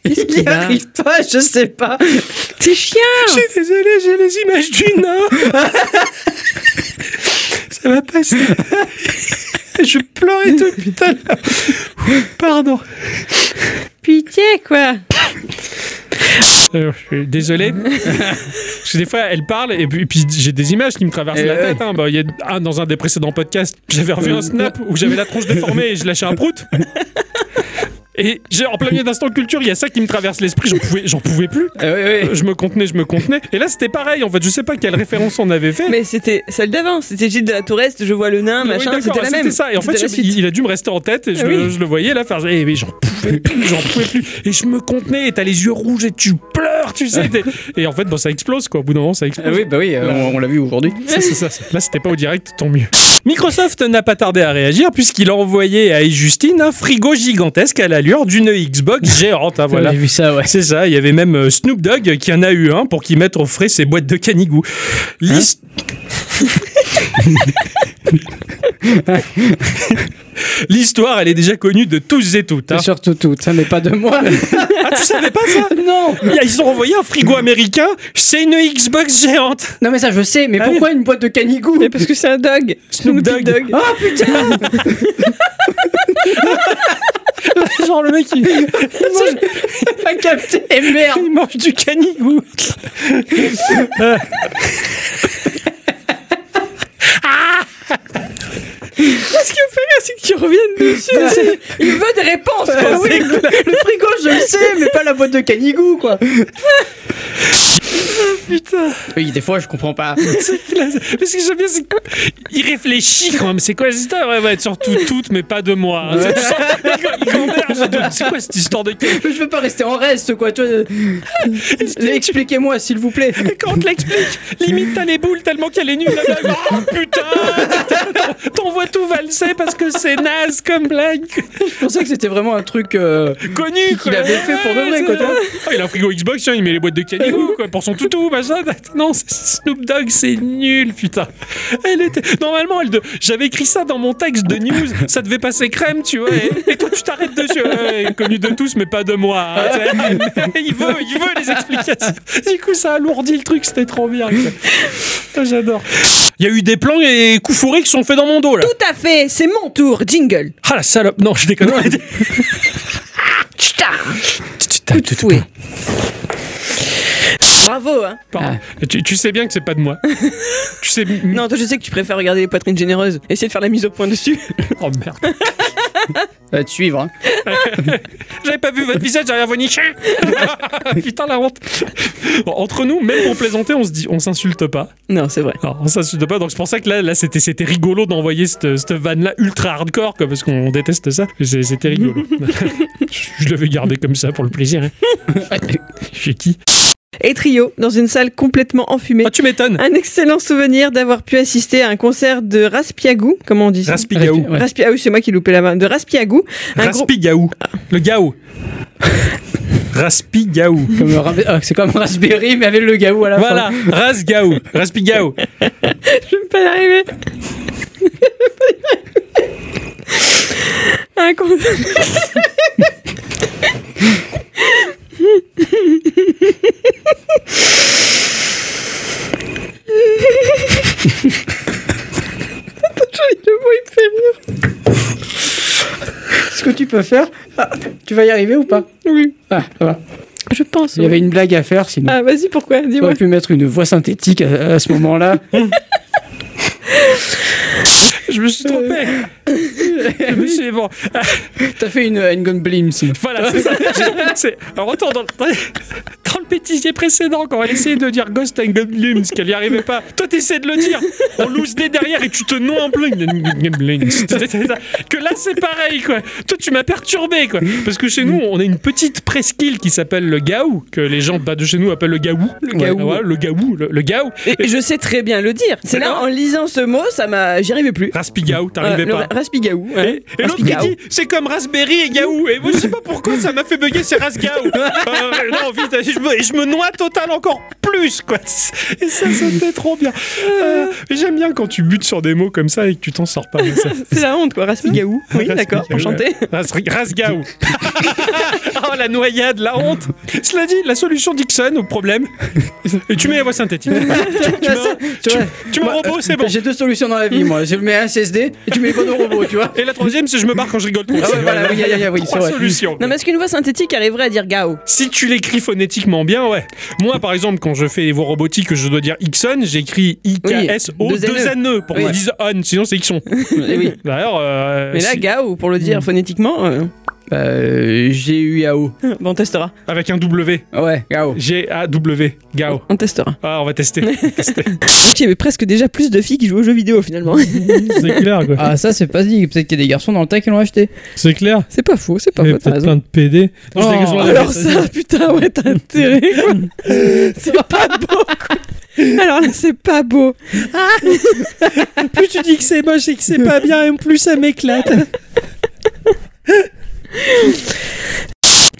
Speaker 2: Il n'y arrive pas, je sais pas.
Speaker 4: C'est chiant.
Speaker 1: Je suis désolé, j'ai les images du Nord. [LAUGHS] ça va passer. je pleurais depuis tout à l'heure. Pardon.
Speaker 4: Pitié quoi.
Speaker 1: Euh, je suis désolé. Parce que des fois, elle parle et puis, et puis j'ai des images qui me traversent
Speaker 2: Eh
Speaker 1: la
Speaker 2: ouais.
Speaker 1: tête. hein. Bah, il y a, ah, dans un des précédents podcasts, j'avais revu un snap où j'avais la tronche déformée et je lâchais un prout. Et j'ai- en plein milieu d'instant culture, il y a ça qui me traverse l'esprit. J'en pouvais, j'en pouvais plus.
Speaker 2: Eh oui, oui.
Speaker 1: Euh, Je me contenais, je me contenais. Et là, c'était pareil. En fait, je sais pas quelle référence on avait fait.
Speaker 4: Mais c'était celle d'avant, c'était Gilles de la Tourette, je vois le nain,
Speaker 1: Oui,
Speaker 4: machin,
Speaker 1: d'accord,
Speaker 4: c'était la même.
Speaker 1: ça. Et en fait,
Speaker 4: C'était la
Speaker 1: je-
Speaker 4: suite.
Speaker 1: il, il a dû me rester en tête et je,
Speaker 4: Ah
Speaker 1: le-
Speaker 4: oui.
Speaker 1: je le voyais là faire. Eh, mais j'en pouvais plus, j'en pouvais plus. Et je me contenais. Et t'as les yeux rouges et tu pleures, tu sais. [LAUGHS] t'es- Et en fait, bon, ça explose quoi. Au bout d'un moment, ça explose.
Speaker 2: Eh oui, bah oui, euh, on, on l'a vu aujourd'hui.
Speaker 1: Ça, c'est ça, c'est- Là, c'était pas au direct, tant mieux. Microsoft n'a pas tardé à réagir puisqu'il a envoyé à Justine un frigo gigantesque à l'allure d'une Xbox géante. hein, voilà.
Speaker 13: J'ai vu ça, ouais.
Speaker 1: C'est ça, il y avait même euh, Snoop Dogg qui en a eu un pour qu'il mette au frais ses boîtes de canigou. L'his- L'histoire, elle est déjà connue de tous et toutes. hein.
Speaker 13: C'est surtout tout, ça, mais pas de
Speaker 2: [LAUGHS]
Speaker 13: moi.
Speaker 1: Ah, tu savais pas ça Non Ils ont envoyé un frigo américain, c'est une Xbox géante
Speaker 13: Non, mais ça, je sais, mais
Speaker 1: Ah oui.
Speaker 13: pourquoi une boîte de canigou
Speaker 4: Mais parce que c'est un dog.
Speaker 1: Snoop Dogg. Ah,
Speaker 13: Oh putain
Speaker 2: [LAUGHS]
Speaker 1: Genre le mec, il,
Speaker 13: j'ai pas capté
Speaker 2: eh,
Speaker 13: Merde
Speaker 1: il mange du canigou Euh.
Speaker 4: Ce qui me fait rire, c'est qu'ils reviennent dessus. il veut des réponses.
Speaker 2: Ah
Speaker 4: [LAUGHS] quoi.
Speaker 13: Le frigo, je le sais, mais pas la boîte de canigou, quoi
Speaker 1: Ah, Putain.
Speaker 2: Oui, des fois, je
Speaker 1: [LAUGHS]
Speaker 2: comprends pas.
Speaker 1: C'est qu'il a- Mais ce que j'aime bien, c'est qu'il réfléchit quand même. C'est quoi cette histoire Ouais, ouais, surtout toutes, mais pas de moi. hein. C'est ça. Il converge. de- C'est quoi cette histoire de cul
Speaker 2: Je veux pas rester en reste, quoi. tu vois. Expliquez-moi, s'il vous plaît.
Speaker 1: [LAUGHS] Quand on te l'explique, limite t'as les boules tellement qu'elle est nulle la blague. Oh [LAUGHS] putain T'envoies tout valser parce que c'est naze comme blague.
Speaker 2: Je pensais que c'était vraiment un truc euh,
Speaker 1: Connu quoi
Speaker 2: qu'il avait fait pour de vrai, quoi. tu vois.
Speaker 1: Ah, il a un frigo Xbox, tiens, il met les boîtes de canigou quoi, pour son toutou, machin. Non, c'est- c'est Snoop Dogg, c'est nul, putain. Elle était... Normalement, elle de... j'avais écrit ça dans mon texte de news, ça devait passer crème, tu vois. Et, et toi, tu t'arrêtes dessus. Ouais, connu de tous, mais pas de moi. hein, tu sais. il, veut, il veut les explications. Du coup, ça alourdit le truc, c'était trop bien. quoi. Ah, J'adore. Il y a eu des plans et coups fourrés qui sont faits dans mon dos, là.
Speaker 4: Tout à fait, c'est mon tour, jingle.
Speaker 1: Ah, la salope. Non, je déconne. [LAUGHS]
Speaker 4: Tchta
Speaker 1: Putain, tout
Speaker 4: Bravo, hein.
Speaker 1: Pardon. Tu, tu sais bien que c'est pas de [LAUGHS] moi. tu sais.
Speaker 4: Non, toi, je sais que tu préfères regarder les poitrines généreuses. Essaye de faire la mise au point dessus. [LAUGHS]
Speaker 1: Oh merde.
Speaker 2: Ça va te suivre. hein.
Speaker 1: J'avais pas vu votre visage, j'avais rien vu ni [LAUGHS] chien. Putain la honte. Bon, entre nous, même pour plaisanter, on se dit, on s'insulte pas.
Speaker 4: Non, c'est vrai.
Speaker 1: Alors, on s'insulte pas, donc c'est pour ça que là, là c'était, c'était rigolo d'envoyer cette, cette vanne là ultra hardcore, quoi, parce qu'on déteste ça. C'est- c'était [LAUGHS] rigolo. je, je l'avais gardé comme ça pour le plaisir. hein. Chez qui
Speaker 4: Et trio, dans une salle complètement enfumée.
Speaker 1: Ah, tu m'étonnes.
Speaker 4: Un excellent souvenir d'avoir pu assister à un concert de Raspiagou, comment on dit ça
Speaker 1: Raspigaou.
Speaker 4: Raspi- Raspi- ah oui, c'est moi qui loupais la main. De Raspiagou. Un groupe-
Speaker 1: Raspigaou. Le gaou. Raspigaou.
Speaker 2: Comme, le ra- ah, c'est comme Raspberry, mais avec le gaou à la
Speaker 1: Voilà,
Speaker 2: fin.
Speaker 1: Rasgaou. Raspigaou.
Speaker 4: Je vais pas y arriver. Un concert.
Speaker 2: Le mot, il me fait rire. Ce que tu peux faire. Ah, tu vas y arriver ou pas
Speaker 4: Oui.
Speaker 2: Ah, ça va.
Speaker 4: Je pense.
Speaker 2: Il y
Speaker 4: oui.
Speaker 2: avait une blague à faire, sinon.
Speaker 4: Ah, vas-y, pourquoi
Speaker 2: tu
Speaker 4: Dis-moi.
Speaker 2: aurais pu mettre une voix synthétique à, à ce moment-là.
Speaker 1: Je me suis trompé. Je me suis bon.
Speaker 2: [LAUGHS] T'as fait une, une gomblim, sinon.
Speaker 1: Voilà, c'est ça. [LAUGHS] J'ai- C'est un retour dans le, dans le bêtisier précédent quand elle essayait de dire Ghost and Goblins, qu'elle n'y arrivait pas. Toi, t'essaies de le dire. On loose des derrière et tu te noies en plein. [LAUGHS] Goblins. C'est ça. Que là, c'est pareil, quoi. Toi, tu m'as perturbé, quoi. Parce que chez nous, on a une petite presqu'île qui s'appelle le Gaou, que les gens bas de chez nous appellent le Gaou. Le
Speaker 4: Gaou.
Speaker 1: le Gaou. Le, le Gaou.
Speaker 4: Et je sais très bien le dire. C'est là, en lisant ce mot, ça m'a. J'y arrivais plus.
Speaker 1: Raspigaou,
Speaker 4: Euh,
Speaker 1: t'arrivais
Speaker 4: le
Speaker 1: pas.
Speaker 4: ra- Raspigaou. ouais.
Speaker 1: Et, et l'autre qui
Speaker 4: Raspigao.
Speaker 1: dit c'est comme Raspberry et Gaou. Et moi je sais pas pourquoi ça m'a fait bugger c'est Rasgao. Euh, non, vite, je me, je me noie total encore plus quoi. Et ça c'était trop bien. Euh, J'aime bien quand tu butes sur des mots comme ça et que tu t'en sors pas. Ça.
Speaker 4: C'est la honte, quoi. Raspigaou. Oui,
Speaker 1: Raspigaou,
Speaker 4: d'accord,
Speaker 1: ouais.
Speaker 4: enchanté.
Speaker 1: Ras- Rasgao. oh la noyade, la honte. Cela dit, la solution Dixon au problème. Et tu mets la voix synthétique. tu, tu mets un-
Speaker 2: [LAUGHS] Tu vois,
Speaker 1: tu mets un
Speaker 2: moi, euh,
Speaker 1: robot, c'est bon.
Speaker 2: J'ai deux solutions dans la vie, moi. Je mets un CSD et tu mets les au robot, tu [LAUGHS] vois.
Speaker 1: Et la troisième, c'est je me barre quand je rigole trop.
Speaker 2: Ah ouais, voilà, oui, oui, oui, oui,
Speaker 1: Trois
Speaker 2: c'est vrai.
Speaker 1: solutions.
Speaker 4: Non, mais est-ce qu'une voix synthétique arriverait à dire Gao
Speaker 1: Si tu l'écris phonétiquement bien, ouais. Moi, par exemple, quand je fais les voix robotiques, je dois dire Ixon, j'écris I-K-S-O,
Speaker 2: Oui,
Speaker 1: deux
Speaker 2: deux
Speaker 1: N-E, pour
Speaker 2: Oui.
Speaker 1: qu'on dise on, sinon c'est Ixon.
Speaker 2: Eh oui.
Speaker 1: D'ailleurs, euh,
Speaker 4: Mais là,
Speaker 1: si- Mm.
Speaker 4: Gao, pour le dire phonétiquement, euh, [LAUGHS]
Speaker 2: Bah, euh, j'ai eu Yao.
Speaker 4: bon, on testera.
Speaker 1: avec un W.
Speaker 2: Ouais, Yao.
Speaker 1: G-A-W. Gao.
Speaker 4: On testera.
Speaker 1: Ah, on va tester.
Speaker 4: J'avais presque déjà plus de filles qui jouent aux jeux vidéo finalement. [LAUGHS]
Speaker 5: C'est clair, quoi.
Speaker 17: Ah, ça, c'est pas dit. Peut-être qu'il y a des garçons dans le tas qui l'ont acheté.
Speaker 5: C'est clair.
Speaker 4: C'est pas faux, c'est pas
Speaker 5: Il y
Speaker 4: faux,
Speaker 5: avait
Speaker 4: t'as
Speaker 5: peut-être
Speaker 4: raison.
Speaker 5: plein de PD.
Speaker 17: Oh,
Speaker 5: Je dégage mon avis,
Speaker 4: Alors
Speaker 5: ça,
Speaker 4: ça, [LAUGHS] putain, ouais, t'as intérêt.
Speaker 1: [LAUGHS]
Speaker 4: quoi. C'est pas beau. quoi. Alors là, c'est pas beau.
Speaker 5: Plus tu dis que c'est moche et que c'est pas bien, et plus ça m'éclate.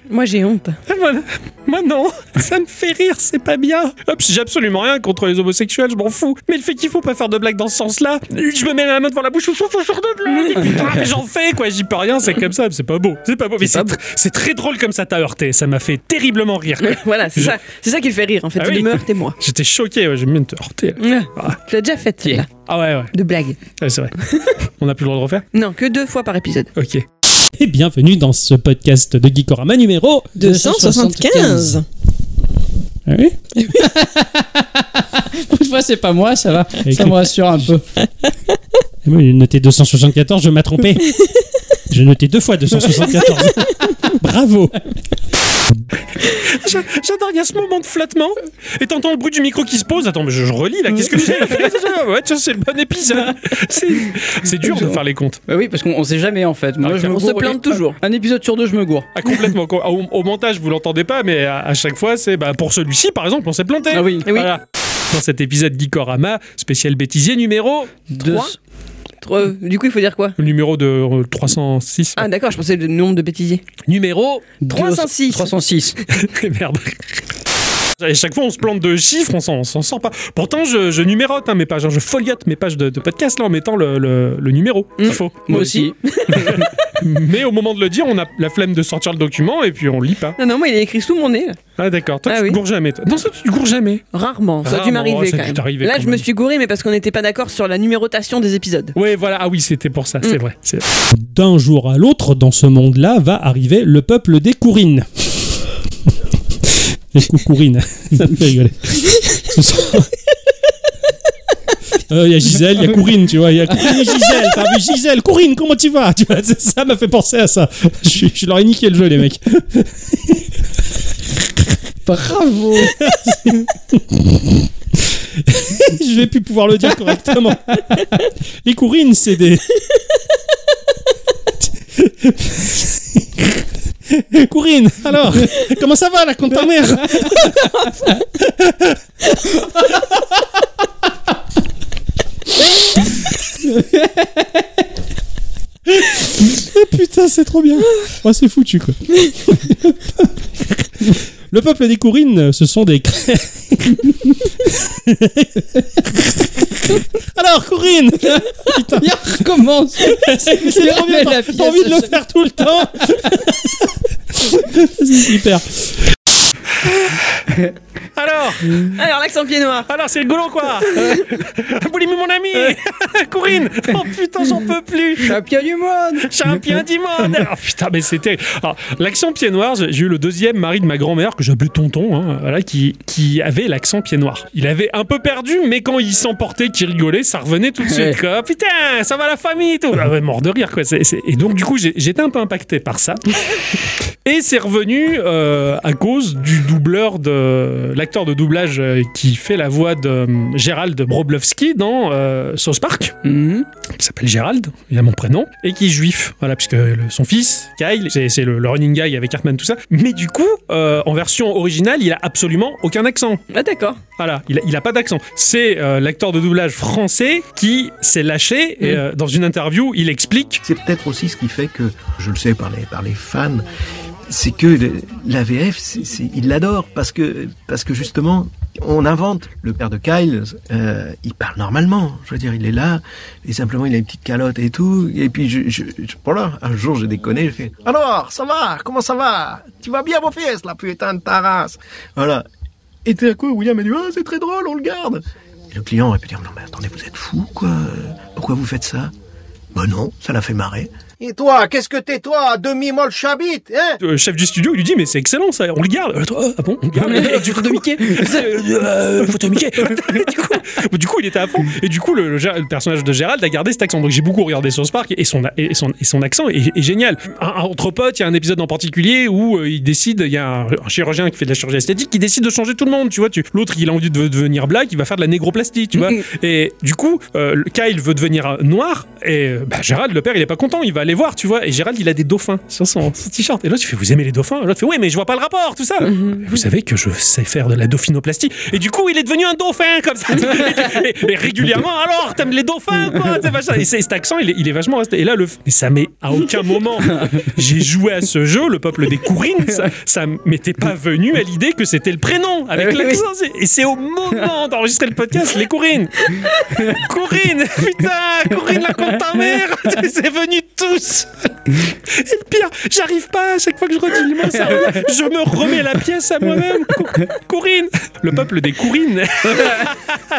Speaker 4: Moi, j'ai honte. [LAUGHS]
Speaker 1: Voilà. Moi non, ça me fait rire, c'est pas bien. Hop, j'ai absolument rien contre les homosexuels, je m'en fous. Mais le fait qu'il faut pas faire de blagues dans ce sens-là, je me mets la main devant la bouche, je faut faire de blagues. et putain, mais j'en fais quoi, j'y peux rien, c'est comme ça, c'est pas beau, c'est pas beau. Mais c'est, tr- c'est très drôle comme ça t'a heurté, ça m'a fait terriblement rire.
Speaker 4: voilà, c'est
Speaker 1: Je-
Speaker 4: ça, c'est ça qui le fait rire en fait.
Speaker 1: Ah
Speaker 4: Il
Speaker 1: oui.
Speaker 4: me heurte et moi.
Speaker 1: J'étais choqué, ouais, j'aime bien te heurter. là.
Speaker 4: Tu l'as déjà faite, là,
Speaker 1: Ah ouais, ouais,
Speaker 4: de blague.
Speaker 1: ouais, c'est
Speaker 5: [LAUGHS]
Speaker 1: vrai. On a plus le droit de refaire
Speaker 4: Non, que deux fois par épisode.
Speaker 1: Ok.
Speaker 5: Et bienvenue dans ce podcast de Geekorama numéro
Speaker 17: [LAUGHS] 275.
Speaker 5: Ah oui
Speaker 17: Une fois, c'est pas moi, ça va.
Speaker 5: Et
Speaker 17: Ça
Speaker 5: que-
Speaker 17: me rassure un peu.
Speaker 1: [LAUGHS]
Speaker 5: Ah bon, Il a noté 274, je m'ai trompé. je j'ai noté deux fois 274. Bravo.
Speaker 1: J'a- J'adore, il y a ce moment de flottement et t'entends le bruit du micro qui se pose. Attends, mais je, je relis là, qu'est-ce que j'ai [LAUGHS] Ouais, tiens, c'est le bon épisode. C'est c'est dur de faire les comptes.
Speaker 2: Bah oui, parce qu'on on sait jamais en fait. Moi,
Speaker 1: Ah,
Speaker 2: je me
Speaker 1: on se
Speaker 2: gourre-
Speaker 1: plante toujours.
Speaker 2: Un épisode sur deux, je me gourre.
Speaker 1: Ah, complètement. Au, au montage, vous l'entendez pas, mais à, à chaque fois, c'est bah, pour celui-ci, par exemple, on s'est
Speaker 2: Eh
Speaker 1: planté. Ah oui, Dans cet épisode Geekorama, spécial bêtisier numéro 3.
Speaker 4: euh, Du coup, il faut dire quoi
Speaker 1: Le numéro de euh, 306.
Speaker 4: Ah d'accord, je pensais le nombre de bêtisiers.
Speaker 1: Numéro
Speaker 2: [LAUGHS]
Speaker 4: 306.
Speaker 2: 306.
Speaker 1: [LAUGHS] Merde. À chaque fois, on se plante de chiffres, on s'en on s'en sort pas. Pourtant, je, je numérote hein, mes pages, hein, je foliote mes pages de, de podcast là en mettant le, le- le numéro. Il faut.
Speaker 2: Moi aussi.
Speaker 1: Mais au moment de le dire, on a la flemme de sortir le document et puis on lit pas.
Speaker 4: Non, non, moi il est écrit sous mon nez. là.
Speaker 1: Ah d'accord, toi
Speaker 4: Ah
Speaker 1: tu
Speaker 4: oui.
Speaker 1: te gourres jamais. toi. Non, ça tu te gourres jamais.
Speaker 4: Rarement, ça a
Speaker 1: Rarement,
Speaker 4: dû m'arriver
Speaker 1: ça a
Speaker 4: quand
Speaker 1: dû
Speaker 4: même.
Speaker 1: t'arriver
Speaker 4: Là,
Speaker 1: quand
Speaker 4: je
Speaker 1: même.
Speaker 4: me suis gouré, mais parce qu'on n'était pas d'accord sur la numérotation des épisodes.
Speaker 1: Ouais, voilà, ah oui, c'était pour ça, c'est vrai. c'est-
Speaker 5: D'un jour à l'autre, dans ce monde-là, va arriver le peuple des courines. Les coucourines, ça me fait rigoler. Ce sont- Euh, Il y a Gisèle, il y a Courine, tu vois. Il y a Courine et Gisèle. T'as vu Gisèle, Courine, comment tu vas tu vois, c'est- Ça m'a fait penser à ça. Je, je leur ai niqué le jeu, les mecs.
Speaker 13: Bravo
Speaker 5: [LAUGHS] je vais plus pouvoir le dire correctement. Les courines, c'est des. Courine, alors, comment ça va la compte ta mère Putain, c'est trop bien. Oh, c'est foutu quoi. [LAUGHS] Le peuple des courines, ce sont des. cré- [LAUGHS] Alors, Corinne Putain.
Speaker 13: Il recommence
Speaker 5: C'est trop bien, t'as- t'as envie de le faire tout le temps [LAUGHS] C'est super
Speaker 1: Alors
Speaker 4: Alors, l'accent pied noir.
Speaker 1: Alors, c'est rigolo quoi Boulimi, mon ami [LAUGHS] Corinne Oh putain, j'en peux plus
Speaker 2: [LAUGHS] Champion du monde
Speaker 1: [LAUGHS] Champion du [LAUGHS] monde Alors, Oh, Putain, mais c'était. Alors, l'accent pied noir, j'ai j'ai eu le deuxième mari de ma grand-mère, que j'appelais tonton, hein, voilà, qui, qui avait l'accent pied noir. Il avait un peu perdu, mais quand il s'emportait, qu'il rigolait, ça revenait tout de suite.
Speaker 2: Ouais.
Speaker 1: quoi. Ah, putain, ça va la famille et tout Ah ouais, mort de rire, quoi. C'est- c'est- Et donc, du coup, j'ai- j'étais un peu impacté par [LAUGHS] ça. Et c'est revenu euh, à cause du doubleur de l'acteur de doublage euh, qui fait la voix de euh, Gérald Broblovski dans euh, South Park.
Speaker 2: Mhm.
Speaker 1: Il s'appelle Gérald, il a mon prénom, et qui est juif. Voilà, puisque le- son fils, Kyle, c'est c'est le, le running guy avec Cartman, tout ça. Mais du coup, euh, en version originale, il a absolument aucun accent.
Speaker 4: Ah d'accord.
Speaker 1: Voilà, il a, il a pas d'accent. C'est euh, l'acteur de doublage français qui s'est lâché et, euh, dans une interview, il explique.
Speaker 9: C'est peut-être aussi ce qui fait que, je le sais par les, par les fans, c'est que le- l'AVF, c'est- c'est- ils l'adorent parce que, parce que justement, on invente. Le père de Kyle, euh, il parle normalement. Je veux dire, il est là, et simplement il a une petite calotte et tout. Et puis, je, je, je- voilà, un jour j'ai déconné, j'ai fait Alors, ça va Comment ça va Tu vas bien, mon fils, la putain de ta race Voilà. Et tout à coup, William a dit Ah, c'est très drôle, on le garde Et le client aurait pu dire Non, mais attendez, vous êtes fou, quoi Pourquoi vous faites ça Bah non, ça l'a fait marrer.
Speaker 6: Et toi, qu'est-ce que t'es toi, demi-molle chabit, hein
Speaker 1: Le euh, chef du studio, il lui dit mais c'est excellent ça, on le garde. Euh, toi, [LAUGHS] ah bon, on le garde.
Speaker 4: [LAUGHS]
Speaker 1: Et du coup, [LAUGHS] Euh, photo de [LAUGHS] Mickey. du, coup, du coup, il était à fond. Et du coup, le, le Gé- le personnage de Gérald a gardé cet accent. Donc j'ai beaucoup regardé South Park et son, et son, et son accent est, est génial. Un- un- entre potes, il y a un épisode en particulier où euh, il décide, il y a un, un chirurgien qui fait de la chirurgie esthétique qui décide de changer tout le monde. Tu vois, tu, l'autre, il a envie de devenir black, il va faire de la négroplastie, tu vois. Et du coup, euh, le- Kyle veut devenir euh, noir et euh, bah, Gérald, le père, il est pas content, il va aller voir, tu vois. Et Gérald, il a des dauphins sur son, [LAUGHS] son t-shirt. Et là, tu fais, vous aimez les dauphins Et L'autre fait, oui, mais je vois pas le rapport, tout ça. Vous savez que je sais faire de la dauphinoplastie. Et du coup, il est devenu un dauphin comme ça. et, et régulièrement, alors, t'aimes les dauphins, quoi tu sais, machin. Et c'est- cet accent, il est, il est vachement resté. Et là, le. f- Mais ça m'est à aucun moment. J'ai joué à ce jeu, le peuple des courines, ça, ça m'était pas venu à l'idée que c'était le prénom avec
Speaker 2: Oui, oui.
Speaker 1: l'accent. C'est- Et c'est au moment d'enregistrer le podcast, les courines. Corinne, putain, Corinne la compte ta mère, [LAUGHS] c'est venu tous. Et le pire, j'arrive pas à chaque fois que je redis le mot, ça revient. je me remets la pièce à moi-même. Co- Corinne, le peuple des Courines, [LAUGHS]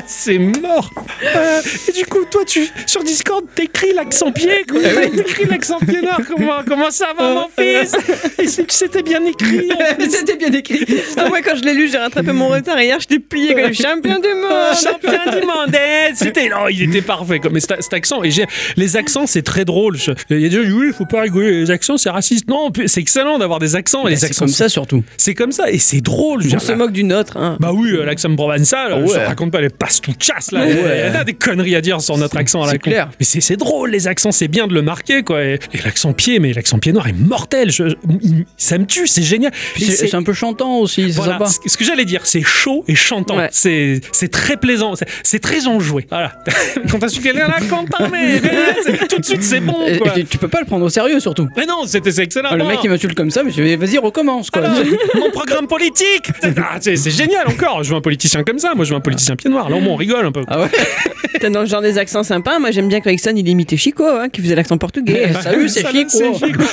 Speaker 1: c'est mort. Euh, et du coup, toi, tu sur Discord, t'écris l'accent pied, quoi. t'écris l'accent pied noir. Comment, comment ça va, mon fils Et c'est- C'était bien écrit. en plus.
Speaker 4: C'était bien écrit. Ah, moi, quand je l'ai lu, j'ai rattrapé mon retard et hier, je l'ai plié quand même. Champion du monde
Speaker 1: Ah, [LAUGHS] Champion du monde, eh, C'était, non, il était parfait. Comme, mais cet, cet accent, et j'ai- les accents, c'est très drôle. Je- Il y a des gens qui disent oui, faut pas rigoler, les accents, c'est raciste. Non, puis c'est excellent d'avoir des accents. et les
Speaker 2: Bah, c'est
Speaker 1: accents
Speaker 2: comme ça, surtout.
Speaker 1: C'est comme ça et c'est drôle.
Speaker 2: On se moque
Speaker 1: du nôtre.
Speaker 4: hein.
Speaker 1: Bah oui, euh, l'accent provençal,
Speaker 2: Ah Ouais.
Speaker 1: je raconte pas les passe tout chasse là.
Speaker 2: Ouais.
Speaker 1: Il y a des conneries à dire sur notre accent à la
Speaker 2: c'est
Speaker 1: con.
Speaker 2: clair.
Speaker 1: Mais c'est c'est drôle, les accents, c'est bien de le marquer quoi. Et, et l'accent pied, mais l'accent pied noir est mortel. Je- il- ça me tue, c'est génial.
Speaker 2: Puis
Speaker 1: Et
Speaker 2: c'est- c'est un peu chantant aussi, c'est
Speaker 1: voilà,
Speaker 2: sympa.
Speaker 1: ce- ce que j'allais dire, c'est chaud et chantant. C'est c'est très plaisant, c'est- c'est très enjoué.
Speaker 2: [LAUGHS]
Speaker 1: Voilà. Quand t'as su qu'elle est là, Quentin, mais c'est- tout de suite c'est bon.
Speaker 2: Et-
Speaker 1: Quoi.
Speaker 2: Euh, et tu, tu peux pas le prendre au sérieux, surtout.
Speaker 1: Mais non, c'était c'est excellent.
Speaker 2: le
Speaker 1: non.
Speaker 2: mec, il m'insulte comme ça, mais je vais vas-y, recommence, quoi.
Speaker 1: Alors, mon programme politique Ah, C'est c'est génial encore, je veux un politicien comme ça, moi je veux un politicien pied noir, là au moins on rigole un peu. Ah ouais
Speaker 4: T'as dans le genre des accents sympas. Moi, j'aime bien que Rickson, il imitait Chico, hein, qui faisait
Speaker 1: [LAUGHS]
Speaker 4: l'accent portugais.
Speaker 1: Bah,
Speaker 2: Salut, c'est
Speaker 4: Salut,
Speaker 2: Chico. [LAUGHS]
Speaker 4: c'est Chico.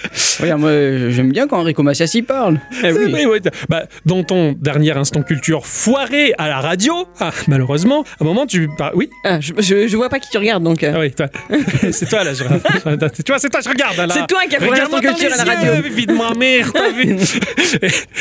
Speaker 2: [LAUGHS] Regarde, moi, j'aime bien quand Enrico Maciassi parle.
Speaker 1: C'est- mais ouais, t'as- bah, dans ton dernier instant culture foiré à la radio, ah, malheureusement, à un moment tu par- oui.
Speaker 4: ah,
Speaker 1: je, vois pas qui tu regardes donc.
Speaker 4: euh,
Speaker 1: Ah oui, toi. [LAUGHS] c'est toi là, je regarde. Je- tu vois, c'est toi, je regarde là.
Speaker 4: C'est toi qui as fait
Speaker 1: Regarde-moi
Speaker 4: l'instant
Speaker 1: dans
Speaker 4: culture
Speaker 1: les
Speaker 4: à la radio.
Speaker 1: yeux, Vite ma mère, t'as vu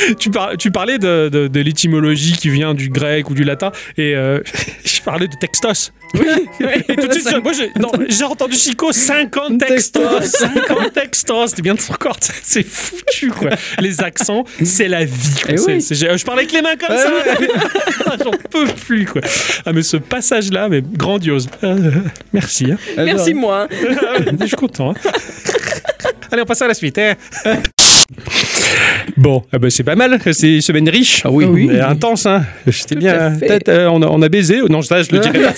Speaker 1: Et [LAUGHS] tu, par- tu parlais de, de- de l'étymologie qui vient du grec ou du latin et euh, [LAUGHS] je parlais de textos. Oui, [LAUGHS] et tout de suite, j'ai- moi j'ai non, j'ai entendu Chico 50 textos, [LAUGHS] 50 textos, c'était bien de son corps, c'est foutu quoi. Les accents, c'est la vie. quoi.
Speaker 2: Eh
Speaker 1: C'est-
Speaker 2: oui.
Speaker 1: c'est- j'ai- je parlais avec les mains comme ça, [LAUGHS] j'en peux plus quoi. Ah mais ce passage là, mais grandiose. Euh, merci. hein.
Speaker 4: Merci, moi.
Speaker 1: [LAUGHS] Je suis content. hein. Allez, on passe à la suite. hein. Bon, eh ben, c'est pas mal, c'est une semaine riche. Ah oui, Intense, hein. C'était bien.
Speaker 4: fait.
Speaker 1: Peut-être euh, on, a, on a baisé. Non, ça, je le dirai pas.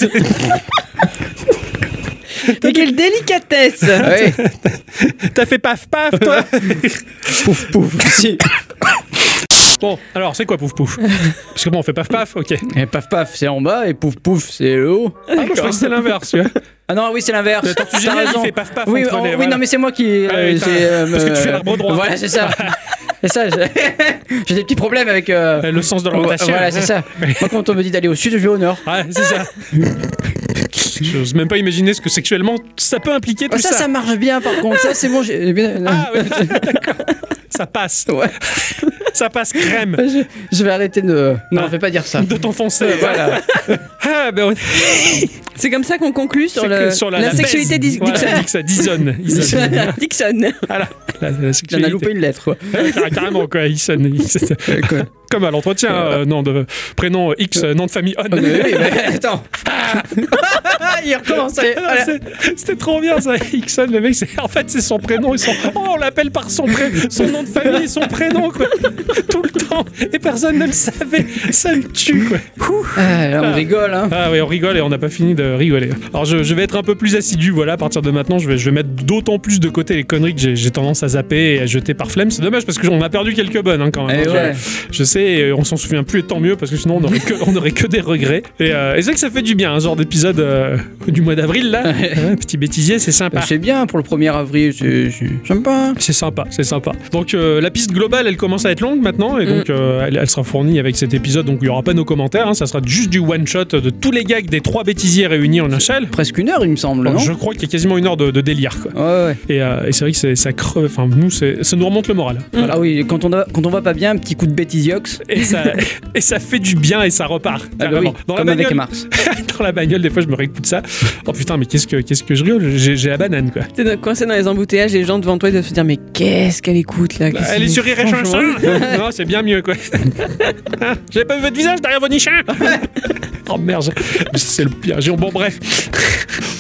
Speaker 4: Mais
Speaker 1: [LAUGHS]
Speaker 4: quelle délicatesse.
Speaker 2: [LAUGHS]
Speaker 1: T'as fait paf paf, [LAUGHS] toi Pouf
Speaker 2: [LAUGHS]
Speaker 1: pouf. Bon, alors c'est quoi pouf pouf Parce que bon, on fait paf paf, ok.
Speaker 2: Et Eh, paf paf, c'est en bas, et pouf pouf, c'est le haut.
Speaker 1: Ah, moi, je crois que c'est l'inverse, tu vois. [LAUGHS]
Speaker 2: Ah non, oui, c'est l'inverse.
Speaker 1: Le tortue
Speaker 2: T'as
Speaker 1: géniale, il
Speaker 2: raison.
Speaker 1: fait paf, paf
Speaker 2: Oui,
Speaker 1: entre
Speaker 2: oh,
Speaker 1: les-
Speaker 2: oui,
Speaker 1: voilà.
Speaker 2: non, mais c'est moi qui.
Speaker 1: Ah,
Speaker 2: euh,
Speaker 1: oui, t'as-
Speaker 2: c'est, euh,
Speaker 1: [LAUGHS] parce que tu fais l'arbre droit.
Speaker 2: Voilà,
Speaker 1: [LAUGHS]
Speaker 2: c'est ça. C'est ça, j'ai [LAUGHS] j'ai des petits problèmes avec. euh,
Speaker 1: Le sens de
Speaker 2: oh,
Speaker 1: l'orientation.
Speaker 2: Voilà, c'est ça.
Speaker 1: [LAUGHS]
Speaker 2: Moi, quand on me dit d'aller au sud, je vais au nord.
Speaker 1: Ouais, c'est ça. J'ose même pas imaginer ce que sexuellement ça peut impliquer tout
Speaker 2: Ah, ça, ça, marche bien par contre. Ça, c'est bon. j'ai- j'ai bien-
Speaker 1: Ah oui, d'accord. Ça passe. Ça passe crème.
Speaker 2: Je, je vais arrêter de. Non, je vais pas dire ça.
Speaker 1: De t'enfoncer.
Speaker 2: Euh, voilà.
Speaker 1: [LAUGHS] Ah, ben, on-
Speaker 4: C'est comme ça qu'on conclut sur,
Speaker 1: C'est
Speaker 4: le-
Speaker 1: que sur
Speaker 4: la,
Speaker 1: la- la
Speaker 4: sexualité
Speaker 1: baise.
Speaker 4: dis-
Speaker 1: Voilà, Dixon, Dixon,
Speaker 4: [LAUGHS]
Speaker 1: Dixon.
Speaker 4: Dixon. Dixon.
Speaker 1: La, la sexualité.
Speaker 2: J'en ai loupé une
Speaker 1: [LAUGHS]
Speaker 2: lettre. quoi.
Speaker 1: Ouais, car- carrément quoi, X, euh, X, euh, Comme à l'entretien, euh, nom de prénom euh, X, euh, nom de famille On.
Speaker 2: Oh,
Speaker 1: [LAUGHS]
Speaker 2: mais oui, mais [LAUGHS] attends. Il recommence. allez,
Speaker 1: Ah,
Speaker 2: voilà.
Speaker 1: c'est- C'était trop bien ça, Ixon, le mec, c'est- en fait c'est son prénom, et son... Oh, on l'appelle par son, pré- son nom de famille et son prénom quoi, [LAUGHS] tout le temps, et personne ne le savait, ça me tue quoi. Ouh.
Speaker 2: Ah, là, on rigole, hein.
Speaker 1: Ah oui, on rigole et on n'a pas fini de rigoler. Alors je, je vais être un peu plus assidu, voilà, à partir de maintenant, je vais, je vais mettre d'autant plus de côté les conneries que j'ai- j'ai tendance à zapper et à jeter par flemme. C'est dommage parce qu'on a perdu quelques bonnes hein, quand même.
Speaker 2: Eh
Speaker 1: Je-
Speaker 2: ouais.
Speaker 1: Je, sais, et on s'en souvient plus et tant mieux parce que sinon on aurait que, on aurait que des regrets. Et, euh, et c'est vrai que ça fait du bien, un genre d'épisode euh, du mois d'avril là. Hein, petit bêtisier, c'est sympa.
Speaker 2: C'est bien pour le 1er avril. c'est- c'est- J'aime pas. hein.
Speaker 1: C'est sympa, c'est sympa. Donc euh, la piste globale, elle commence à être longue maintenant, et
Speaker 2: Mm.
Speaker 1: donc euh, elle, elle sera fournie avec cet épisode, donc il n'y aura pas nos commentaires, hein, ça sera juste du one-shot de tous les gags des trois bêtisiers réunis en un seul.
Speaker 2: Presque une heure, il me semble.
Speaker 1: Bon,
Speaker 2: non
Speaker 1: je crois qu'il y a quasiment une heure de, de délire, quoi.
Speaker 2: Ouais, ouais.
Speaker 1: Et, euh, et c'est vrai que c'est- ça creux, enfin nous, c'est- ça nous remonte le moral. Voilà.
Speaker 2: Ah oui, quand on, a- quand on va pas bien, un petit coup de bêtisiox.
Speaker 1: Et
Speaker 2: [LAUGHS]
Speaker 1: ça, et ça fait du bien et ça repart.
Speaker 2: Ah bah oui,
Speaker 1: carrément.
Speaker 2: comme avec
Speaker 1: bagnole-
Speaker 2: Mars.
Speaker 1: [LAUGHS] dans la bagnole, des fois, je me réécoute ça. Oh putain, mais qu'est-ce que, qu'est-ce que je rigole J'ai j'ai la banane, quoi.
Speaker 4: T'es dans- coincé dans les embouteillages, les gens devant toi ils doivent se dire mais qu'est-ce qu'elle écoute là
Speaker 2: Bah,
Speaker 4: qu'est-ce
Speaker 1: Bah, Elle est
Speaker 4: qu'elle-
Speaker 1: sur Rire et Chanson
Speaker 4: franchement.
Speaker 1: [LAUGHS] Non, c'est bien mieux, quoi. Hein J'avais pas vu votre visage derrière vos
Speaker 2: [LAUGHS]
Speaker 1: nichins Oh merde, j'ai- c'est le pire. J'ai- Bon, bref,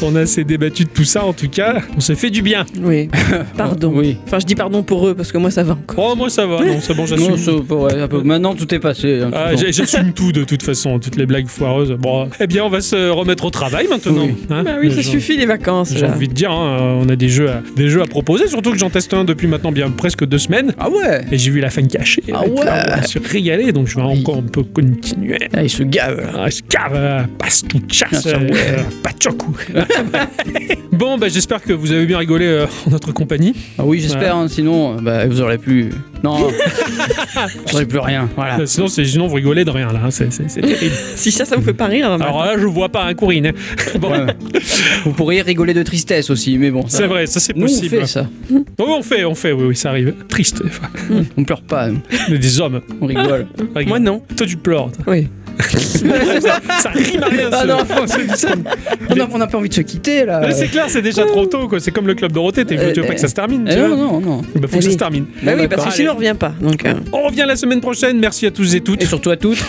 Speaker 1: on a assez débattu de tout ça, en tout cas. On s'est fait du bien. [LAUGHS]
Speaker 4: Oui, pardon.
Speaker 2: Oui.
Speaker 4: Enfin je dis pardon pour eux parce que moi ça va encore.
Speaker 1: Oh, moi, ça va. Non, c'est bon,
Speaker 2: Non,
Speaker 1: j'assume.
Speaker 2: ça, ouais,
Speaker 1: [LAUGHS]
Speaker 2: un peu. Maintenant, tout est passé. hein,
Speaker 1: Ah,
Speaker 2: tout
Speaker 1: j'ai-
Speaker 2: bon.
Speaker 1: J'assume tout de toute façon, toutes les blagues foireuses. Bon, eh bien, on va se remettre au travail maintenant. hein.
Speaker 4: Bah oui ça
Speaker 1: Les gens-
Speaker 4: suffit les vacances
Speaker 1: J'ai
Speaker 4: là.
Speaker 1: envie de dire, hein, euh, on a des jeux, à, des jeux à proposer, surtout que j'en teste un depuis maintenant bien presque deux semaines.
Speaker 2: Ah ouais
Speaker 1: Et j'ai vu la fin cachée.
Speaker 2: Ah
Speaker 1: donc là,
Speaker 2: ouais
Speaker 1: on va se régaler, donc je vais encore un peu continuer.
Speaker 2: Ah, il se gave. là.
Speaker 1: Ah, ce cave, euh, passe tout chasse,
Speaker 2: Ah, ça,
Speaker 1: euh,
Speaker 2: ouais.
Speaker 1: euh, pas de chocou. [LAUGHS] bon, bah, j'espère que vous avez bien rigolé euh, en notre compagnie.
Speaker 2: Ah oui, j'espère, hein, sinon, euh, bah, vous aurez plus.
Speaker 1: [LAUGHS]
Speaker 2: Non, vous aurez plus rien. Voilà.
Speaker 1: Euh, Sinon, c'est- sinon, vous rigolez de rien, là. hein, c'est- C'est c'est
Speaker 2: [LAUGHS]
Speaker 1: terrible.
Speaker 4: Si ça ça vous fait pas rire. bah,
Speaker 1: Alors là, je vois pas un Corinne. hein. [LAUGHS] Bon,
Speaker 2: Ouais. Vous pourriez rigoler de tristesse aussi, mais bon. ça
Speaker 1: c'est
Speaker 2: va.
Speaker 1: vrai, ça c'est
Speaker 2: Nous,
Speaker 1: possible.
Speaker 2: on fait ça.
Speaker 1: Oui, on fait, on fait, oui, oui, ça arrive. Triste, des fois.
Speaker 2: On pleure pas, nous.
Speaker 1: On est des hommes.
Speaker 2: on rigole.
Speaker 1: [LAUGHS] Regarde.
Speaker 4: Moi non.
Speaker 2: [LAUGHS]
Speaker 1: Toi, tu pleures. toi.
Speaker 4: Oui. Bah
Speaker 1: ça, ça rime à rien.
Speaker 2: Ah
Speaker 1: ce-
Speaker 2: non,
Speaker 1: ce- [LAUGHS] ce-
Speaker 2: On a- on n'a pas envie de se quitter là.
Speaker 1: Mais c'est clair, c'est déjà trop tôt. quoi. C'est comme le club Dorothée. t'es-
Speaker 2: Euh,
Speaker 1: tu veux pas que ça se termine
Speaker 2: euh,
Speaker 1: tu vois
Speaker 2: non, non, non.
Speaker 1: Bah, faut que ça
Speaker 2: Allez.
Speaker 1: se termine.
Speaker 2: Bah oui, parce que sinon, on
Speaker 1: revient pas. Donc,
Speaker 4: euh.
Speaker 1: On revient la semaine prochaine. Merci à tous et toutes. Et
Speaker 2: surtout à toutes.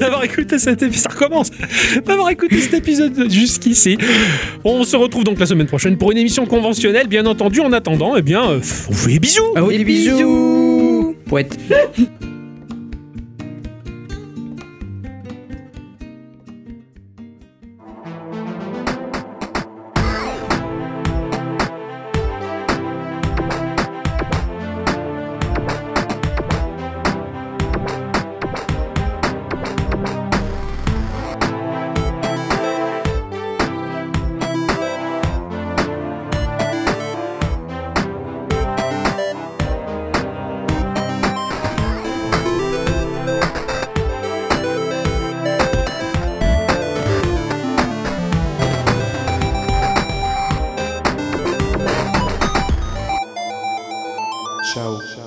Speaker 1: D'avoir écouté cet épisode. Ça recommence. D'avoir écouté cet épisode jusqu'ici. On se retrouve donc la semaine prochaine pour une émission conventionnelle, bien entendu. En attendant, eh bien, euh, on vous fait des bisous.
Speaker 2: Ah oui, des bisous. Poète.
Speaker 6: Ciao.